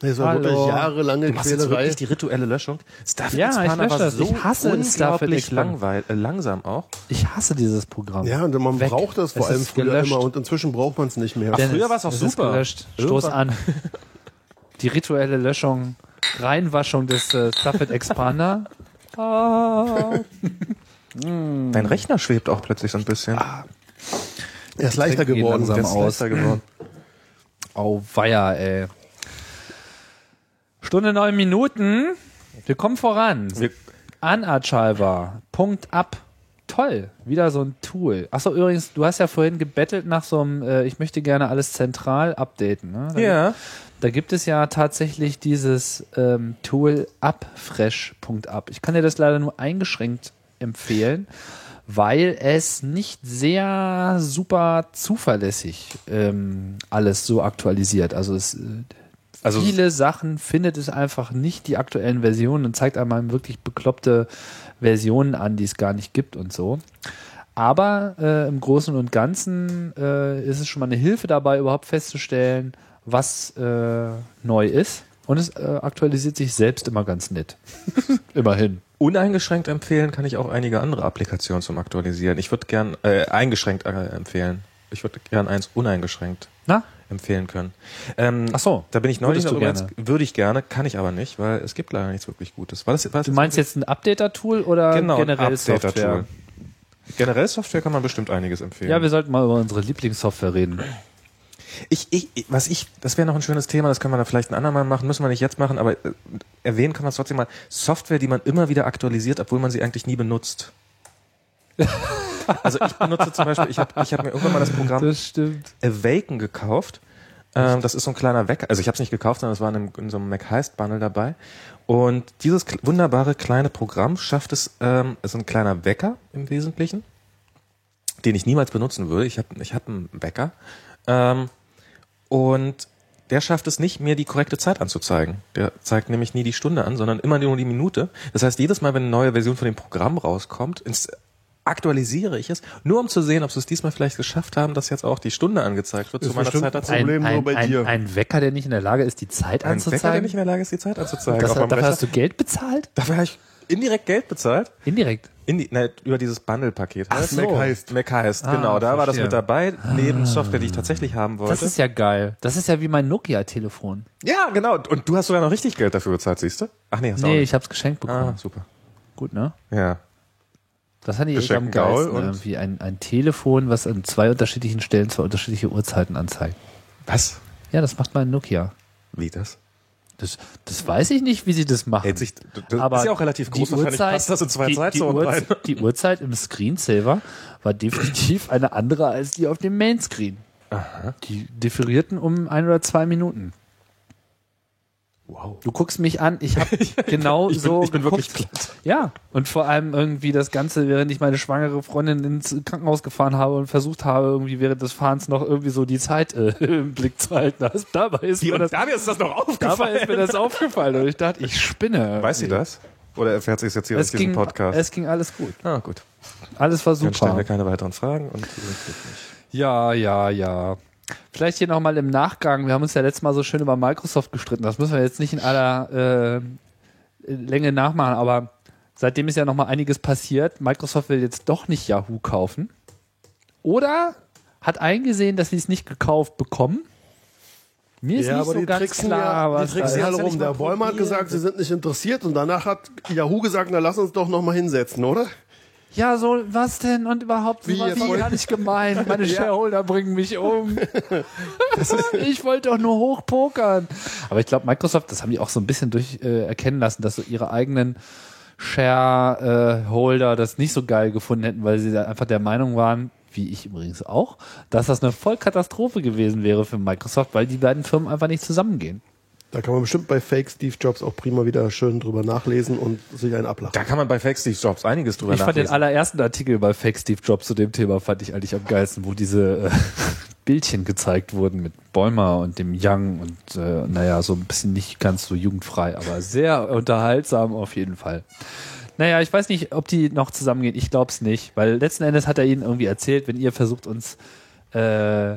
Speaker 3: das war
Speaker 1: Hallo.
Speaker 3: wirklich jahrelange
Speaker 2: du machst jetzt
Speaker 3: Quälerei.
Speaker 2: wirklich die rituelle Löschung. Stafford
Speaker 1: Ja, ich
Speaker 2: Expander
Speaker 1: lösche
Speaker 2: war
Speaker 1: das.
Speaker 2: so
Speaker 1: Ich hasse Stafford
Speaker 2: unglaublich
Speaker 1: Expander.
Speaker 2: langweil, äh, langsam auch.
Speaker 1: Ich hasse dieses Programm.
Speaker 3: Ja, und man
Speaker 1: Weg.
Speaker 3: braucht das vor
Speaker 1: Es
Speaker 3: allem
Speaker 1: ist
Speaker 3: früher
Speaker 1: gelöscht.
Speaker 3: immer und inzwischen braucht man es nicht mehr.
Speaker 2: Ach, früher war's auch
Speaker 1: es
Speaker 2: super.
Speaker 1: Ist gelöscht. Stoß an. Die rituelle Löschung, Reinwaschung des äh, Stuffed Expander. Ah.
Speaker 3: Hm.
Speaker 2: Dein Rechner schwebt auch plötzlich so ein bisschen.
Speaker 3: Ah, er ist leichter
Speaker 1: Trinken gehen
Speaker 3: geworden.
Speaker 1: langsam
Speaker 3: Jetzt-
Speaker 1: aus.
Speaker 2: Leichter geworden.
Speaker 1: Au weia, ey. Stunde neun Minuten. Wir kommen voran.
Speaker 2: Wir-
Speaker 1: Anarchiver. Punkt ab. Toll, wieder so ein Tool. Achso, übrigens, du hast ja vorhin gebettelt nach so einem, äh, ich möchte gerne alles zentral updaten. Ne? Da
Speaker 2: Ja.
Speaker 1: Da gibt es ja tatsächlich dieses ähm, Tool upfresh.up. Ich kann dir das leider nur eingeschränkt empfehlen, weil es nicht sehr super zuverlässig ähm, alles so aktualisiert. Also es äh,
Speaker 2: Also-
Speaker 1: viele Sachen findet es einfach nicht die aktuellen Versionen und zeigt einmal wirklich bekloppte Versionen an, die es gar nicht gibt und so. Aber äh, im Großen und Ganzen äh, ist es schon mal eine Hilfe dabei, überhaupt festzustellen, was äh, neu ist. Und es äh, aktualisiert sich selbst immer ganz nett. Immerhin.
Speaker 2: Uneingeschränkt empfehlen kann ich auch einige andere Applikationen zum Aktualisieren. Ich würde gern äh, eingeschränkt äh, empfehlen. Ich würde gern eins uneingeschränkt
Speaker 1: Na?
Speaker 2: empfehlen können. Ähm,
Speaker 1: Ach so.
Speaker 2: Da bin ich neulich
Speaker 1: Würdest du
Speaker 2: darüber jetzt, würde ich gerne, kann ich aber nicht, weil es gibt leider nichts wirklich Gutes. War das, war das
Speaker 1: Du meinst jetzt ein Updater-Tool oder
Speaker 2: genau, ein
Speaker 1: generell
Speaker 2: Updater-Tool.
Speaker 1: Software?
Speaker 2: Generell Software kann man bestimmt einiges empfehlen.
Speaker 1: Ja, wir sollten mal über unsere Lieblingssoftware reden.
Speaker 2: Ich, ich, ich- was ich, das wäre noch ein schönes Thema, das können wir dann vielleicht ein andermal machen, müssen wir nicht jetzt machen, aber äh, erwähnen kann man es trotzdem mal. Software, die man immer wieder aktualisiert, obwohl man sie eigentlich nie benutzt. also ich benutze zum Beispiel, ich habe ich hab mir irgendwann mal das Programm
Speaker 1: stimmt.
Speaker 2: Awaken gekauft. Ähm, das ist so ein kleiner Wecker, also ich habe es nicht gekauft, sondern es war in, einem, in so einem Mac Heist Bundle dabei. Und dieses kl- wunderbare kleine Programm schafft es, ähm, ist ein kleiner Wecker im Wesentlichen, den ich niemals benutzen würde. Ich habe ich hab einen Wecker. Ähm, und der schafft es nicht, mir die korrekte Zeit anzuzeigen. Der zeigt nämlich nie die Stunde an, sondern immer nur die Minute. Das heißt, jedes Mal, wenn eine neue Version von dem Programm rauskommt, ins aktualisiere ich es, nur um zu sehen, ob sie es diesmal vielleicht geschafft haben, dass jetzt auch die Stunde angezeigt wird
Speaker 3: Ist
Speaker 2: zu meiner
Speaker 3: bestimmt
Speaker 2: Zeit dazu.
Speaker 3: ein Problem
Speaker 1: ein,
Speaker 3: nur bei
Speaker 1: ein,
Speaker 3: dir.
Speaker 1: ein Wecker, der nicht in der Lage ist, die Zeit
Speaker 2: Ein
Speaker 1: anzuzeigen.
Speaker 2: Wecker, der nicht in der Lage ist, die Zeit anzuzeigen.
Speaker 1: das,
Speaker 2: auf meinem
Speaker 1: dafür
Speaker 2: Rechner.
Speaker 1: hast du Geld bezahlt?
Speaker 2: dafür habe ich indirekt Geld bezahlt.
Speaker 1: Indirekt.
Speaker 2: Indi nein, über dieses Bundle-Paket.
Speaker 1: Ach
Speaker 2: heißt.
Speaker 1: so.
Speaker 3: Mac heißt.
Speaker 2: Mac heißt,
Speaker 1: Ah,
Speaker 2: genau. Da war das
Speaker 1: verstehe. Ah.
Speaker 2: mit dabei, neben Software, die ich tatsächlich haben
Speaker 1: Das
Speaker 2: wollte.
Speaker 1: ist ja geil. Das ist ja wie mein Nokia-Telefon.
Speaker 2: ja, genau. Und du hast sogar noch richtig Geld dafür bezahlt, siehst du? Ach nee, hast du auch
Speaker 1: Nee,
Speaker 2: nicht.
Speaker 1: ich hab's geschenkt bekommen.
Speaker 2: Ah, super.
Speaker 1: Gut, ne?
Speaker 2: Ja.
Speaker 1: Das fand ich echt
Speaker 2: Geschenkt
Speaker 1: am geilsten.
Speaker 2: Gaul und-
Speaker 1: irgendwie ne, ein, ein Telefon, was an zwei unterschiedlichen Stellen zwei unterschiedliche Uhrzeiten anzeigt.
Speaker 2: Was?
Speaker 1: Ja, das macht mein Nokia.
Speaker 2: Wie das?
Speaker 1: Das, das weiß ich nicht, wie sie das machen.
Speaker 2: Hält sich, das
Speaker 1: Aber
Speaker 2: ist ja auch relativ groß,
Speaker 1: die
Speaker 2: wahrscheinlich
Speaker 1: Uhrzeit,
Speaker 2: passt das in zwei
Speaker 1: die,
Speaker 2: Zeitzonen
Speaker 1: die,
Speaker 2: rein.
Speaker 1: Uhrzeit, die Uhrzeit im Screensaver war definitiv eine andere als die auf dem Mainscreen. Die differierten um ein oder zwei Minuten.
Speaker 2: Wow.
Speaker 1: Du guckst mich an, ich habe genau
Speaker 2: Ich bin,
Speaker 1: so
Speaker 2: ich bin
Speaker 1: geguckt.
Speaker 2: wirklich platt.
Speaker 1: Ja, und vor allem irgendwie das Ganze, während ich meine schwangere Freundin ins Krankenhaus gefahren habe und versucht habe, irgendwie während des Fahrens noch irgendwie so die Zeit äh, im Blick zu halten. Das, dabei ist mir das,
Speaker 2: Dabei ist das noch
Speaker 1: dabei ist mir das aufgefallen und ich dachte, ich spinne.
Speaker 2: Weiß sie das? Oder erfährt sie es jetzt hier aus
Speaker 1: Es
Speaker 2: diesem
Speaker 1: ging,
Speaker 2: Podcast?
Speaker 1: es ging alles gut.
Speaker 2: Ah, gut.
Speaker 1: Alles war
Speaker 2: Dann stellen
Speaker 1: super.
Speaker 2: wir keine weiteren Fragen. Und
Speaker 1: Ja, ja, ja. Vielleicht hier nochmal im Nachgang. Wir haben uns ja letztes Mal so schön über Microsoft gestritten. Das müssen wir jetzt nicht in aller äh, Länge nachmachen. Aber seitdem ist ja nochmal einiges passiert. Microsoft will jetzt doch nicht Yahoo kaufen. Oder hat eingesehen, dass sie es nicht gekauft bekommen. Mir ist
Speaker 3: ja,
Speaker 1: nicht
Speaker 3: aber
Speaker 1: so
Speaker 3: die
Speaker 1: ganz
Speaker 3: tricksen
Speaker 1: klar,
Speaker 3: ja,
Speaker 1: was
Speaker 3: die tricksen
Speaker 1: da
Speaker 3: ja
Speaker 1: ist.
Speaker 2: Hat's
Speaker 3: alle
Speaker 2: ja
Speaker 3: rum.
Speaker 2: nicht
Speaker 3: Der
Speaker 2: mal
Speaker 3: Bäumer hat
Speaker 2: probiert.
Speaker 3: gesagt, sie sind nicht interessiert und danach hat Yahoo gesagt, na lass uns doch nochmal hinsetzen, oder?
Speaker 1: Ja, so, was denn? Und überhaupt,
Speaker 3: Wie,
Speaker 1: wie,
Speaker 3: jetzt
Speaker 1: wie
Speaker 3: wollt-
Speaker 1: gar nicht gemeint. Meine Shareholder bringen mich um. ich wollte doch nur hochpokern. Aber ich glaube, Microsoft, das haben die auch so ein bisschen durch äh, erkennen lassen, dass so ihre eigenen Shareholder das nicht so geil gefunden hätten, weil sie da einfach der Meinung waren, wie ich übrigens auch, dass das eine Vollkatastrophe gewesen wäre für Microsoft, weil die beiden Firmen einfach nicht zusammengehen.
Speaker 3: Da kann man bestimmt bei Fake Steve Jobs auch prima wieder schön drüber nachlesen und sich einen ablachen.
Speaker 2: da kann man bei Fake Steve Jobs einiges drüber
Speaker 1: Ich fand den
Speaker 2: nachlesen.
Speaker 1: allerersten Artikel bei Fake Steve Jobs zu dem Thema fand ich eigentlich am geilsten, wo diese äh, Bildchen gezeigt wurden mit Bäumer und dem Young und äh, naja, so ein bisschen nicht ganz so jugendfrei, aber sehr unterhaltsam auf jeden Fall. Naja, ich weiß nicht, ob die noch zusammengehen. Ich glaube es nicht, weil letzten Endes hat er ihnen irgendwie erzählt, wenn ihr versucht uns äh,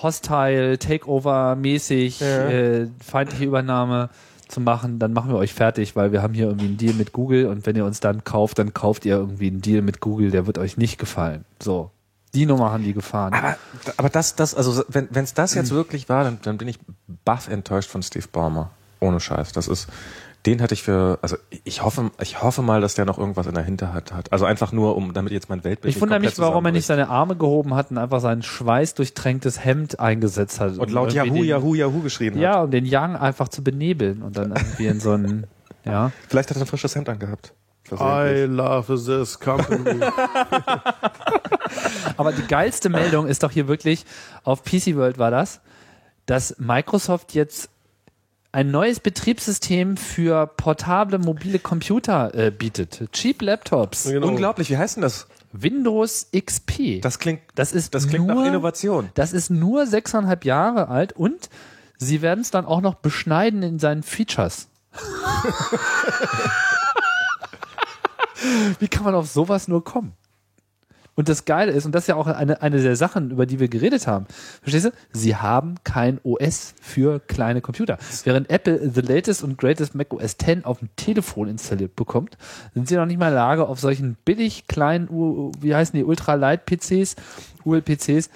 Speaker 1: hostile, Takeover-mäßig, äh, feindliche Übernahme zu machen, dann machen wir euch fertig, weil wir haben hier irgendwie einen Deal mit Google und wenn ihr uns dann kauft, dann kauft ihr irgendwie einen Deal mit Google, der wird euch nicht gefallen. So. Die Nummer haben die gefahren.
Speaker 2: aber, Ah, aber das, das, also wenn es das
Speaker 1: Hm.
Speaker 2: jetzt wirklich war, dann, dann bin ich baff enttäuscht von Steve Ballmer. Ohne Scheiß. Das ist, den hatte ich für, also ich hoffe, ich hoffe mal, dass der noch irgendwas in der Hinterhand hat. Also einfach nur, um, damit jetzt mein Weltbild
Speaker 1: ich wundere
Speaker 2: komplett
Speaker 1: mich, warum er nicht
Speaker 2: zusammenbricht.
Speaker 1: seine Arme gehoben hat und einfach sein schweißdurchtränktes Hemd eingesetzt hat.
Speaker 2: und laut Yahoo, Yahoo, Yahoo geschrieben hat.
Speaker 1: Ja, um den Yang einfach zu benebeln und dann irgendwie in so einen, ja.
Speaker 2: Vielleicht hat er ein frisches Hemd angehabt.
Speaker 3: I love this company.
Speaker 1: Aber die geilste Meldung ist doch hier wirklich, auf PC World war das, dass Microsoft jetzt ein neues Betriebssystem für portable mobile Computer äh, bietet. Cheap Laptops.
Speaker 3: Genau.
Speaker 2: Unglaublich, wie heißt denn das?
Speaker 1: Windows XP.
Speaker 2: Das klingt,
Speaker 1: das ist
Speaker 2: das klingt
Speaker 1: nur,
Speaker 2: nach Innovation.
Speaker 1: Das ist nur sechseinhalb Jahre alt und sie werden es dann auch noch beschneiden in seinen Features. Wie kann man auf sowas nur kommen? Und das Geile ist, und das ist ja auch eine, eine der Sachen, über die wir geredet haben. Verstehst du? Sie haben kein OS für kleine Computer. Während Apple the latest und greatest Mac OS X auf dem Telefon installiert bekommt, sind sie noch nicht mal in der Lage, auf solchen billig kleinen, U- wie heißen die, Ultralight-PCs, UL-PCs,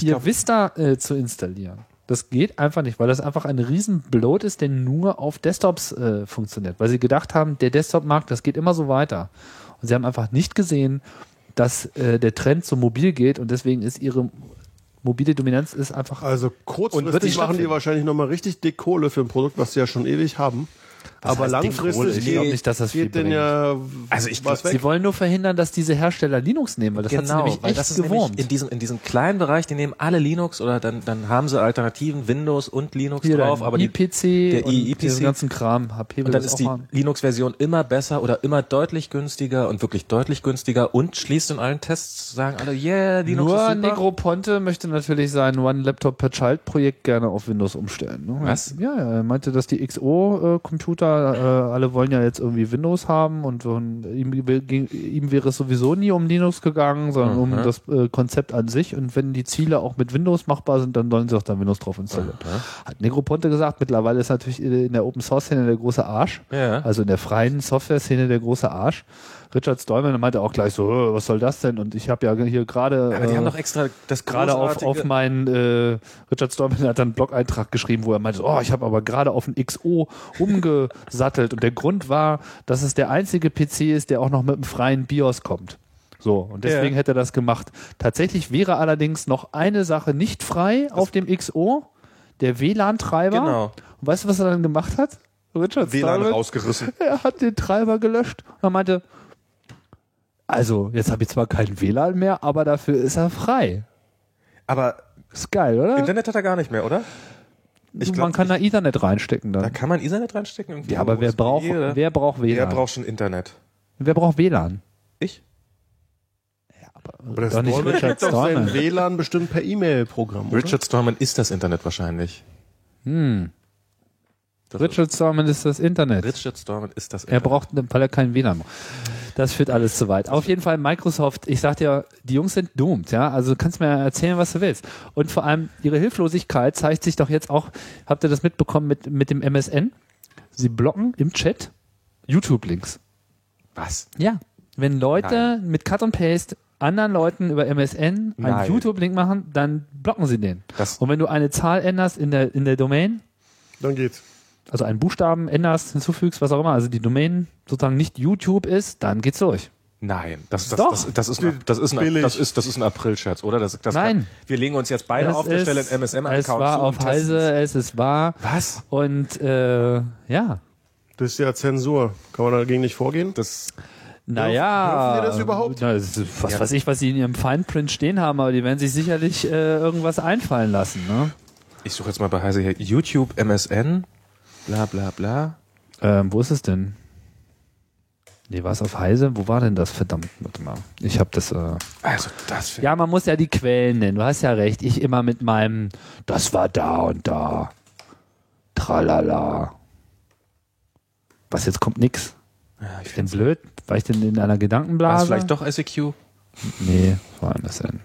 Speaker 1: ihr
Speaker 2: glaub-
Speaker 1: Vista äh, zu installieren. Das geht einfach nicht, weil das einfach ein Riesenbloat ist, der nur auf Desktops äh, funktioniert. Weil sie gedacht haben, der Desktop-Markt, das geht immer so weiter. Und sie haben einfach nicht gesehen, dass äh, der Trend zum Mobil geht und deswegen ist ihre mobile Dominanz ist einfach.
Speaker 3: Also
Speaker 1: wird
Speaker 3: kurzfristig
Speaker 1: nicht
Speaker 3: machen die
Speaker 1: stattfinden.
Speaker 3: wahrscheinlich nochmal richtig dick Kohle für ein Produkt, was sie ja schon ewig haben. Aber
Speaker 1: heißt Ding Kohle?
Speaker 3: langfristig
Speaker 1: ich glaube
Speaker 3: geht-
Speaker 1: nicht, dass das viel
Speaker 3: geht denn
Speaker 1: bringt.
Speaker 3: ja
Speaker 2: Also ich
Speaker 3: was
Speaker 2: glaub,
Speaker 3: weg.
Speaker 1: Sie wollen nur verhindern, dass diese Hersteller Linux nehmen, weil das hat sie nämlich
Speaker 2: Genau, weil
Speaker 1: echt
Speaker 2: das ist
Speaker 1: gewurmt.
Speaker 2: nämlich in diesem in diesem kleinen Bereich, die nehmen alle Linux oder dann dann haben sie Alternativen Windows und Linux
Speaker 1: Hier
Speaker 2: drauf,
Speaker 1: dein
Speaker 2: aber die,
Speaker 1: IPC
Speaker 2: der
Speaker 1: und
Speaker 2: IPC
Speaker 1: diesen ganzen Kram, HP will
Speaker 2: und dann
Speaker 1: das
Speaker 2: ist
Speaker 1: auch
Speaker 2: die
Speaker 1: machen.
Speaker 2: Linux-Version immer besser oder immer deutlich günstiger und wirklich deutlich günstiger und schließt in allen Tests sagen alle yeah Linux ist
Speaker 1: Nur
Speaker 2: super.
Speaker 1: Negroponte möchte natürlich sein One Laptop per Child Projekt gerne auf Windows umstellen. Ne?
Speaker 2: Was?
Speaker 1: Ja, ja, er meinte, dass die XO-Computer, äh, alle wollen ja jetzt irgendwie Windows haben und, und ihm, will- ging- ihm wäre es sowieso nie um Linux gegangen, sondern um das äh, Konzept an sich. Und wenn die Ziele auch mit Windows machbar sind, dann sollen sie auch dann Windows drauf installieren. Hat Negroponte gesagt, mittlerweile ist natürlich in der Open Source Szene der große Arsch.
Speaker 2: Ja.
Speaker 1: Also in der freien Software-Szene der große Arsch. Richard Stallman meinte auch gleich so, "Äh, was soll das denn? Und ich habe ja hier gerade
Speaker 2: aber die
Speaker 1: äh,
Speaker 2: haben doch extra das
Speaker 1: gerade auf,
Speaker 2: großartige-
Speaker 1: auf meinen äh, Richard Stallman hat dann einen Blog-Eintrag geschrieben, wo er meinte, oh, ich habe aber gerade auf einen XO umgesattelt und der Grund war, dass es der einzige PC ist, der auch noch mit einem freien BIOS kommt. So, und deswegen
Speaker 2: Ja.
Speaker 1: hätte er das gemacht. Tatsächlich wäre allerdings noch eine Sache nicht frei auf dem XO, der WLAN-Treiber.
Speaker 2: Genau.
Speaker 1: Und weißt du, was er dann gemacht hat? Richard
Speaker 3: WLAN
Speaker 1: Stallman
Speaker 3: rausgerissen.
Speaker 1: er hat den Treiber gelöscht und meinte, also jetzt habe ich zwar keinen WLAN mehr, aber dafür ist er frei.
Speaker 2: aber
Speaker 1: Ist geil, oder?
Speaker 2: Internet hat er gar nicht mehr oder ich glaub,
Speaker 1: Man kann da Ethernet reinstecken
Speaker 2: da
Speaker 1: dann.
Speaker 2: kann man Ethernet reinstecken irgendwie
Speaker 1: Ja, aber wer
Speaker 2: USB
Speaker 1: braucht,
Speaker 2: oder?
Speaker 1: wer braucht WLAN?
Speaker 2: ne? wer braucht schon Internet
Speaker 1: Wer braucht WLAN?
Speaker 2: ich
Speaker 3: Aber das
Speaker 1: Doch nicht
Speaker 3: Stallman
Speaker 1: Richard
Speaker 3: kriegt doch sein
Speaker 1: Stallman.
Speaker 3: WLAN bestimmt per E-Mail-Programm. oder?
Speaker 2: Richard Stallman ist das Internet wahrscheinlich
Speaker 1: Hm. Richard Stallman ist das Internet.
Speaker 2: Richard Stallman ist das
Speaker 1: Er
Speaker 2: Internet.
Speaker 1: braucht, weil er keinen WLAN braucht. Das führt alles zu weit. Auf jeden Fall Microsoft, ich sag dir, die Jungs sind doomed, ja. Also du kannst mir erzählen, was du willst. Und vor allem ihre Hilflosigkeit zeigt sich doch jetzt auch, habt ihr das mitbekommen mit, mit dem MSN? Sie blocken im Chat YouTube-Links.
Speaker 2: was
Speaker 1: Ja. Wenn Leute mit Cut und Paste anderen Leuten über MSN einen
Speaker 2: Nein.
Speaker 1: YouTube-Link machen, dann blocken sie den.
Speaker 2: Das-
Speaker 1: und wenn du eine Zahl änderst in der, in der Domain,
Speaker 3: Dann geht's.
Speaker 1: also einen Buchstaben änderst, hinzufügst, was auch immer, also die Domain sozusagen nicht YouTube ist, dann geht's durch.
Speaker 2: Nein, das, das,
Speaker 1: Doch.
Speaker 2: das, das, ist, ein, das, ist, ein,
Speaker 3: Billig.
Speaker 2: das, ist, das ist ein April-Scherz, oder? Das, das
Speaker 1: Nein.
Speaker 2: wir legen uns jetzt beide
Speaker 1: Es
Speaker 2: auf der
Speaker 1: ist-
Speaker 2: Stelle einen
Speaker 1: Es
Speaker 2: MSM-Account
Speaker 1: war
Speaker 2: zu
Speaker 1: auf
Speaker 2: und testen
Speaker 1: Heise, es ist wahr.
Speaker 2: Was?
Speaker 1: Und äh, ja,
Speaker 3: Das ist ja Zensur. Kann man dagegen nicht vorgehen?
Speaker 2: Das,
Speaker 1: naja.
Speaker 3: dürfen wir das überhaupt?
Speaker 1: Na, es ist- was weiß ich, was sie in ihrem Fine Print stehen haben, aber die werden sich sicherlich äh, irgendwas einfallen lassen. Ne?
Speaker 2: ich suche jetzt mal bei Heise hier YouTube, MSN, bla bla bla.
Speaker 1: Ähm, wo ist es denn? Nee, war es auf Heise? Wo war denn das? Verdammt, warte mal. Ich habe das. Äh
Speaker 2: Also das finde
Speaker 1: ja, man muss ja die Quellen nennen. Du hast ja recht. Ich immer mit meinem, das war da und da. Tralala. Was, jetzt kommt nix?
Speaker 2: ja, ich
Speaker 1: Ich bin
Speaker 2: find's-
Speaker 1: blöd? War ich denn in einer
Speaker 2: War es
Speaker 1: Gedankenblase?
Speaker 2: vielleicht doch E SEQ?
Speaker 1: Nee, war MSN.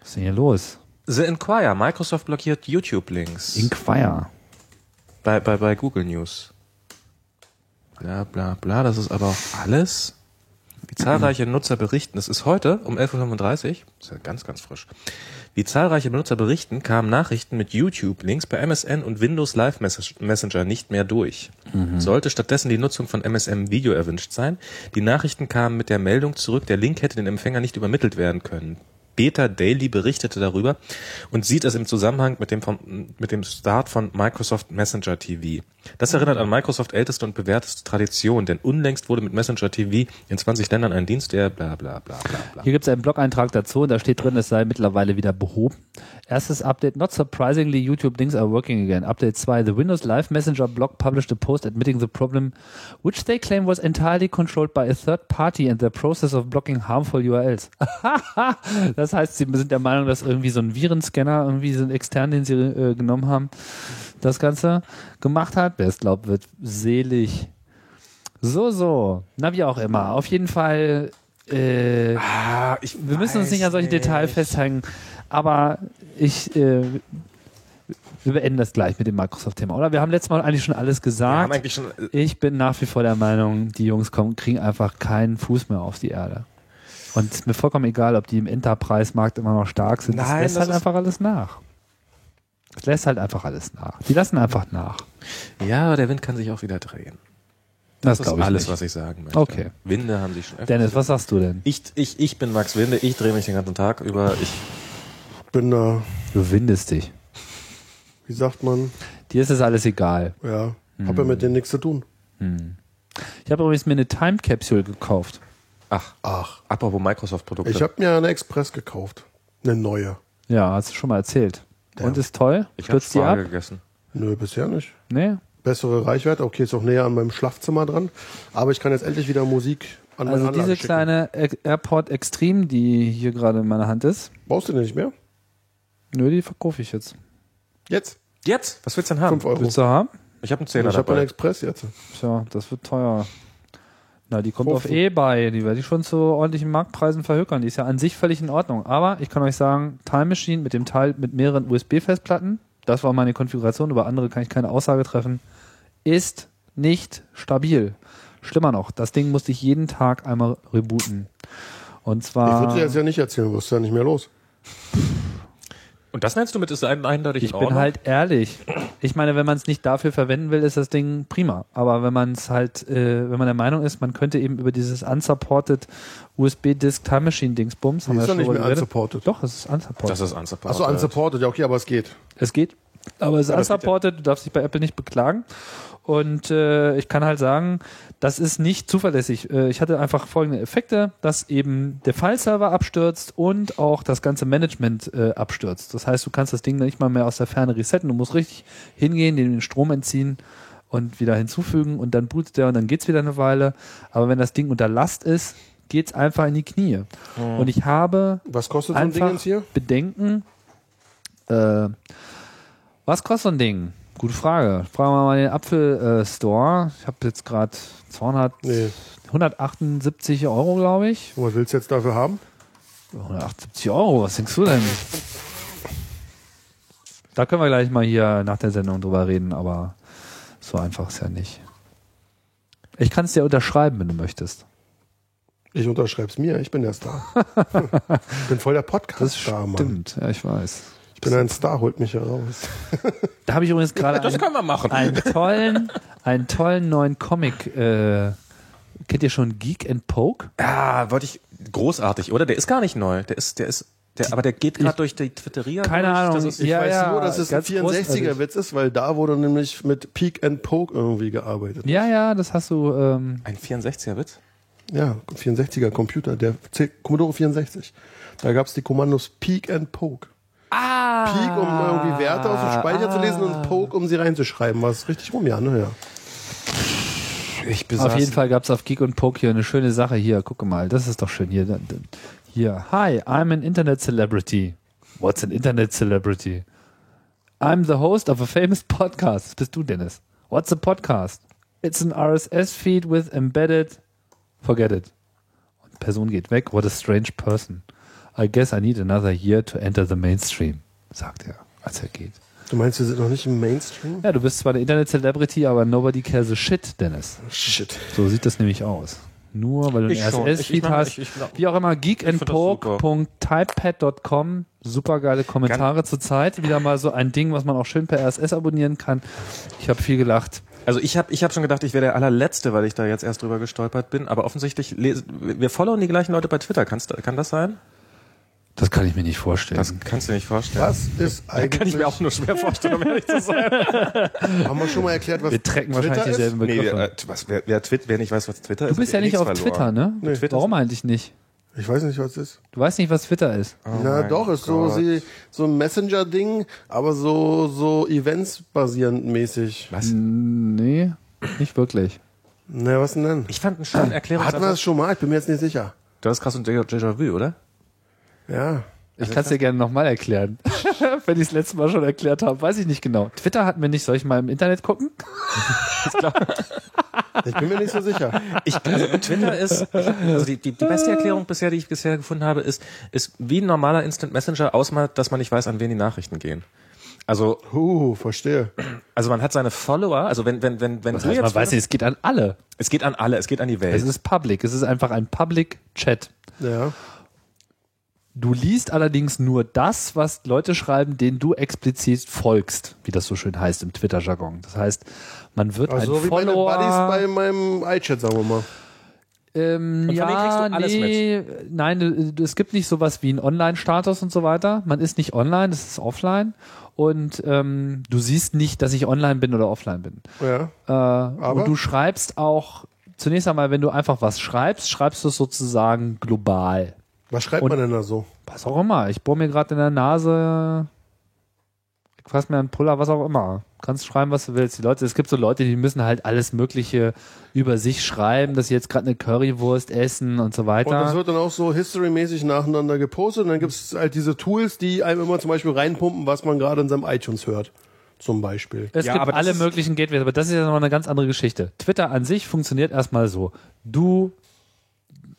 Speaker 1: Was ist denn hier los?
Speaker 2: The Inquirer, Microsoft blockiert YouTube-Links
Speaker 1: Inquire.
Speaker 2: bei, bei, bei Google News. Bla bla bla, das ist aber auch alles. Wie zahlreiche Nutzer berichten, es ist heute um 11.35 Uhr, ist ja ganz, ganz frisch. Wie zahlreiche Nutzer berichten, kamen Nachrichten mit YouTube-Links bei MSN und Windows Live Mess- Messenger nicht mehr durch. Sollte stattdessen die Nutzung von MSM Video erwünscht sein. Die Nachrichten kamen mit der Meldung zurück, der Link hätte den Empfänger nicht übermittelt werden können. Beta Daily berichtete darüber und sieht es im Zusammenhang mit dem, vom, mit dem Start von Microsoft Messenger TV. Das erinnert an Microsoft älteste und bewährteste Tradition, denn unlängst wurde mit Messenger TV in 20 Ländern ein Dienst, der bla bla bla bla bla.
Speaker 1: Hier gibt es einen Blog-Eintrag dazu und da steht drin, es sei mittlerweile wieder behoben. Erstes Update, not surprisingly, YouTube links are working again. Update 2, the Windows Live Messenger blog published a post admitting the problem, which they claim was entirely controlled by a third party and the process of blocking harmful URLs. das heißt, sie sind der Meinung, dass irgendwie so ein Virenscanner, irgendwie so ein extern, den sie äh, genommen haben, das Ganze gemacht hat. Wer es glaubt, wird selig. So, so. Na, wie auch immer. Auf jeden Fall äh,
Speaker 2: Ah, ich
Speaker 1: wir müssen uns nicht an solchen Details festhängen, aber ich, äh, wir beenden das gleich mit dem Microsoft-Thema, oder? Wir haben letztes Mal eigentlich schon alles
Speaker 2: Wir haben
Speaker 1: gesagt.
Speaker 2: eigentlich schon,
Speaker 1: Ich bin nach wie vor der Meinung, die Jungs kommen, kriegen einfach keinen Fuß mehr auf die Erde. Und es ist mir vollkommen egal, ob die im Enterprise-Markt immer noch stark sind.
Speaker 2: Nein,
Speaker 1: es lässt
Speaker 2: das
Speaker 1: halt
Speaker 2: ist-
Speaker 1: einfach alles nach. Es lässt halt einfach alles nach. Die lassen einfach nach.
Speaker 2: ja, aber der Wind kann sich auch wieder drehen.
Speaker 1: Das,
Speaker 2: Das ist
Speaker 1: glaube ich
Speaker 2: alles,
Speaker 1: nicht.
Speaker 2: was ich sagen möchte.
Speaker 1: Okay.
Speaker 2: Winde haben sich schon öfter.
Speaker 1: Dennis, was sagst du denn?
Speaker 2: Ich, ich, ich bin Max Winde, ich drehe mich den ganzen Tag über. Ich,
Speaker 3: Bin da,
Speaker 1: Du windest dich.
Speaker 3: wie sagt man,
Speaker 1: Dir ist es alles egal.
Speaker 3: ja, hab ja
Speaker 1: Hm.
Speaker 3: mit denen nichts zu tun.
Speaker 1: Ich habe übrigens mir eine Time Capsule gekauft.
Speaker 2: ach,
Speaker 3: Ach,
Speaker 2: apropos Microsoft-Produkte.
Speaker 3: ich hab mir eine Express gekauft. Eine neue.
Speaker 1: Ja, hast du schon mal erzählt. Und ist toll?
Speaker 2: ich hab
Speaker 1: Stürzt die
Speaker 2: Spargel
Speaker 1: ab?
Speaker 2: gegessen.
Speaker 3: Nö, bisher nicht.
Speaker 1: Nee?
Speaker 3: Bessere Reichweite, okay, ist auch näher an meinem Schlafzimmer dran. Aber ich kann jetzt endlich wieder Musik an meine
Speaker 1: Also
Speaker 3: Anlage
Speaker 1: diese
Speaker 3: schicken.
Speaker 1: kleine Air- AirPod Extreme, die hier gerade in meiner Hand ist,
Speaker 3: Brauchst du den nicht mehr?
Speaker 1: nö, die verkaufe ich jetzt.
Speaker 3: Jetzt?
Speaker 2: Jetzt? Was willst du denn haben?
Speaker 3: Fünf Euro.
Speaker 1: Willst du haben?
Speaker 2: Ich habe einen Zehner
Speaker 3: Ich habe einen
Speaker 2: dabei.
Speaker 3: Express jetzt.
Speaker 1: Tja, das wird teuer. Na, die kommt auf
Speaker 3: Hoffen.
Speaker 1: eBay. eh Die werde ich schon zu ordentlichen Marktpreisen verhökern. Die ist ja an sich völlig in Ordnung. Aber ich kann euch sagen, Time Machine mit dem Teil mit mehreren USB-Festplatten, das war meine Konfiguration, über andere kann ich keine Aussage treffen, ist nicht stabil. Schlimmer noch, das Ding musste ich jeden Tag einmal rebooten. Und
Speaker 3: Ich
Speaker 1: zwar.
Speaker 3: würde dir jetzt ja nicht erzählen, was ist ja nicht mehr los.
Speaker 2: Und das nennst du mit ist ein- eindeutig
Speaker 1: Ich
Speaker 2: in Ordnung?
Speaker 1: bin halt ehrlich. Ich meine, wenn man es nicht dafür verwenden will, ist das Ding prima. Aber wenn man es halt, äh, wenn man der Meinung ist, man könnte eben über dieses unsupported USB-Disk Time Machine Dingsbums,
Speaker 3: Die ist
Speaker 1: wir
Speaker 3: ja
Speaker 1: schon
Speaker 3: nicht
Speaker 1: mal
Speaker 3: mehr
Speaker 1: geredet.
Speaker 3: unsupported.
Speaker 1: Doch, es ist unsupported.
Speaker 2: Das ist unsupported.
Speaker 3: Achso, unsupported, ja okay, aber es geht.
Speaker 1: es geht. Aber es ist
Speaker 2: Ja, das geht
Speaker 1: unsupported, du darfst dich bei Apple nicht beklagen. Und äh, ich kann halt sagen, das ist nicht zuverlässig. Äh, ich hatte einfach folgende Effekte, dass eben der File-Server abstürzt und auch das ganze Management äh, abstürzt. Das heißt, du kannst das Ding nicht mal mehr aus der Ferne resetten. Du musst richtig hingehen, dem den Strom entziehen und wieder hinzufügen und dann bootet der und dann geht's wieder eine Weile. Aber wenn das Ding unter Last ist, geht's einfach in die Knie. Und ich habe
Speaker 3: Was kostet so ein Ding
Speaker 1: einfach
Speaker 3: jetzt hier?
Speaker 1: bedenken. Äh, was kostet so ein Ding? Gute Frage. Fragen wir mal den Apfel äh, Store. Ich habe jetzt gerade 200,
Speaker 3: Nee.
Speaker 1: 178 Euro, glaube ich.
Speaker 3: Was willst du jetzt dafür haben?
Speaker 1: 178 Euro, was denkst du denn? Da können wir gleich mal hier nach der Sendung drüber reden, aber so einfach ist ja nicht. Ich kann es dir unterschreiben, wenn du möchtest.
Speaker 3: Ich unterschreib's mir, ich bin der Star. ich bin voll der Podcast-Star, Mann.
Speaker 1: Stimmt, ja, ich weiß.
Speaker 3: Ich bin ein Star, holt mich heraus.
Speaker 1: Da habe ich übrigens gerade
Speaker 2: Das
Speaker 1: einen-
Speaker 2: können wir machen.
Speaker 1: einen tollen, einen tollen neuen Comic. Äh, kennt ihr schon Geek and Poke?
Speaker 2: Ja, wollte ich. Großartig, oder? Der ist gar nicht neu. Der ist, der ist, der, aber der geht gerade durch die Twitteria.
Speaker 1: Keine
Speaker 2: durch.
Speaker 1: Ahnung.
Speaker 2: Das ist,
Speaker 3: Ich
Speaker 1: Ja,
Speaker 3: weiß
Speaker 1: ja,
Speaker 3: nur, dass es ein
Speaker 1: ganz großartig.
Speaker 3: 64er-Witz ist, weil da wurde nämlich mit Peak and Poke irgendwie gearbeitet.
Speaker 1: Ja, ja, das hast du. Ähm,
Speaker 2: ein 64er-Witz?
Speaker 3: Ja, 64er-Computer, der C Commodore 64. Da gab's die Kommandos Peak and Poke.
Speaker 1: ah,
Speaker 3: Peak, um irgendwie Werte aus dem Speicher zu lesen und Poke, um sie reinzuschreiben. War es richtig rum, ja, ne? Ja.
Speaker 2: Ich
Speaker 1: Auf jeden Fall gab es auf Geek und Poke hier eine schöne Sache. Hier, guck mal, das ist doch schön. Hier, da- da- hier. Hi, I'm an Internet Celebrity. What's an Internet Celebrity? I'm the host of a famous podcast. Das bist du, Dennis. What's a podcast? It's an RSS-Feed with embedded. Forget it. Und Person geht weg. What a strange person. I guess I need another year to enter the mainstream, sagt er, als er geht.
Speaker 3: Du meinst, wir sind noch nicht im Mainstream?
Speaker 1: Ja, du bist zwar eine Internet-Celebrity, aber nobody cares a shit, Dennis.
Speaker 3: Shit.
Speaker 1: So sieht das nämlich aus. Nur weil du
Speaker 2: Ich schon.
Speaker 1: ein
Speaker 2: Ich- ich
Speaker 1: RSS-Feed
Speaker 2: mach-
Speaker 1: hast.
Speaker 2: ich- ich glaub-
Speaker 1: Wie auch immer,
Speaker 2: das
Speaker 1: geekandpoke.typepad.com. Super geile Kommentare zur Zeit. Wieder mal so ein Ding, was man auch schön per RSS abonnieren kann. Ich habe viel gelacht.
Speaker 2: Also ich habe ich hab schon gedacht, ich wäre der allerletzte, weil ich da jetzt erst drüber gestolpert bin. Aber offensichtlich, lesen, wir followen die gleichen Leute bei Twitter. Kannst, du- kann das sein?
Speaker 1: Das kann ich mir nicht vorstellen.
Speaker 2: Das kannst du dir nicht vorstellen.
Speaker 3: Was ist
Speaker 2: Das
Speaker 3: eigentlich?
Speaker 2: kann ich mir auch nur schwer vorstellen, um ehrlich zu sein.
Speaker 3: Haben wir schon mal erklärt, was
Speaker 1: Wir trecken
Speaker 3: Twitter
Speaker 1: wahrscheinlich
Speaker 3: ist?
Speaker 1: dieselben
Speaker 2: Nee,
Speaker 1: Begriffe.
Speaker 2: wer, äh, was, wer, wer, Twit, wer nicht weiß, was Twitter
Speaker 1: du
Speaker 2: ist,
Speaker 1: bist ja
Speaker 2: hat
Speaker 1: nicht
Speaker 2: nichts
Speaker 1: auf
Speaker 2: verloren.
Speaker 1: Twitter, ne?
Speaker 3: Nee.
Speaker 1: Twitter Warum eigentlich nicht?
Speaker 3: Ich weiß nicht, was es ist.
Speaker 1: Du weißt nicht, was Twitter ist.
Speaker 2: Oh
Speaker 3: Na
Speaker 2: mein
Speaker 3: doch, ist
Speaker 2: Gott.
Speaker 3: so sie, so ein Messenger-Ding, aber so, so Events-basierend mäßig.
Speaker 2: Was?
Speaker 1: Nee, nicht wirklich.
Speaker 3: Na, was denn denn?
Speaker 2: Ich fand einen schönen
Speaker 3: Hatten wir das
Speaker 2: Erklärungsansatz.
Speaker 3: schon mal? Ich bin mir jetzt nicht sicher.
Speaker 2: Du hast krass und Déjà- Déjà-vu, oder?
Speaker 3: Ja.
Speaker 1: Ich
Speaker 2: Also
Speaker 1: kann es dir gerne nochmal erklären. Wenn ich es letztes Mal schon erklärt habe, weiß ich nicht genau. Twitter hatten wir nicht, soll ich mal im Internet gucken?
Speaker 3: Ich bin mir nicht so sicher.
Speaker 2: Ich, also Twitter ist, also die, die, die beste Erklärung bisher, die ich bisher gefunden habe, ist, ist wie ein normaler Instant Messenger, außer mal, dass man nicht weiß, an wen die Nachrichten gehen. Also,
Speaker 3: Huh, verstehe.
Speaker 2: also man hat seine Follower, also wenn, wenn, wenn, wenn du
Speaker 1: Das heißt, man
Speaker 2: jetzt,
Speaker 1: weiß nicht, es geht an alle.
Speaker 2: es geht an alle, es geht an die
Speaker 1: Es
Speaker 2: Welt.
Speaker 1: ist public, es ist einfach ein public Chat.
Speaker 3: Ja.
Speaker 1: Du liest allerdings nur das, was Leute schreiben, denen du explizit folgst, wie das so schön heißt im Twitter-Jargon. Das heißt, man wird
Speaker 3: Also
Speaker 1: ein
Speaker 3: wie meine Buddies
Speaker 1: Follower.
Speaker 3: bei meinem iChat, sagen wir mal.
Speaker 1: ähm,
Speaker 2: Und von denen
Speaker 1: ja,
Speaker 2: kriegst du alles
Speaker 1: nee, nein, äh, es gibt nicht sowas wie einen Online-Status und so weiter. Man ist nicht online, es ist offline. Und ähm, du siehst nicht, dass ich online bin oder offline bin.
Speaker 3: Ja.
Speaker 1: Äh, und du schreibst auch, zunächst einmal, wenn du einfach was schreibst, schreibst du es sozusagen global.
Speaker 3: Was schreibt
Speaker 1: Und-
Speaker 3: man denn da so?
Speaker 1: Was auch immer. Ich bohre mir gerade in der Nase. Ich fass mir einen Puller, was auch immer. Kannst schreiben, was du willst. Die Leute, es gibt so Leute, die müssen halt alles Mögliche über sich schreiben, dass sie jetzt gerade eine Currywurst essen und so
Speaker 3: Und das
Speaker 1: weiter.
Speaker 3: wird dann auch so history-mäßig nacheinander gepostet und dann gibt's halt diese Tools, die einem immer zum Beispiel reinpumpen, was man gerade in seinem iTunes hört. Zum Beispiel.
Speaker 1: Es
Speaker 2: Ja, aber
Speaker 1: gibt
Speaker 2: das
Speaker 1: alle
Speaker 2: ist-
Speaker 1: möglichen Gateways, aber das ist ja nochmal eine ganz andere Geschichte. Twitter an sich funktioniert erstmal so. Du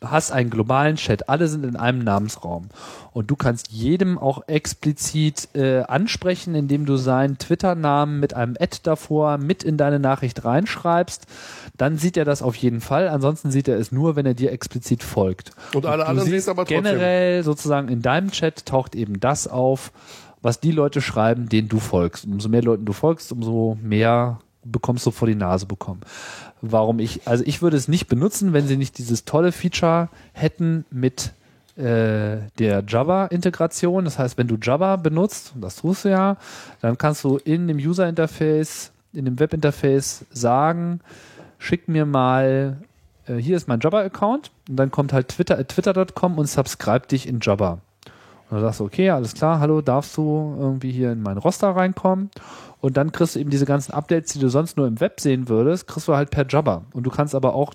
Speaker 1: hast einen globalen Chat, alle sind in einem Namensraum. Und du kannst jedem auch explizit äh, ansprechen, indem du seinen Twitter-Namen mit einem Ad davor mit in deine Nachricht reinschreibst. Dann sieht er das auf jeden Fall. Ansonsten sieht er es nur, wenn er dir explizit folgt.
Speaker 3: Und alle
Speaker 1: du
Speaker 3: anderen sehen
Speaker 1: siehst
Speaker 3: es aber trotzdem.
Speaker 1: generell sozusagen in deinem Chat taucht eben das auf, was die Leute schreiben, denen du folgst. Und umso mehr Leuten du folgst, umso mehr bekommst du vor die Nase bekommen. Warum ich, also ich würde es nicht benutzen, wenn sie nicht dieses tolle Feature hätten mit äh, der Java-Integration. Das heißt, wenn du Java benutzt, und das tust du ja, dann kannst du in dem User-Interface, in dem Web-Interface sagen, schick mir mal, äh, hier ist mein Jabber-Account und dann kommt halt Twitter, äh, twitter.com und subscribe dich in Jabber. Und dann sagst du, okay, alles klar, hallo, darfst du irgendwie hier in mein Roster reinkommen? Und dann kriegst du eben diese ganzen Updates, die du sonst nur im Web sehen würdest, kriegst du halt per Jabber. Und du kannst aber auch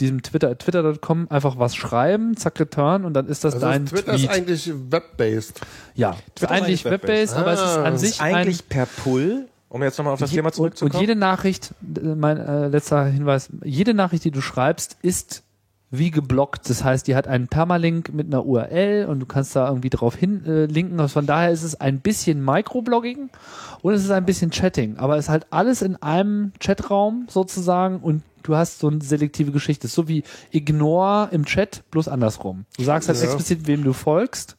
Speaker 1: diesem Twitter, twitter.com einfach was schreiben, zack, return und dann ist das
Speaker 3: Also
Speaker 1: dein
Speaker 3: Twitter
Speaker 1: Tweet.
Speaker 3: ist eigentlich web-based.
Speaker 1: ja, ist
Speaker 2: Twitter
Speaker 1: eigentlich
Speaker 2: ist eigentlich
Speaker 1: web-based, aber es ist
Speaker 3: Ah,
Speaker 1: an
Speaker 3: es
Speaker 1: sich
Speaker 2: ist eigentlich per Pull, um jetzt nochmal auf das
Speaker 1: Je-
Speaker 2: Thema
Speaker 1: und,
Speaker 2: zurückzukommen.
Speaker 1: und jede Nachricht, d- mein äh, letzter Hinweis, jede Nachricht, die du schreibst, ist wie geblockt. Das heißt, die hat einen Permalink mit einer URL und du kannst da irgendwie drauf hinlinken. Äh, linken. Also von daher ist es ein bisschen Microblogging und es ist ein bisschen Chatting. Aber es ist halt alles in einem Chatraum sozusagen und du hast so eine selektive Geschichte. So wie Ignore im Chat, bloß andersrum. Du sagst halt
Speaker 3: Ja.
Speaker 1: explizit, wem du folgst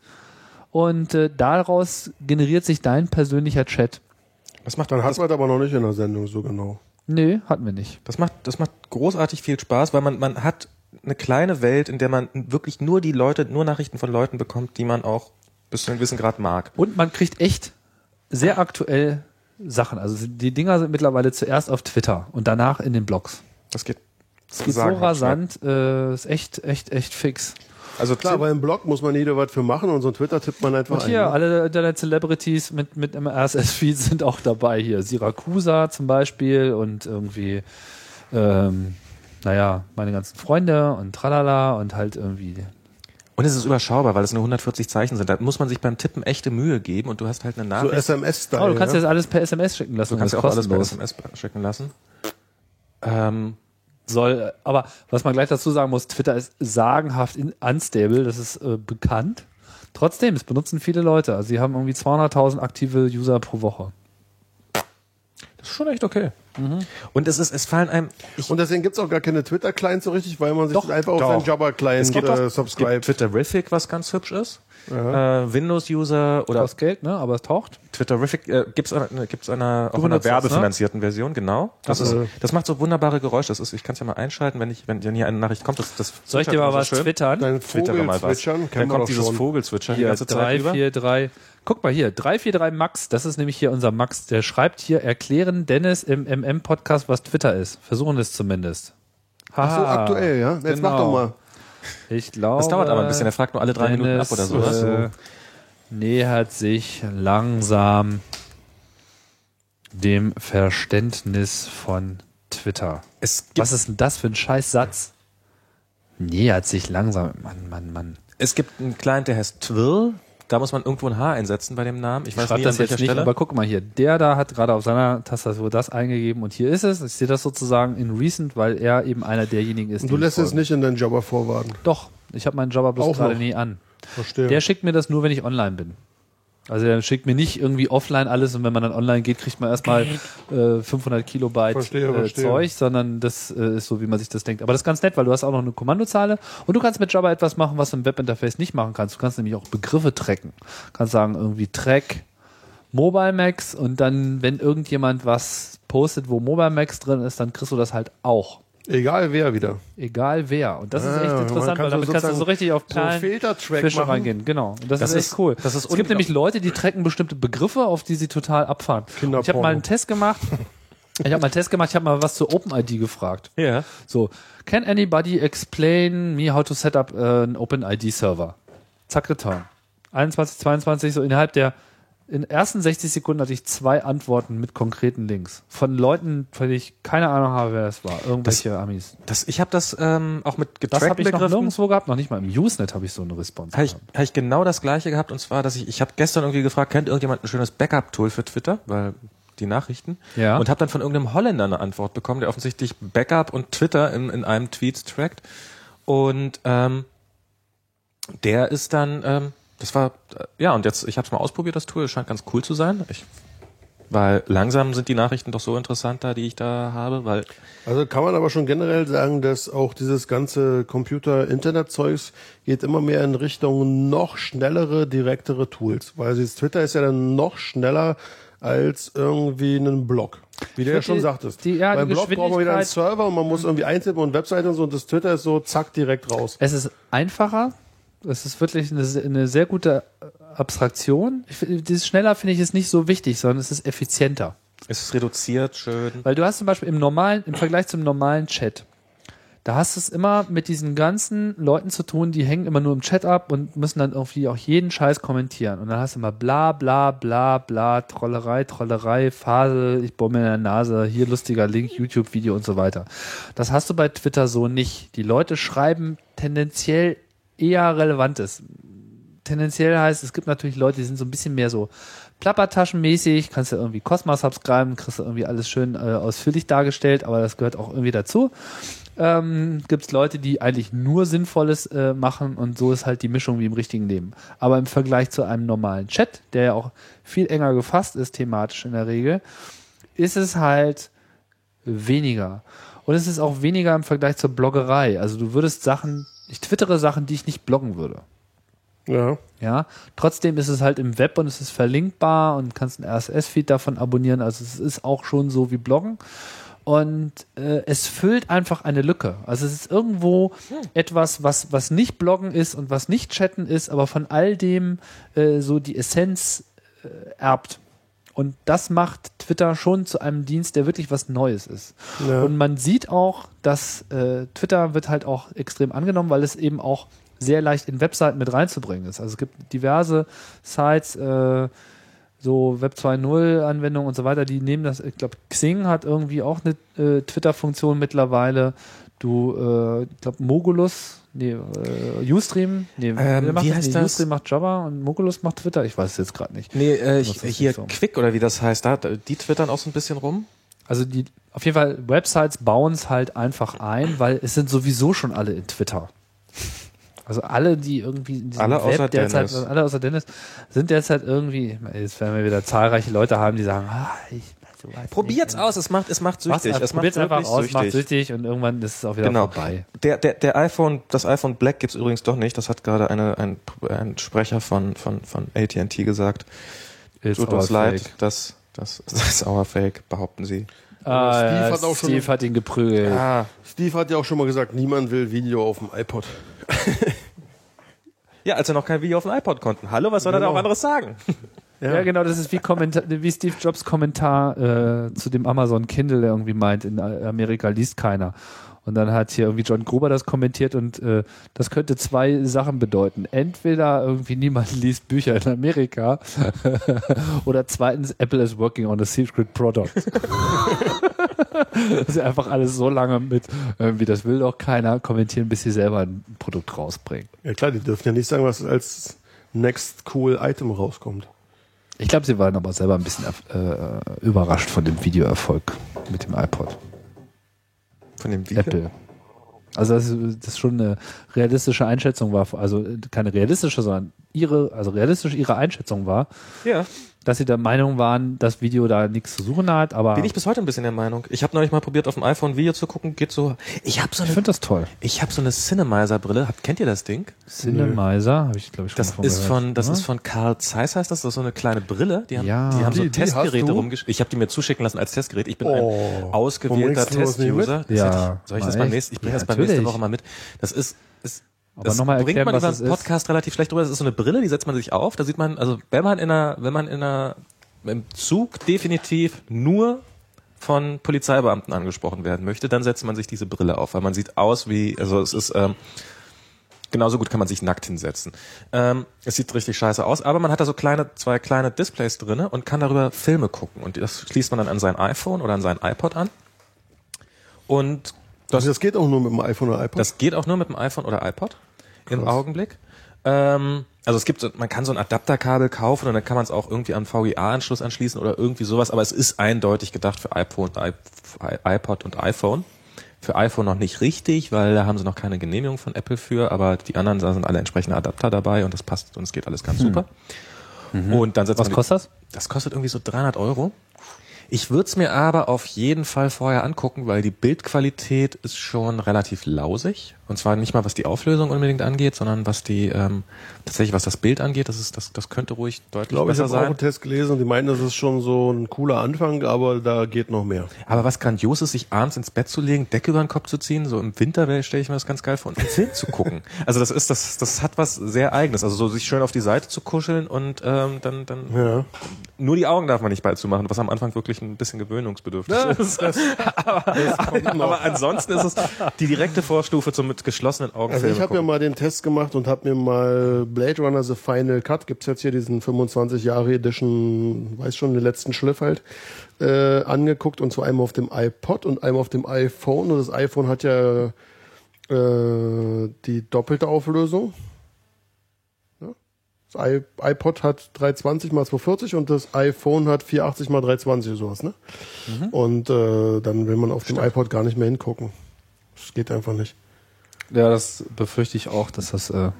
Speaker 1: und äh, daraus generiert sich dein persönlicher Chat.
Speaker 2: das macht
Speaker 3: Dann hat man aber noch nicht in der Sendung so genau.
Speaker 1: Nö, hatten wir nicht.
Speaker 2: Das macht, das macht großartig viel Spaß, weil man, man hat eine kleine Welt, in der man wirklich nur die Leute, nur Nachrichten von Leuten bekommt, die man auch bis zu einem gewissen Grad mag.
Speaker 1: Und man kriegt echt sehr aktuell Sachen. Also die Dinger sind mittlerweile zuerst auf Twitter und danach in den Blogs.
Speaker 2: Das geht,
Speaker 1: Es geht so
Speaker 2: sagen,
Speaker 1: rasant, äh, ist echt, echt, echt fix.
Speaker 2: Also
Speaker 3: Klar,
Speaker 2: klar,
Speaker 3: aber im Blog muss man jeder was für machen und so ein Twitter tippt man einfach
Speaker 1: Und hier,
Speaker 3: ein. ne?
Speaker 1: alle Internet-Celebrities mit, mit einem RSS-Feed sind auch dabei hier. Siracusa zum Beispiel und irgendwie, ähm, naja, meine ganzen Freunde und tralala und halt irgendwie.
Speaker 2: und es ist überschaubar, weil es nur 140 Zeichen sind. Da muss man sich beim Tippen echte Mühe geben und du hast halt eine
Speaker 3: So
Speaker 2: Nachricht.
Speaker 3: SMS-Style.
Speaker 1: Oh, du kannst
Speaker 3: ne?
Speaker 1: jetzt alles per SMS schicken lassen.
Speaker 2: du kannst ja
Speaker 1: das
Speaker 2: auch alles per
Speaker 1: kostenlos.
Speaker 2: SMS schicken lassen. Ähm,
Speaker 1: soll. äh, Aber was man gleich dazu sagen muss, Twitter ist sagenhaft in, unstable, das ist äh, bekannt. Trotzdem, es benutzen viele Leute. Also sie haben irgendwie 200.000 aktive User pro Woche.
Speaker 2: das ist schon echt okay.
Speaker 1: Mhm.
Speaker 2: Und es ist, es fallen einem. Ich,
Speaker 3: Und deswegen gibt's auch gar keine Twitter-Clients so richtig, weil man sich
Speaker 2: Doch,
Speaker 3: einfach auf
Speaker 2: doch.
Speaker 3: seinen Jabber-Client
Speaker 2: gibt auch-
Speaker 3: äh,
Speaker 2: es
Speaker 3: subscribe.
Speaker 2: gibt Twitterific, was ganz hübsch ist. Äh, Windows-User oder
Speaker 1: Das Geld, ne? Aber es taucht.
Speaker 2: Twitterific äh, gibt's eine, gibt's eine auch einer
Speaker 1: benutzt das, ne?
Speaker 2: werbefinanzierten Version, genau. Das,
Speaker 3: Ach so.
Speaker 2: ist, das macht so wunderbare Geräusche. Das ist, ich kann es ja mal einschalten, wenn ich, wenn, wenn hier eine Nachricht kommt, das, das
Speaker 1: Soll ich dir mal
Speaker 2: so
Speaker 1: was
Speaker 2: schön.
Speaker 1: twittern?
Speaker 3: Dein
Speaker 2: Twittere
Speaker 3: Vogel
Speaker 2: mal was.
Speaker 3: zwitschern,
Speaker 2: Dann
Speaker 3: kennen wir
Speaker 2: kommt
Speaker 3: doch
Speaker 2: dieses
Speaker 3: schon.
Speaker 2: Vogelzwitschern die
Speaker 1: Hier,
Speaker 2: ganze Zeit über.
Speaker 1: 343. Guck mal hier, 343 Max, das ist nämlich hier unser Max, der schreibt hier, erklären Dennis im MM-Podcast, was Twitter ist. Versuchen es zumindest. Ha,
Speaker 3: Ach so,
Speaker 2: Ah,
Speaker 3: aktuell, ja? Jetzt mach
Speaker 2: genau.
Speaker 3: doch mal.
Speaker 1: Ich glaube.
Speaker 2: Das dauert aber ein bisschen, er fragt nur alle drei Minuten ab
Speaker 1: Dennis,
Speaker 2: oder sowas.
Speaker 1: Äh, nähert sich langsam dem Verständnis von Twitter.
Speaker 2: Es gibt,
Speaker 1: Was ist denn das für ein Scheißsatz? Nähert sich langsam. Mann, Mann, Mann.
Speaker 2: es gibt einen Client, der heißt Twill. Da muss man irgendwo ein H einsetzen bei dem Namen. Ich weiß
Speaker 1: schreibe
Speaker 2: nie,
Speaker 1: das
Speaker 2: an
Speaker 1: jetzt
Speaker 2: welcher
Speaker 1: nicht,
Speaker 2: Stelle.
Speaker 1: aber guck mal hier. Der da hat gerade auf seiner Tastatur das eingegeben und hier ist es. Ich sehe das sozusagen in Recent, weil er eben einer derjenigen ist.
Speaker 3: Und du
Speaker 1: die
Speaker 3: lässt
Speaker 1: ich
Speaker 3: es
Speaker 1: folge.
Speaker 3: nicht in deinen Jabber vorwarten.
Speaker 1: Doch, ich habe meinen Jobber bloß
Speaker 3: Auch
Speaker 1: gerade
Speaker 3: noch.
Speaker 1: nie an.
Speaker 3: Verstehe.
Speaker 1: Der schickt mir das nur, wenn ich online bin. Also er schickt mir nicht irgendwie offline alles und wenn man dann online geht, kriegt man erstmal äh, 500 Kilobyte
Speaker 3: Verstehe,
Speaker 1: äh,
Speaker 3: verstehe.
Speaker 1: Zeug, sondern das äh, ist so, wie man sich das denkt. Aber das ist ganz nett, weil du hast auch noch eine Kommandozeile und du kannst mit Java etwas machen, was du im Webinterface nicht machen kannst. Du kannst nämlich auch Begriffe tracken. Du kannst sagen irgendwie Track Mobile Max und dann, wenn irgendjemand was postet, wo Mobile Max drin ist, dann kriegst du das halt auch.
Speaker 3: Egal wer wieder.
Speaker 1: Egal wer. Und das ist
Speaker 3: Ah,
Speaker 1: echt
Speaker 3: man
Speaker 1: interessant,
Speaker 3: kann
Speaker 1: weil
Speaker 3: so
Speaker 1: damit kannst du
Speaker 3: sozusagen
Speaker 1: so richtig auf
Speaker 3: so
Speaker 1: Perlen
Speaker 3: Filtertrack
Speaker 1: Fische
Speaker 3: machen.
Speaker 1: reingehen. Genau. Und das,
Speaker 2: Das
Speaker 1: ist echt
Speaker 2: ist-
Speaker 1: cool.
Speaker 2: das ist
Speaker 1: es gibt
Speaker 2: unglaublich.
Speaker 1: nämlich Leute, die tracken bestimmte Begriffe, auf die sie total abfahren. Und Ich habe
Speaker 3: Kinderporno.
Speaker 1: mal einen Test gemacht. Ich habe mal einen Test gemacht, ich habe mal was zu OpenID gefragt.
Speaker 2: Ja.
Speaker 1: So, can anybody explain me how to set up äh, an OpenID Server? Zack, getan. 21, 22, so innerhalb der in den ersten 60 Sekunden hatte ich zwei Antworten mit konkreten Links. Von Leuten, von denen ich keine Ahnung habe, wer das war. Irgendwelche Amis.
Speaker 2: Das, ich habe das ähm, auch mit
Speaker 1: Das
Speaker 2: getrackten
Speaker 1: habe ich noch
Speaker 2: Begriffen.
Speaker 1: nirgendwo gehabt, noch nicht mal im Usenet habe ich so eine Response
Speaker 2: Habe ich,
Speaker 1: gehabt.
Speaker 2: hab ich genau das gleiche gehabt und zwar, dass ich, ich habe gestern irgendwie gefragt, kennt irgendjemand ein schönes Backup-Tool für Twitter? Weil die Nachrichten.
Speaker 1: Ja.
Speaker 2: Und habe dann von irgendeinem Holländer eine Antwort bekommen, der offensichtlich Backup und Twitter in, in einem Tweet trackt. Und ähm, der ist dann, ähm, das war, äh, ja, und jetzt, ich habe es mal ausprobiert, das Tool, es scheint ganz cool zu sein. Ich, weil langsam sind die Nachrichten doch so interessant da, die ich da habe, weil
Speaker 3: Also kann man aber schon generell sagen, dass auch dieses ganze Computer-Internet-Zeugs geht immer mehr in Richtung noch schnellere, direktere Tools. Weil dieses Twitter ist ja dann noch schneller als irgendwie einen Blog. Wie du ja
Speaker 1: find
Speaker 3: schon
Speaker 1: die-
Speaker 3: sagtest.
Speaker 1: die- ja,
Speaker 3: Beim
Speaker 1: die
Speaker 3: Blog braucht man wieder einen
Speaker 1: Geschwindigkeit-
Speaker 3: Server und man muss irgendwie eintippen und Webseite und so und das Twitter ist so zack direkt raus.
Speaker 1: Es ist einfacher. Es ist wirklich eine, se- eine sehr gute äh, Abstraktion. Ich, fi- dieses schneller finde ich ist nicht so wichtig, sondern es ist effizienter.
Speaker 2: es ist reduziert schön.
Speaker 1: Weil du hast zum Beispiel im normalen, im Vergleich zum normalen Chat, da hast du es immer mit diesen ganzen Leuten zu tun, die hängen immer nur im Chat ab und müssen dann irgendwie auch jeden Scheiß kommentieren. Und dann hast du immer bla bla bla bla, Trollerei, Trollerei, Fasel, ich bohr mir in der Nase, hier lustiger Link, YouTube-Video und so weiter. Das hast du bei Twitter so nicht. Die Leute schreiben tendenziell eher Relevantes tendenziell heißt, es gibt natürlich Leute, die sind so ein bisschen mehr so plappertaschenmäßig, kannst du irgendwie Cosma subscriben, kriegst du irgendwie alles schön äh, ausführlich dargestellt, aber das gehört auch irgendwie dazu. Ähm, gibt es Leute, die eigentlich nur Sinnvolles äh, machen und so ist halt die Mischung wie im richtigen Leben. Aber im Vergleich zu einem normalen Chat, der ja auch viel enger gefasst ist, thematisch in der Regel, ist es halt weniger. Und es ist auch weniger im Vergleich zur Bloggerei. Also du würdest Sachen, ich twittere Sachen, die ich nicht bloggen würde.
Speaker 3: Ja.
Speaker 1: Ja, trotzdem ist es halt im Web und es ist verlinkbar und kannst einen RSS-Feed davon abonnieren. Also es ist auch schon so wie Bloggen. Und äh, es füllt einfach eine Lücke. Also es ist irgendwo etwas, was, was nicht Bloggen ist und was nicht Chatten ist, aber von all dem äh, so die Essenz äh, erbt. Und das macht Twitter schon zu einem Dienst, der wirklich was Neues ist.
Speaker 3: Ja.
Speaker 1: Und man sieht auch, dass äh, Twitter wird halt auch extrem angenommen, weil es eben auch sehr leicht in Webseiten mit reinzubringen ist. Also es gibt diverse Sites, äh, so Web 2.0 Anwendungen und so weiter, die nehmen das, ich glaube, Xing hat irgendwie auch eine äh, Twitter-Funktion mittlerweile. Du, äh, ich glaube, Mogulus, nee, äh, Ustream, nee, wer macht
Speaker 2: Ähm, wie
Speaker 1: das?
Speaker 2: heißt
Speaker 1: nee,
Speaker 2: das?
Speaker 1: Ustream macht Java und Mogulus macht Twitter, ich weiß es jetzt gerade nicht.
Speaker 2: Nee, äh, ich,
Speaker 1: Nutzt das
Speaker 2: hier
Speaker 1: nicht so.
Speaker 2: Quick oder wie das heißt, da, die twittern auch so ein bisschen rum.
Speaker 1: Also die, auf jeden Fall, Websites bauen es halt einfach ein, weil es sind sowieso schon alle in Twitter. Also alle, die irgendwie in diesem
Speaker 2: Alle außer
Speaker 1: Web derzeit,
Speaker 2: Dennis.
Speaker 1: alle außer Dennis, sind derzeit irgendwie, jetzt werden wir wieder zahlreiche Leute haben, die sagen, ah, ich, vielleicht.
Speaker 2: Probiert's aus, es macht, es macht
Speaker 1: Was, Also
Speaker 2: süchtig. es macht
Speaker 1: probiert's einfach
Speaker 2: wirklich
Speaker 1: aus, macht süchtig und irgendwann ist es auch wieder
Speaker 2: Genau.
Speaker 1: vorbei.
Speaker 2: Der, der, der iPhone, das iPhone Black gibt's übrigens doch nicht. Das hat gerade eine, ein, ein Sprecher von, von, von AT&T gesagt.
Speaker 1: Ist
Speaker 2: Tut
Speaker 1: aber
Speaker 2: uns leid,
Speaker 1: fake.
Speaker 2: das, das, das ist our fake, behaupten sie.
Speaker 1: Ah,
Speaker 3: Steve
Speaker 1: ja,
Speaker 3: hat auch schon-
Speaker 1: Steve hat ihn geprügelt.
Speaker 2: Ah,
Speaker 3: Steve hat ja auch schon mal gesagt, niemand will Video auf dem iPod.
Speaker 2: ja, als er noch kein Video auf dem iPod konnten. Hallo, was soll er da
Speaker 3: Genau.
Speaker 2: auch anderes sagen?
Speaker 1: Ja. genau, das ist wie, Kommentar, wie Steve Jobs Kommentar äh, zu dem Amazon Kindle, der irgendwie meint, in Amerika liest keiner. Und dann hat hier irgendwie John Gruber das kommentiert und äh, das könnte zwei Sachen bedeuten. Entweder irgendwie niemand liest Bücher in Amerika oder zweitens Apple is working on a secret product. das ist einfach alles so lange mit, irgendwie, das will doch keiner kommentieren, bis sie selber ein Produkt rausbringen.
Speaker 3: Ja klar, die dürfen ja nicht sagen, was als Next Cool Item rauskommt.
Speaker 1: Ich glaube, sie waren aber selber ein bisschen äh, überrascht von dem Videoerfolg mit dem iPod.
Speaker 2: Von dem Video.
Speaker 1: Apple. Also das ist, das ist schon eine realistische Einschätzung war, also keine realistische, sondern ihre, also realistisch ihre Einschätzung war,
Speaker 2: Ja.
Speaker 1: dass sie der Meinung waren, das Video da nichts zu suchen hat, aber
Speaker 2: Bin ich bis heute ein bisschen der Meinung. Ich habe neulich mal probiert, auf dem iPhone ein Video zu gucken. Geht so. Ich habe so
Speaker 1: ich
Speaker 2: eine,
Speaker 1: finde das toll.
Speaker 2: ich habe so eine Cinemizer-Brille. Habt- Kennt ihr das Ding?
Speaker 1: Cinemizer, habe ich glaube ich schon
Speaker 2: Das
Speaker 1: davon
Speaker 2: ist
Speaker 1: gehört,
Speaker 2: von, das
Speaker 1: ne?
Speaker 2: ist von Carl Zeiss heißt das. Das ist so eine kleine Brille. Die haben,
Speaker 1: Ja.
Speaker 2: die haben so
Speaker 3: Die- die hast
Speaker 2: Testgeräte
Speaker 3: du?
Speaker 2: rumgeschickt. Ich habe die mir zuschicken lassen als Testgerät. Ich bin
Speaker 3: Oh.
Speaker 2: ein ausgewählter
Speaker 3: Warum bringst du sowas nicht
Speaker 2: Test-User. Das
Speaker 1: Ja.
Speaker 2: hätte ich- Soll ich das
Speaker 1: Mal
Speaker 2: beim
Speaker 1: echt?
Speaker 2: nächsten, ich bringe
Speaker 1: Ja,
Speaker 2: das beim nächsten
Speaker 1: natürlich.
Speaker 2: Woche mal mit. Das ist, ist
Speaker 1: Aber
Speaker 2: das
Speaker 1: noch mal erklären,
Speaker 2: bringt man
Speaker 1: was
Speaker 2: über
Speaker 1: es
Speaker 2: einen
Speaker 1: ist.
Speaker 2: Podcast relativ schlecht drüber. Das ist so eine Brille, die setzt man sich auf. Da sieht man, also wenn man in einer, wenn man in einer, im Zug definitiv nur von Polizeibeamten angesprochen werden möchte, dann setzt man sich diese Brille auf, weil man sieht aus wie, also es ist, ähm, genauso gut kann man sich nackt hinsetzen. Ähm, es sieht richtig scheiße aus, aber man hat da so kleine, zwei kleine Displays drinne und kann darüber Filme gucken. Und das schließt man dann an sein iPhone oder an sein iPod an. Und
Speaker 3: Das, Also, das geht auch nur mit dem iPhone oder iPod.
Speaker 2: das geht auch nur mit dem iPhone oder iPod im
Speaker 3: Krass.
Speaker 2: Augenblick. Ähm, also es gibt, so- man kann so ein Adapterkabel kaufen und dann kann man es auch irgendwie an VGA-Anschluss anschließen oder irgendwie sowas, aber es ist eindeutig gedacht für iPhone, i- iPod und iPhone. Für iPhone noch nicht richtig, weil da haben sie noch keine Genehmigung von Apple für, aber die anderen da sind alle entsprechende Adapter dabei und das passt und es geht alles ganz super. Und dann setzt
Speaker 1: Was
Speaker 2: man die-
Speaker 1: kostet das?
Speaker 2: das kostet irgendwie so 300 Euro. Ich würde es mir aber auf jeden Fall vorher angucken, weil die Bildqualität ist schon relativ lausig. Und zwar nicht mal was die Auflösung unbedingt angeht, sondern was die ähm, tatsächlich was das Bild angeht. Das ist das das könnte ruhig deutlich
Speaker 3: Ich glaube, ich
Speaker 2: besser
Speaker 3: habe auch
Speaker 2: sein.
Speaker 3: einen Test gelesen und die meinten, das ist schon so ein cooler Anfang, aber da geht noch mehr.
Speaker 2: Aber was grandios ist, sich abends ins Bett zu legen, Decke über den Kopf zu ziehen, so im Winter stelle ich mir das ganz geil vor, und einen Film zu gucken. Also das ist das das hat was sehr eigenes. Also so sich schön auf die Seite zu kuscheln und ähm, dann dann
Speaker 3: Ja.
Speaker 2: nur die Augen darf man nicht bald zumachen, was am Anfang wirklich ein bisschen gewöhnungsbedürftig ist. aber, aber ansonsten ist es die direkte Vorstufe zum mit geschlossenen Augen.
Speaker 3: Also ich
Speaker 2: Filme
Speaker 3: habe ja
Speaker 2: gucken.
Speaker 3: mal den Test gemacht und habe mir mal Blade Runner The Final Cut, gibt's jetzt hier diesen 25 Jahre Edition, weiß schon, den letzten Schliff halt, äh, angeguckt und zwar einmal auf dem iPod und einmal auf dem iPhone und das iPhone hat ja äh, die doppelte Auflösung. Ja? Das I- iPod hat 320 mal 240 und das iPhone hat 480 mal 320 sowas, ne? Und äh, dann will man auf dem iPod gar nicht mehr hingucken. Das geht einfach nicht.
Speaker 1: Ja, das befürchte ich auch, dass das äh,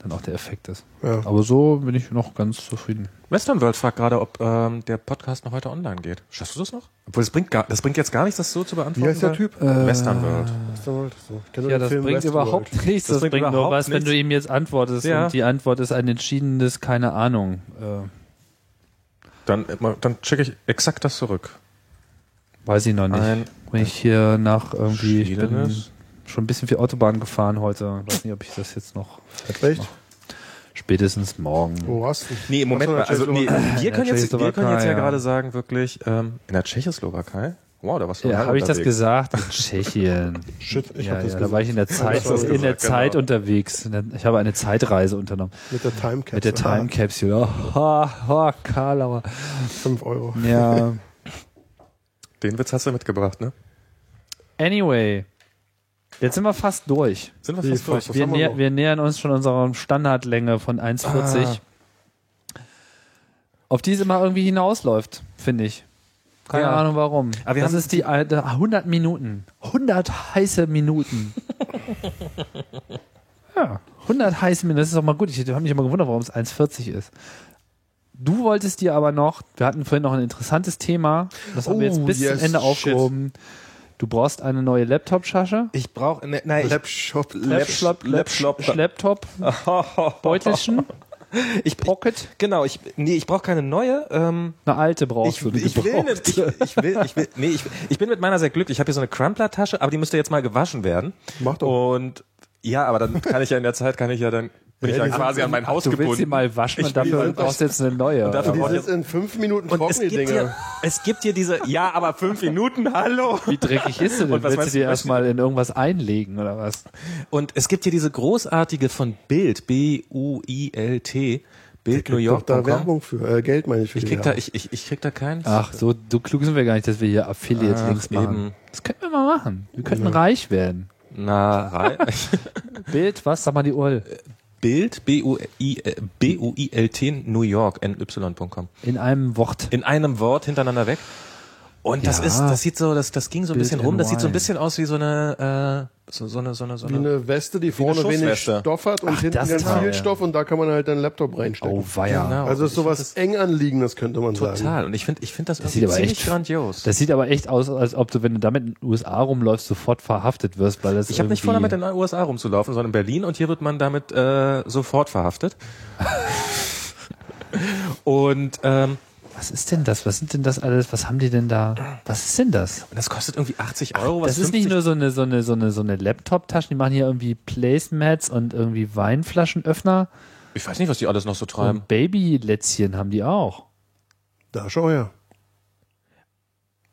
Speaker 1: dann auch der Effekt ist.
Speaker 3: Ja.
Speaker 1: Aber so bin ich noch ganz zufrieden.
Speaker 2: Western World fragt gerade, ob ähm, der Podcast noch heute online geht. Schaffst du das noch? Obwohl, das bringt, gar, das bringt jetzt gar nichts, das so zu beantworten.
Speaker 3: Wie heißt der
Speaker 2: weil-
Speaker 3: Typ?
Speaker 2: Western World.
Speaker 3: Westworld. So. Ich kenne nur
Speaker 1: Ja,
Speaker 3: den
Speaker 1: das
Speaker 3: Film
Speaker 1: bringt
Speaker 3: Westworld.
Speaker 1: überhaupt nichts. Das,
Speaker 2: Das bringt
Speaker 1: bringt nur
Speaker 2: überhaupt
Speaker 1: was, wenn
Speaker 2: nichts.
Speaker 1: du ihm jetzt antwortest.
Speaker 2: Ja.
Speaker 1: Und die Antwort ist ein entschiedenes, keine Ahnung. Äh,
Speaker 2: Dann, äh, dann schicke ich exakt das zurück.
Speaker 1: weiß ich noch nicht.
Speaker 2: Ein
Speaker 1: wenn ich hier nach irgendwie, ich bin
Speaker 2: entschiedenes-
Speaker 1: schon ein bisschen viel Autobahn gefahren heute. Weiß nicht, ob ich das jetzt noch fertig
Speaker 3: Echt?
Speaker 1: mache. spätestens morgen.
Speaker 3: Wo hast du?
Speaker 2: Nee, im Moment,
Speaker 3: Ach so, in
Speaker 2: mal,
Speaker 3: der
Speaker 2: also nee, wir,
Speaker 1: der
Speaker 2: können jetzt, wir können jetzt
Speaker 1: Tschechoslowakei,
Speaker 2: ja,
Speaker 1: ja.
Speaker 2: gerade sagen, wirklich, ähm, in der Tschechoslowakei? Wow, da warst du
Speaker 1: Ja,
Speaker 2: lange
Speaker 1: habe ich das
Speaker 2: unterwegs.
Speaker 1: gesagt? In Tschechien.
Speaker 3: Shit, ich
Speaker 1: ja,
Speaker 3: hab
Speaker 1: ja,
Speaker 3: das
Speaker 1: da war
Speaker 3: gesagt.
Speaker 1: ich in der Zeit,
Speaker 3: hast das
Speaker 1: in der
Speaker 2: gesagt,
Speaker 1: Zeit
Speaker 2: genau.
Speaker 1: unterwegs. In der- Ich habe eine Zeitreise unternommen.
Speaker 3: Mit der Time Capsule.
Speaker 1: Mit der Time Capsule. Oh, oh, oh Karlauer.
Speaker 3: 5 Euro.
Speaker 1: Ja.
Speaker 2: Den Witz hast du mitgebracht, ne?
Speaker 1: Anyway. Jetzt sind wir fast durch.
Speaker 2: Sind wir
Speaker 3: Die
Speaker 2: fast durch?
Speaker 3: Furcht. Was
Speaker 1: Wir,
Speaker 3: haben wir
Speaker 1: näher,
Speaker 3: noch?
Speaker 1: wir nähern uns schon unserer Standardlänge von 1,40.
Speaker 3: Ah.
Speaker 1: Auf die es immer irgendwie hinausläuft, finde ich. Keine
Speaker 2: Ja.
Speaker 1: Ahnung warum.
Speaker 2: Aber wir
Speaker 1: das
Speaker 2: haben-
Speaker 1: ist die alte 100 Minuten. 100 heiße Minuten. ja, 100 heiße Minuten. Das ist auch mal gut. Ich habe mich immer gewundert, warum es 1,40 ist. Du wolltest dir aber noch, wir hatten vorhin noch ein interessantes Thema, das haben wir
Speaker 3: Oh,
Speaker 1: jetzt bis
Speaker 3: yes,
Speaker 1: zum Ende
Speaker 3: shit.
Speaker 1: aufgehoben. Du brauchst eine neue Laptop-Schasche.
Speaker 2: Ich brauche, ne, nein, ich,
Speaker 3: Lapshop.
Speaker 1: Laptop,
Speaker 2: Laptop.
Speaker 1: Laptop, Beutelchen,
Speaker 2: ich, ich
Speaker 1: Pocket.
Speaker 2: genau, ich, nee, ich brauche keine neue. Ähm,
Speaker 1: Eine alte brauchst
Speaker 2: ich,
Speaker 1: du. eine
Speaker 2: ich will,
Speaker 1: gebrauchte.
Speaker 2: nicht, ich, ich will, ich will, nee, ich, ich bin mit meiner sehr glücklich. Ich habe hier so eine Crumpler-Tasche, aber die müsste jetzt mal gewaschen werden.
Speaker 3: Mach doch.
Speaker 2: Und ja, aber dann kann ich ja in der Zeit, kann ich ja dann, bin ich
Speaker 3: Ja,
Speaker 2: ja
Speaker 3: die
Speaker 2: quasi
Speaker 3: sind-
Speaker 2: an mein Haus
Speaker 1: Du willst sie
Speaker 2: gebunden.
Speaker 1: mal waschen
Speaker 2: Ich
Speaker 1: und
Speaker 2: will
Speaker 1: dafür
Speaker 3: sie-
Speaker 1: brauchst du jetzt eine neue.
Speaker 2: Und dafür-
Speaker 1: oder?
Speaker 3: Dieses in fünf Minuten
Speaker 2: Und es
Speaker 3: trockene
Speaker 2: gibt, hier,
Speaker 3: Dinge.
Speaker 2: es gibt hier diese, ja, aber fünf Minuten, hallo.
Speaker 1: Wie dreckig ist sie denn?
Speaker 2: Und was
Speaker 1: willst
Speaker 2: meinst
Speaker 1: du dir
Speaker 2: du-
Speaker 1: erstmal in irgendwas einlegen oder was?
Speaker 2: Und es gibt hier diese großartige von Bild, B-U-I-L-T, Bild New
Speaker 3: Doch
Speaker 2: York.
Speaker 3: da Werbung für, äh, Geld meine ich für
Speaker 2: Ich
Speaker 3: die
Speaker 2: krieg da,
Speaker 3: Werbung.
Speaker 2: ich, ich, ich krieg da keinen.
Speaker 1: Ach, so, so klug sind wir gar nicht, dass wir hier Affiliate-Links
Speaker 2: Ach, eben.
Speaker 1: machen. Das könnten wir mal machen. Wir könnten reich werden.
Speaker 2: Na, rei-
Speaker 1: Bild, was? Sag mal die Uhr.
Speaker 2: Bild, B-U-I- äh, B-U-I-L-T, New York, ny.com.
Speaker 1: In einem Wort.
Speaker 2: In einem Wort hintereinander weg. Und das
Speaker 1: Ja.
Speaker 2: ist, das sieht so, das, das ging so ein
Speaker 1: Bild
Speaker 2: bisschen rum. Das sieht so ein
Speaker 1: NY.
Speaker 2: bisschen aus wie so eine, äh, so, so eine, so eine, so
Speaker 3: Wie
Speaker 2: eine.
Speaker 3: eine Weste, die vorne wenig
Speaker 2: Schussweste.
Speaker 3: Stoff hat und hinten
Speaker 1: das
Speaker 3: ganz
Speaker 1: Teil.
Speaker 3: viel Stoff und da kann man halt deinen Laptop
Speaker 1: Oh,
Speaker 3: reinstecken.
Speaker 1: weia.
Speaker 2: Genau.
Speaker 3: also ist
Speaker 2: Ich
Speaker 3: sowas eng anliegendes, könnte man sagen.
Speaker 2: Total. Und ich finde, ich finde das, irgendwie
Speaker 1: sieht aber
Speaker 2: ziemlich
Speaker 1: echt-
Speaker 2: grandios.
Speaker 1: Das sieht aber echt aus, als ob du, wenn du damit in den USA rumläufst, sofort verhaftet wirst, weil das
Speaker 2: Ich habe nicht vor,
Speaker 1: irgendwie-
Speaker 2: damit in den USA rumzulaufen, sondern in Berlin und hier wird man damit äh, sofort verhaftet. und ähm,
Speaker 1: Was ist denn das? Was sind denn das alles? Was haben die denn da? Was ist denn das?
Speaker 2: das kostet irgendwie 80 Euro. was
Speaker 1: Das ist nicht
Speaker 2: 50
Speaker 1: nur so eine, so eine, so eine, so eine Laptop-Tasche. Die machen hier irgendwie Placemats und irgendwie Weinflaschenöffner.
Speaker 2: Ich weiß nicht, was die alles noch so treiben.
Speaker 1: Und Babylätzchen haben die auch.
Speaker 3: Da schau her.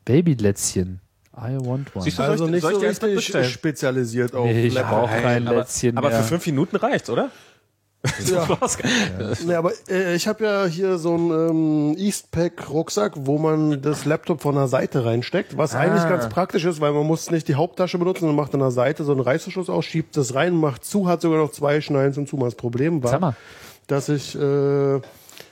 Speaker 1: Babylätzchen. I want one.
Speaker 2: Siehst du,
Speaker 3: Also
Speaker 2: soll ich-
Speaker 3: nicht
Speaker 2: soll
Speaker 3: so
Speaker 2: ich dir eins
Speaker 3: richtig
Speaker 2: mitbestellen?
Speaker 3: spezialisiert auf
Speaker 1: Nee, ich
Speaker 3: Laptop.
Speaker 1: brauche kein
Speaker 2: aber,
Speaker 1: Lätzchen
Speaker 2: aber
Speaker 1: mehr.
Speaker 2: für fünf Minuten reicht's, oder?
Speaker 3: Ja.
Speaker 2: Ja.
Speaker 3: Nee, aber äh, ich habe ja hier so einen ähm, Eastpack-Rucksack, wo man das Laptop von der Seite reinsteckt, was
Speaker 1: Ah.
Speaker 3: eigentlich ganz praktisch ist, weil man muss nicht die Haupttasche benutzen, man macht an der Seite so einen Reißverschluss aus, schiebt das rein, macht zu, hat sogar noch zwei Schneiden zum Zumachen. Das Problem
Speaker 1: Sag mal.
Speaker 3: war, dass ich äh,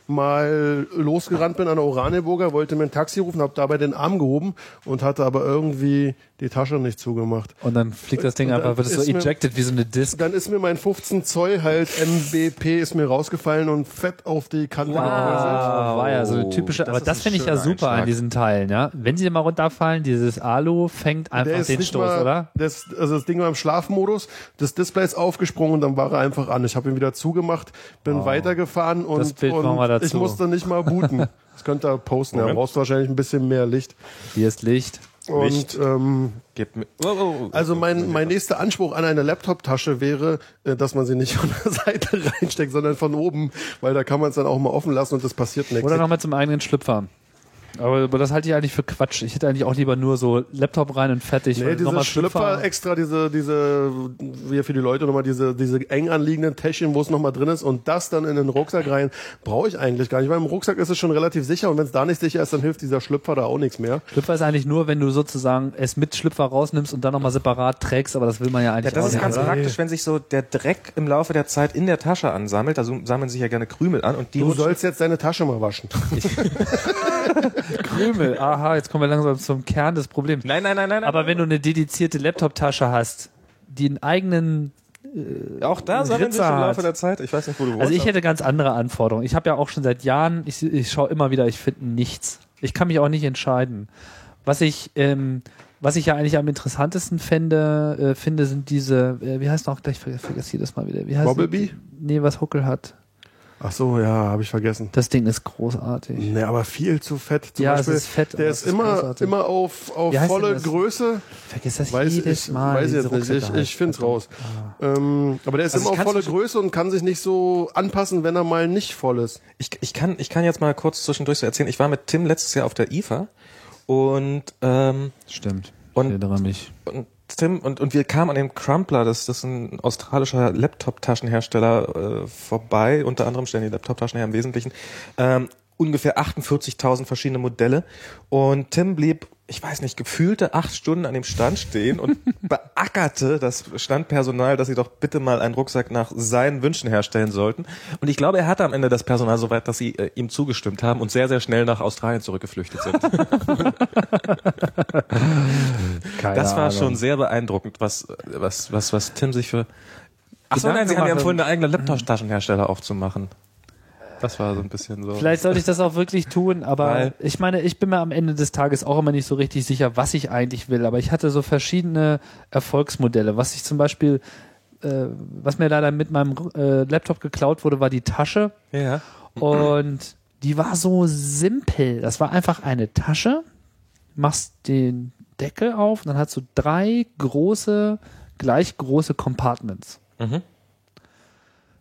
Speaker 3: mal losgerannt bin an der Oranienburger, wollte mir ein Taxi rufen, habe dabei den Arm gehoben und hatte aber irgendwie die Tasche nicht zugemacht.
Speaker 1: Und dann fliegt das Ding
Speaker 3: Und
Speaker 1: einfach,
Speaker 3: dann
Speaker 1: wird es so
Speaker 3: ist mir-
Speaker 1: ejected wie so eine Disc.
Speaker 3: Dann ist mir mein 15 Zoll halt MBP ist mir rausgefallen und fett auf die Kante gehäuselt.
Speaker 1: Ah, war ja so eine typische,
Speaker 2: Ah, Das
Speaker 1: aber
Speaker 2: ist
Speaker 1: das
Speaker 2: ein
Speaker 1: finde ich ja
Speaker 2: schöner
Speaker 1: super
Speaker 2: Einschlag.
Speaker 1: an diesen Teilen, ja. Wenn sie mal runterfallen, dieses Alu fängt einfach den
Speaker 3: nicht
Speaker 1: Stoß,
Speaker 3: mal,
Speaker 1: oder?
Speaker 3: Das, also das Ding war im Schlafmodus, das Display ist aufgesprungen und dann war er einfach an. Ich habe ihn wieder zugemacht, bin weitergefahren und,
Speaker 1: Das Bild machen
Speaker 3: und
Speaker 1: wir dazu.
Speaker 3: ich musste nicht mal booten. Das könnte er posten, er
Speaker 2: Moment.
Speaker 3: brauchst wahrscheinlich ein bisschen mehr Licht.
Speaker 1: Hier ist Licht.
Speaker 3: Und
Speaker 2: Licht.
Speaker 3: Ähm,
Speaker 2: Gib mir. Oh, oh, oh.
Speaker 3: also mein, mein nächster Anspruch an eine Laptop-Tasche wäre, äh, dass man sie nicht von der Seite reinsteckt, sondern von oben, weil da kann man es dann auch mal offen lassen und das passiert nichts.
Speaker 1: Oder nochmal zum eigenen Schlüpfer. Aber, aber das halte ich eigentlich für Quatsch. Ich hätte eigentlich auch lieber nur so Laptop rein und fertig.
Speaker 3: Nee,
Speaker 1: Und
Speaker 3: diese
Speaker 1: nochmal
Speaker 3: Schlüpfer, extra diese, diese, wie für die Leute nochmal diese, diese eng anliegenden Täschchen, wo es nochmal drin ist und das dann in den Rucksack rein, brauche ich eigentlich gar nicht, weil im Rucksack ist es schon relativ sicher und wenn es da nicht sicher ist, dann hilft dieser Schlüpfer da auch nichts mehr.
Speaker 1: Schlüpfer ist eigentlich nur, wenn du sozusagen es mit Schlüpfer rausnimmst und dann nochmal separat trägst, aber das will man ja
Speaker 2: Ja,
Speaker 1: eigentlich
Speaker 2: das
Speaker 1: auch
Speaker 2: ist
Speaker 1: nicht,
Speaker 2: ganz
Speaker 1: oder?
Speaker 2: praktisch, wenn sich so der Dreck im Laufe der Zeit in der Tasche ansammelt. Da sum- sammeln sich ja gerne Krümel an und die
Speaker 3: Du
Speaker 2: rutschen-
Speaker 3: sollst jetzt deine Tasche mal waschen.
Speaker 1: Krümel. Aha, jetzt kommen wir langsam zum Kern des Problems.
Speaker 2: Nein, nein, nein, nein.
Speaker 1: Aber wenn du eine dedizierte Laptop-Tasche hast, die einen eigenen
Speaker 2: auch da sammeln sich
Speaker 1: Ritzer
Speaker 2: im Laufe
Speaker 1: hat.
Speaker 2: der Zeit. Ich weiß nicht, wo du
Speaker 1: Also
Speaker 2: wohnst,
Speaker 1: ich hätte ganz andere Anforderungen. Ich habe ja auch schon seit Jahren, ich, ich schaue immer wieder, ich finde nichts. Ich kann mich auch nicht entscheiden. Was ich, ähm, was ich ja eigentlich am interessantesten fände, äh, finde, sind diese, äh, wie heißt noch, gleich ver- vergesse ich jedes Mal wieder. Wie heißt
Speaker 3: Bobblebee?
Speaker 1: Nee, was Huckel hat.
Speaker 3: Ach so, ja, habe ich vergessen.
Speaker 1: Das Ding ist großartig.
Speaker 3: Nee, aber viel zu fett. Zum
Speaker 1: Ja, es
Speaker 3: Beispiel,
Speaker 1: ist fett, aber
Speaker 3: Der
Speaker 1: es
Speaker 3: ist,
Speaker 1: ist
Speaker 3: immer,
Speaker 1: großartig.
Speaker 3: immer auf, auf
Speaker 1: Wie heißt denn
Speaker 3: volle
Speaker 1: das?
Speaker 3: Größe.
Speaker 1: Vergiss das
Speaker 3: Weiß
Speaker 1: jedes
Speaker 3: ich,
Speaker 1: Mal.
Speaker 3: weiß ich
Speaker 1: diese
Speaker 3: jetzt nicht.
Speaker 1: Rucksäcke
Speaker 3: Ich,
Speaker 1: halt. Ah.
Speaker 3: ich find's raus. Ähm, aber der ist
Speaker 2: Also ich
Speaker 3: immer auf
Speaker 2: kann's
Speaker 3: volle
Speaker 2: nicht-
Speaker 3: Größe und kann sich nicht so anpassen, wenn er mal nicht voll ist.
Speaker 2: ich, ich, kann, ich kann jetzt mal kurz zwischendurch so erzählen. Ich war mit Tim letztes Jahr auf der IFA und, ähm,
Speaker 1: Stimmt.
Speaker 2: Und-
Speaker 1: ich erinnere mich.
Speaker 2: und Tim und, und wir kamen an dem Crumpler, das, das ist ein australischer Laptop-Taschenhersteller, äh, vorbei. Unter anderem stellen die Laptop-Taschen her im Wesentlichen. Ähm, ungefähr 48.000 verschiedene Modelle. Und Tim blieb, ich weiß nicht, gefühlte acht Stunden an dem Stand stehen und beackerte das Standpersonal, dass sie doch bitte mal einen Rucksack nach seinen Wünschen herstellen sollten. Und ich glaube, er hatte am Ende das Personal so weit, dass sie äh, ihm zugestimmt haben und sehr, sehr schnell nach Australien zurückgeflüchtet sind.
Speaker 1: Keine
Speaker 2: Das war
Speaker 1: Ahnung.
Speaker 2: schon sehr beeindruckend, was, was, was, was Tim sich für. Ach so, nein,
Speaker 1: Gedanken
Speaker 2: sie haben ja
Speaker 1: machen.
Speaker 2: empfohlen, eine eigene Laptop-Taschenhersteller aufzumachen. Das war so ein bisschen so.
Speaker 1: Vielleicht sollte ich das auch wirklich tun, aber
Speaker 2: Weil-
Speaker 1: ich meine, ich bin mir am Ende des Tages auch immer nicht so richtig sicher, was ich eigentlich will. Aber ich hatte so verschiedene Erfolgsmodelle. Was ich zum Beispiel, äh, was mir leider mit meinem äh, Laptop geklaut wurde, war die Tasche.
Speaker 2: Ja.
Speaker 1: Und die war so simpel. Das war einfach eine Tasche, machst den Deckel auf und dann hast du drei große, gleich große Compartments.
Speaker 2: Mhm.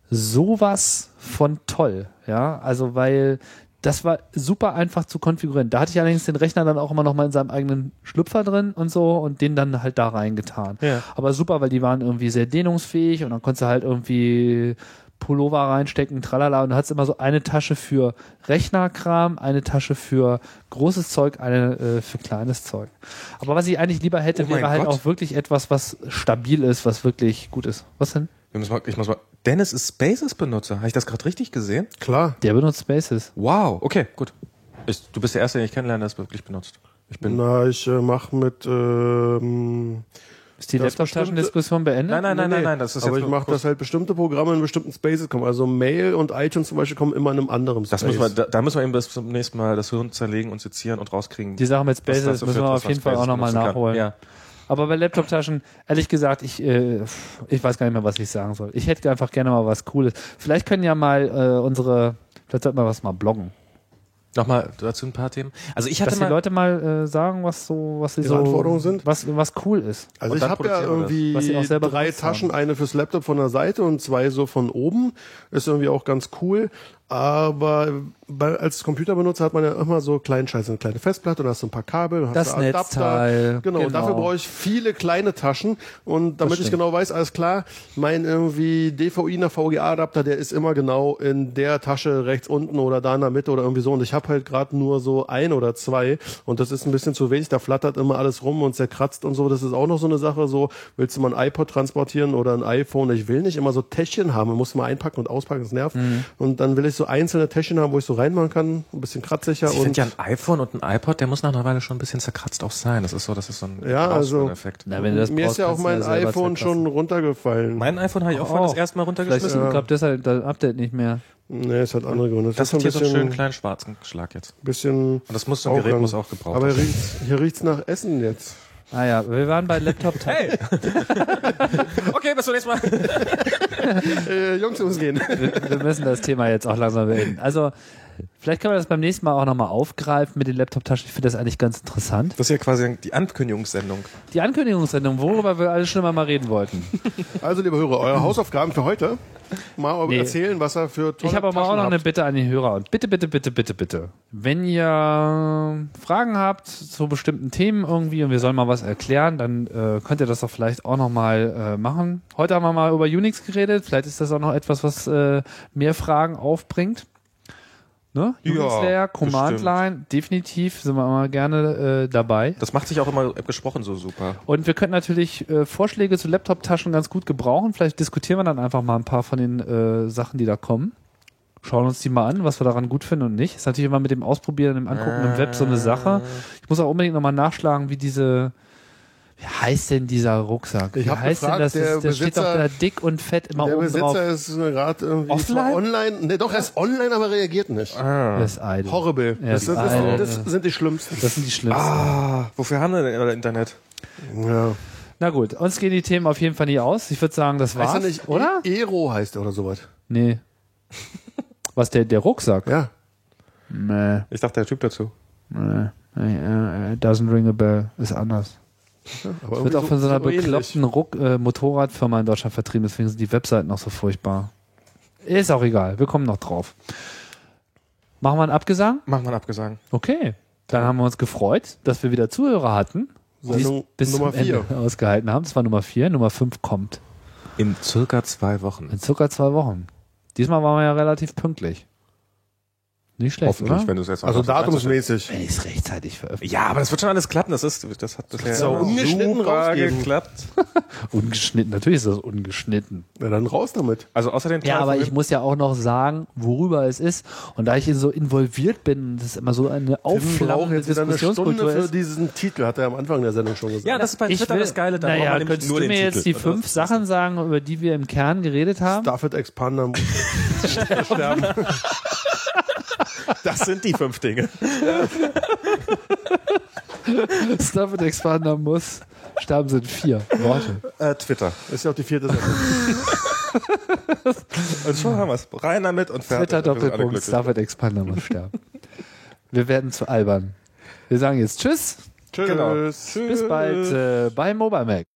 Speaker 1: Sowas von toll, ja. Also, weil das war super einfach zu konfigurieren. Da hatte ich allerdings den Rechner dann auch immer noch mal in seinem eigenen Schlüpfer drin und so und den dann halt da reingetan.
Speaker 2: Ja.
Speaker 1: Aber super, weil die waren irgendwie sehr dehnungsfähig und dann konntest du halt irgendwie Pullover reinstecken, tralala. Und du hattest immer so eine Tasche für Rechnerkram, eine Tasche für großes Zeug, eine äh, für kleines Zeug. Aber was ich eigentlich lieber hätte,
Speaker 2: Oh mein
Speaker 1: wäre halt
Speaker 2: Gott.
Speaker 1: auch wirklich etwas, was stabil ist, was wirklich gut ist. Was denn?
Speaker 2: Wir müssen mal, ich muss mal. Dennis ist Spaces-Benutzer. Habe ich das gerade richtig gesehen?
Speaker 3: Klar.
Speaker 1: Der benutzt Spaces.
Speaker 2: Wow. Okay, gut. Ich, du bist der Erste, den ich kennenlerne, der es wirklich benutzt. Ich bin.
Speaker 3: Na, ich äh, mache mit. Ähm,
Speaker 1: Ist die
Speaker 3: Das
Speaker 1: Laptop-Taschendiskussion beendet?
Speaker 2: Nein, nein, nein,
Speaker 3: nee,
Speaker 2: nein,
Speaker 3: nee.
Speaker 2: nein. Das ist
Speaker 3: Aber
Speaker 2: jetzt
Speaker 3: ich
Speaker 2: nur
Speaker 3: mache
Speaker 2: kurz-
Speaker 3: das halt bestimmte Programme in bestimmten Spaces kommen. Also Mail und iTunes zum Beispiel kommen immer in einem anderen Space.
Speaker 2: Das müssen wir, da, da müssen wir eben bis zum nächsten Mal das Hirn zerlegen und sezieren und rauskriegen.
Speaker 1: Die Sache mit
Speaker 2: was
Speaker 1: Spaces
Speaker 2: das so
Speaker 1: müssen
Speaker 2: für
Speaker 1: wir
Speaker 2: etwas,
Speaker 1: auf jeden
Speaker 2: was
Speaker 1: Fall auch
Speaker 2: Spaces
Speaker 1: nochmal
Speaker 2: benutzen kann.
Speaker 1: nachholen.
Speaker 2: Ja.
Speaker 1: Aber bei Laptop-Taschen, ehrlich gesagt, ich, äh, pff, ich weiß gar nicht mehr, was ich sagen soll. Ich hätte einfach gerne mal was Cooles. Vielleicht können ja mal äh, unsere, vielleicht sollten wir was mal bloggen.
Speaker 2: Nochmal dazu ein paar Themen. Also ich hatte
Speaker 1: Dass die
Speaker 2: mal.
Speaker 1: Leute mal äh, sagen, was so, was sie
Speaker 3: Ihre
Speaker 1: so,
Speaker 3: Anforderungen sind?
Speaker 1: was, was cool ist.
Speaker 3: Also
Speaker 2: Und
Speaker 3: ich
Speaker 2: dann
Speaker 3: habe ja
Speaker 2: produzieren wir das,
Speaker 3: irgendwie
Speaker 1: was sie auch selber
Speaker 3: drei
Speaker 1: benutzt haben.
Speaker 3: Taschen, eine fürs Laptop von der Seite und zwei so von oben. Ist irgendwie auch ganz cool. Aber bei, als Computerbenutzer hat man ja immer so kleinen Scheiß, eine kleine Festplatte, und hast du ein paar Kabel, und hast
Speaker 1: Das
Speaker 3: du Adapter.
Speaker 1: Netzteil,
Speaker 3: Genau,
Speaker 1: genau.
Speaker 3: Und dafür brauche ich viele kleine Taschen und damit ich genau weiß, alles klar, mein irgendwie DVI nach VGA Adapter, der ist immer genau in der Tasche rechts unten oder da in der Mitte oder irgendwie so und ich habe halt gerade nur so ein oder zwei und das ist ein bisschen zu wenig, da flattert immer alles rum und zerkratzt und so, das ist auch noch so eine Sache so, willst du mal ein iPod transportieren oder ein iPhone, ich will nicht immer so Täschchen haben, man muss mal einpacken und auspacken, das nervt und dann will ich so einzelne Täschchen haben, wo ich so reinmachen kann, ein bisschen kratziger
Speaker 2: Ich
Speaker 3: und
Speaker 2: finde ja ein iPhone und ein iPod, der muss nach einer Weile schon ein bisschen zerkratzt auch sein. Das ist so, das ist so ein
Speaker 3: Ja, also-
Speaker 2: Effekt.
Speaker 1: Na,
Speaker 3: mir ist ja auch mein iPhone schon äh, runtergefallen.
Speaker 2: Mein iPhone habe ich auch
Speaker 1: Oh.
Speaker 2: vorhin das erste Mal
Speaker 1: Vielleicht
Speaker 2: runtergeschmissen.
Speaker 1: klappt deshalb das Update nicht mehr.
Speaker 3: Nee, es hat andere Gründe. Es
Speaker 2: Das
Speaker 3: ist ein
Speaker 2: hat hier so einen
Speaker 3: bisschen-
Speaker 2: schönen kleinen schwarzen Schlag jetzt.
Speaker 3: bisschen.
Speaker 2: Und das muss so ein Gerät
Speaker 3: ähm,
Speaker 2: muss auch gebraucht
Speaker 3: Aber hier
Speaker 2: werden.
Speaker 3: riecht's, hier riecht's nach Essen jetzt.
Speaker 1: Ah ja, wir waren bei Laptop-Taschen.
Speaker 2: Hey! okay, bis zum nächsten Mal.
Speaker 3: Äh, Jungs, wir müssen gehen.
Speaker 1: wir müssen das Thema jetzt auch langsam beenden. Also, vielleicht können wir das beim nächsten Mal auch nochmal aufgreifen mit den Laptop-Taschen. Ich finde das eigentlich ganz interessant.
Speaker 2: Das ist ja quasi die Ankündigungssendung.
Speaker 1: Die Ankündigungssendung, worüber wir alle schon immer mal reden wollten.
Speaker 3: Also, liebe Hörer, eure Hausaufgaben für heute. Mal
Speaker 1: Nee.
Speaker 3: erzählen, was er für tolle
Speaker 1: Ich habe aber auch
Speaker 3: Taschen
Speaker 1: noch eine
Speaker 3: habt.
Speaker 1: Bitte an die Hörer. Und bitte, bitte, bitte, bitte, bitte. Wenn ihr Fragen habt zu bestimmten Themen irgendwie und wir sollen mal was erklären, dann äh, könnt ihr das doch vielleicht auch nochmal äh, machen. Heute haben wir mal über Unix geredet. Vielleicht ist das auch noch etwas, was äh, mehr Fragen aufbringt. Ne?
Speaker 2: Ja,
Speaker 1: Unix-Layer, Command
Speaker 2: bestimmt.
Speaker 1: Line, definitiv sind wir immer gerne äh, dabei.
Speaker 2: Das macht sich auch immer gesprochen so super.
Speaker 1: Und wir könnten natürlich äh, Vorschläge zu Laptop-Taschen ganz gut gebrauchen. Vielleicht diskutieren wir dann einfach mal ein paar von den äh, Sachen, die da kommen. Schauen uns die mal an, was wir daran gut finden und nicht. Ist natürlich immer mit dem Ausprobieren, dem Angucken im Web so eine Sache. Ich muss auch unbedingt nochmal nachschlagen, wie diese. Wie heißt denn dieser Rucksack?
Speaker 3: Ich
Speaker 1: wie
Speaker 3: hab
Speaker 1: heißt
Speaker 3: gefragt,
Speaker 1: denn das?
Speaker 3: der
Speaker 1: das steht doch
Speaker 3: Besitzer-
Speaker 1: da dick und fett immer
Speaker 3: Der
Speaker 1: oben
Speaker 3: Besitzer
Speaker 1: drauf.
Speaker 3: ist gerade irgendwie
Speaker 1: Offline?
Speaker 3: zwar online. Nee, doch, er ist online, aber reagiert nicht.
Speaker 2: Ah.
Speaker 1: Das ist idle.
Speaker 3: Horrible.
Speaker 1: Ja,
Speaker 3: das,
Speaker 1: die
Speaker 3: sind, das,
Speaker 1: Alten.
Speaker 3: sind, das sind die schlimmsten.
Speaker 1: Das sind die schlimmsten.
Speaker 2: Ah, wofür haben wir denn euer Internet?
Speaker 3: Ja.
Speaker 1: Na gut, uns gehen die Themen auf jeden Fall nicht aus. Ich würde sagen, das war's,
Speaker 3: Heißt er nicht,
Speaker 1: oder?
Speaker 3: E- Ero heißt er oder sowas.
Speaker 1: Nee. Was, der, der Rucksack?
Speaker 3: Ja.
Speaker 1: Nee.
Speaker 2: Ich dachte, der Typ dazu.
Speaker 1: Nee, nee, äh, doesn't ring a bell, ist anders.
Speaker 3: Aber
Speaker 1: Wird
Speaker 3: irgendwie
Speaker 1: auch von so einer
Speaker 3: ähnlich.
Speaker 1: bekloppten Ruck, äh, Motorradfirma in Deutschland vertrieben, deswegen sind die Webseiten auch so furchtbar. Ist auch egal, wir kommen noch drauf. Machen wir einen Abgesang?
Speaker 2: Machen wir einen Abgesang.
Speaker 1: Okay. Dann haben wir uns gefreut, dass wir wieder Zuhörer hatten, die es
Speaker 3: Sendung
Speaker 1: bis
Speaker 3: Nummer
Speaker 1: zum Ende
Speaker 3: vier.
Speaker 1: ausgehalten haben. Das war Nummer 4, Nummer 5 kommt
Speaker 2: In circa zwei Wochen.
Speaker 1: in circa zwei Wochen. Diesmal waren wir ja relativ pünktlich. Nicht schlecht,
Speaker 2: Hoffentlich,
Speaker 1: oder?
Speaker 2: wenn du es jetzt noch
Speaker 3: Also
Speaker 2: schaffst,
Speaker 3: datumsmäßig.
Speaker 1: Wenn ich es rechtzeitig veröffentliche.
Speaker 2: Ja, aber das wird schon alles klappen. Das ist, das hat bisher
Speaker 3: ist auch ungeschnitten rausgeben.
Speaker 2: geklappt.
Speaker 1: Ungeschnitten, natürlich ist das ungeschnitten.
Speaker 3: Na dann raus damit.
Speaker 2: Also außer den
Speaker 1: Ja,
Speaker 2: Teil
Speaker 1: aber
Speaker 2: von
Speaker 1: ich
Speaker 2: dem-
Speaker 1: muss ja auch noch sagen, worüber es ist. Und da ich so involviert bin, das ist immer so eine
Speaker 3: Tim braucht
Speaker 1: aufflammende
Speaker 3: jetzt wieder eine Stunde
Speaker 1: Diskussionskultur
Speaker 3: für
Speaker 1: ist.
Speaker 3: diesen Titel, hat er am Anfang der Sendung schon gesagt.
Speaker 2: Ja, das ist bei Twitter das Geile. Da braucht
Speaker 1: naja,
Speaker 2: man nämlich
Speaker 1: könntest
Speaker 2: nur
Speaker 1: du
Speaker 2: den
Speaker 1: mir
Speaker 2: Titel.
Speaker 1: jetzt die
Speaker 2: Und
Speaker 1: fünf
Speaker 2: das-
Speaker 1: Sachen sagen, über die wir im Kern geredet haben?
Speaker 3: Starfit Expander
Speaker 2: Das sind die fünf Dinge.
Speaker 1: Stuff and Expander muss. Sterben sind vier Worte.
Speaker 2: Äh, Twitter.
Speaker 3: Ist ja auch die vierte Seite.
Speaker 2: Und schon haben wir es. Rein damit und fertig.
Speaker 1: Twitter
Speaker 2: also Wir sind alle
Speaker 1: Doppelpunkt.
Speaker 2: glücklich.
Speaker 1: Stuff and Expander muss sterben. Wir werden zu albern. Wir sagen jetzt Tschüss.
Speaker 3: Tschüss.
Speaker 2: Genau.
Speaker 1: Bis bald äh, bei Mobile Mac.